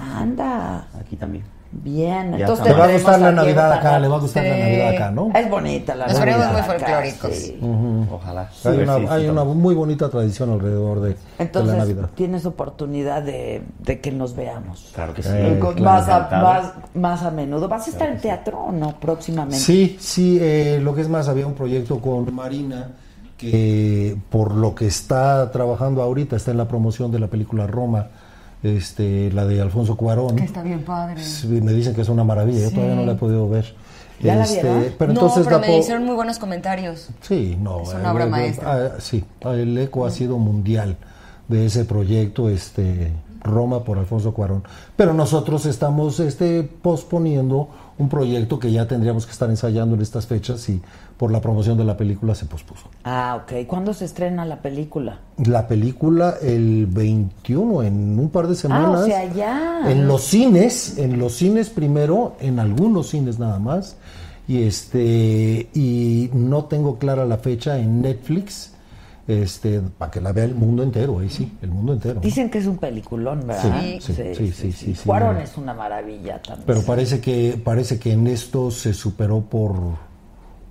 Speaker 1: Anda.
Speaker 3: Aquí también.
Speaker 1: Bien.
Speaker 3: Ya
Speaker 1: Entonces
Speaker 7: Te
Speaker 3: está.
Speaker 7: va a
Speaker 1: tendremos
Speaker 7: gustar la
Speaker 1: Diego
Speaker 7: Navidad
Speaker 1: para-
Speaker 7: acá, le va a gustar la
Speaker 6: Sí.
Speaker 7: Navidad acá, ¿no? Mm.
Speaker 1: Es bonita la
Speaker 6: Nos
Speaker 1: Navidad.
Speaker 6: ponemos muy
Speaker 1: acá,
Speaker 6: folclóricos.
Speaker 1: sí.
Speaker 3: Ojalá. A
Speaker 7: Hay
Speaker 3: ver
Speaker 7: una,
Speaker 3: si
Speaker 7: hay una
Speaker 3: disfrutamos.
Speaker 7: muy bonita tradición alrededor de, de
Speaker 1: Entonces
Speaker 7: la Navidad.
Speaker 1: tienes oportunidad de, de que nos veamos.
Speaker 3: Claro que sí.
Speaker 7: Eh,
Speaker 1: Con-
Speaker 7: claro.
Speaker 1: más, a,
Speaker 3: Encantado.
Speaker 1: más, más a menudo. ¿Vas a estar en teatro o no próximamente?
Speaker 7: Sí, sí, eh, lo que es más, había un proyecto con Marina que eh, por lo que está trabajando ahorita, está en la promoción de la película Roma, este, la de Alfonso Cuarón.
Speaker 6: Que está bien padre.
Speaker 7: Sí, Me dicen que es una maravilla, yo todavía no la he podido ver. Este,
Speaker 1: ¿Ya la vieron?
Speaker 7: pero
Speaker 6: no,
Speaker 7: entonces
Speaker 6: pero me
Speaker 7: la po-
Speaker 6: hicieron muy buenos comentarios.
Speaker 7: Sí, no.
Speaker 6: Es una obra maestra.
Speaker 7: ah, sí, el eco ha sido mundial de ese proyecto, este Roma por Alfonso Cuarón. Pero nosotros estamos este, posponiendo un proyecto que ya tendríamos que estar ensayando en estas fechas y por la promoción de la película se pospuso.
Speaker 1: Ah, ok. ¿Cuándo se estrena la película?
Speaker 7: La película el 21, en un par de semanas.
Speaker 1: Ah, sea, ya.
Speaker 7: En los cines, en los cines primero, en algunos cines nada más. Y este, y no tengo clara la fecha en Netflix, este, para que la vea el mundo entero, ahí sí, el mundo entero.
Speaker 1: Dicen que es un peliculón, ¿verdad?
Speaker 7: Sí, sí, sí, sí, sí, sí.
Speaker 1: Cuarón es una maravilla también.
Speaker 7: Pero parece que, parece que en esto se superó por, por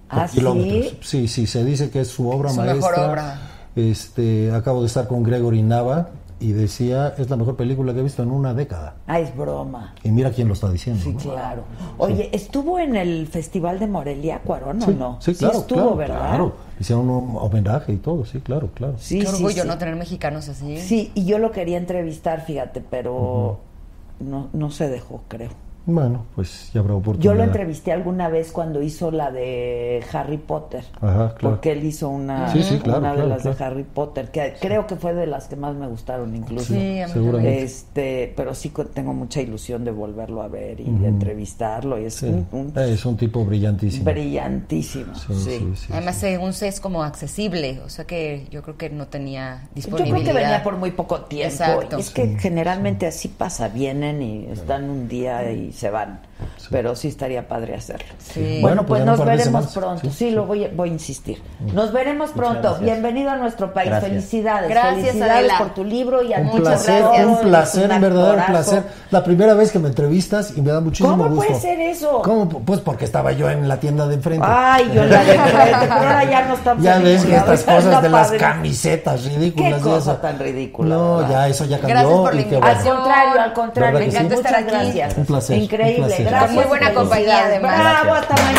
Speaker 1: ¿Ah, sí?
Speaker 7: kilómetros. Sí, sí, se dice que es su obra
Speaker 6: Su mejor
Speaker 7: maestra.
Speaker 6: obra.
Speaker 7: Este, acabo de estar con Gregory Nava y decía, es la mejor película que he visto en una década.
Speaker 1: Ah, es broma.
Speaker 7: Y mira quién lo está diciendo.
Speaker 1: Sí,
Speaker 7: ¿no?
Speaker 1: claro. Oye, ¿estuvo en el Festival de Morelia Cuarón
Speaker 7: Sí,
Speaker 1: o no?
Speaker 7: sí, claro,
Speaker 1: estuvo,
Speaker 7: claro,
Speaker 1: ¿verdad?
Speaker 7: claro. Hicieron un homenaje y todo, sí, claro, claro.
Speaker 1: Sí,
Speaker 6: Qué
Speaker 1: sí,
Speaker 6: orgullo
Speaker 1: sí.
Speaker 6: no tener mexicanos así.
Speaker 1: Sí, y yo lo quería entrevistar, fíjate, pero no, no se dejó, creo.
Speaker 7: Bueno, pues ya habrá
Speaker 1: Yo
Speaker 7: oportunidad.
Speaker 1: lo entrevisté alguna vez cuando hizo la de Harry Potter.
Speaker 7: Ajá, claro.
Speaker 1: Porque él hizo una,
Speaker 7: Sí, sí, claro,
Speaker 1: una de
Speaker 7: claro,
Speaker 1: las de
Speaker 7: claro.
Speaker 1: Harry Potter, que creo que fue de las que más me gustaron incluso.
Speaker 6: Sí, a mí
Speaker 7: seguramente.
Speaker 1: Este, pero sí co- tengo mucha ilusión de volverlo a ver y de entrevistarlo. Y es
Speaker 7: Sí.
Speaker 1: un, un
Speaker 7: Eh, Es un tipo brillantísimo.
Speaker 1: brillantísimo.
Speaker 7: Sí, sí, sí, sí.
Speaker 6: Además, según sé, es como accesible. O sea que yo creo que no tenía
Speaker 1: Yo creo que
Speaker 6: disponibilidad.
Speaker 1: venía por muy poco tiempo.
Speaker 6: Exacto.
Speaker 1: Y Es que generalmente así pasa, vienen y están un día y se van. Pero sí estaría padre hacerlo.
Speaker 6: Sí.
Speaker 1: Bueno,
Speaker 7: Bueno, pues
Speaker 1: pues
Speaker 7: ya en un
Speaker 1: nos
Speaker 7: par de
Speaker 1: veremos
Speaker 7: semanas.
Speaker 1: pronto. Sí,
Speaker 7: Sí, sí.
Speaker 1: lo voy a, voy a insistir. Nos veremos pronto.
Speaker 3: gracias.
Speaker 1: Bienvenido a nuestro país.
Speaker 3: Gracias.
Speaker 1: Felicidades.
Speaker 6: Gracias,
Speaker 1: Felicidades
Speaker 6: Adela.
Speaker 1: por tu libro y a
Speaker 7: Un
Speaker 1: muchas
Speaker 7: placer,
Speaker 1: gracias.
Speaker 7: un placer,
Speaker 1: Es
Speaker 7: un verdadero
Speaker 1: actorazo.
Speaker 7: placer. La primera vez que me entrevistas y me da muchísimo
Speaker 1: ¿Cómo
Speaker 7: gusto.
Speaker 1: puede ser eso?
Speaker 7: ¿Cómo? Pues porque estaba yo en la tienda de enfrente.
Speaker 1: Ay, yo la dejé, pero ahora ya no estamos
Speaker 7: Ya
Speaker 1: en
Speaker 7: ves que
Speaker 1: ningún lado.
Speaker 7: estas cosas
Speaker 1: Está
Speaker 7: de las
Speaker 1: padre.
Speaker 7: camisetas ridículas.
Speaker 1: Qué
Speaker 7: y
Speaker 1: cosa
Speaker 7: eso.
Speaker 1: tan ridícula,
Speaker 7: No,
Speaker 1: ¿verdad?
Speaker 7: ya eso ya cambió.
Speaker 6: Gracias por la
Speaker 7: y qué
Speaker 6: invitación.
Speaker 1: Al contrario, al contrario.
Speaker 7: ¿Verdad que
Speaker 1: Muchas
Speaker 6: sí? Me encanta estar aquí.
Speaker 1: gracias.
Speaker 7: Un placer, un
Speaker 1: Increíble.
Speaker 7: placer.
Speaker 6: Con muy buena compañía, además.
Speaker 1: Bravo, hasta mañana.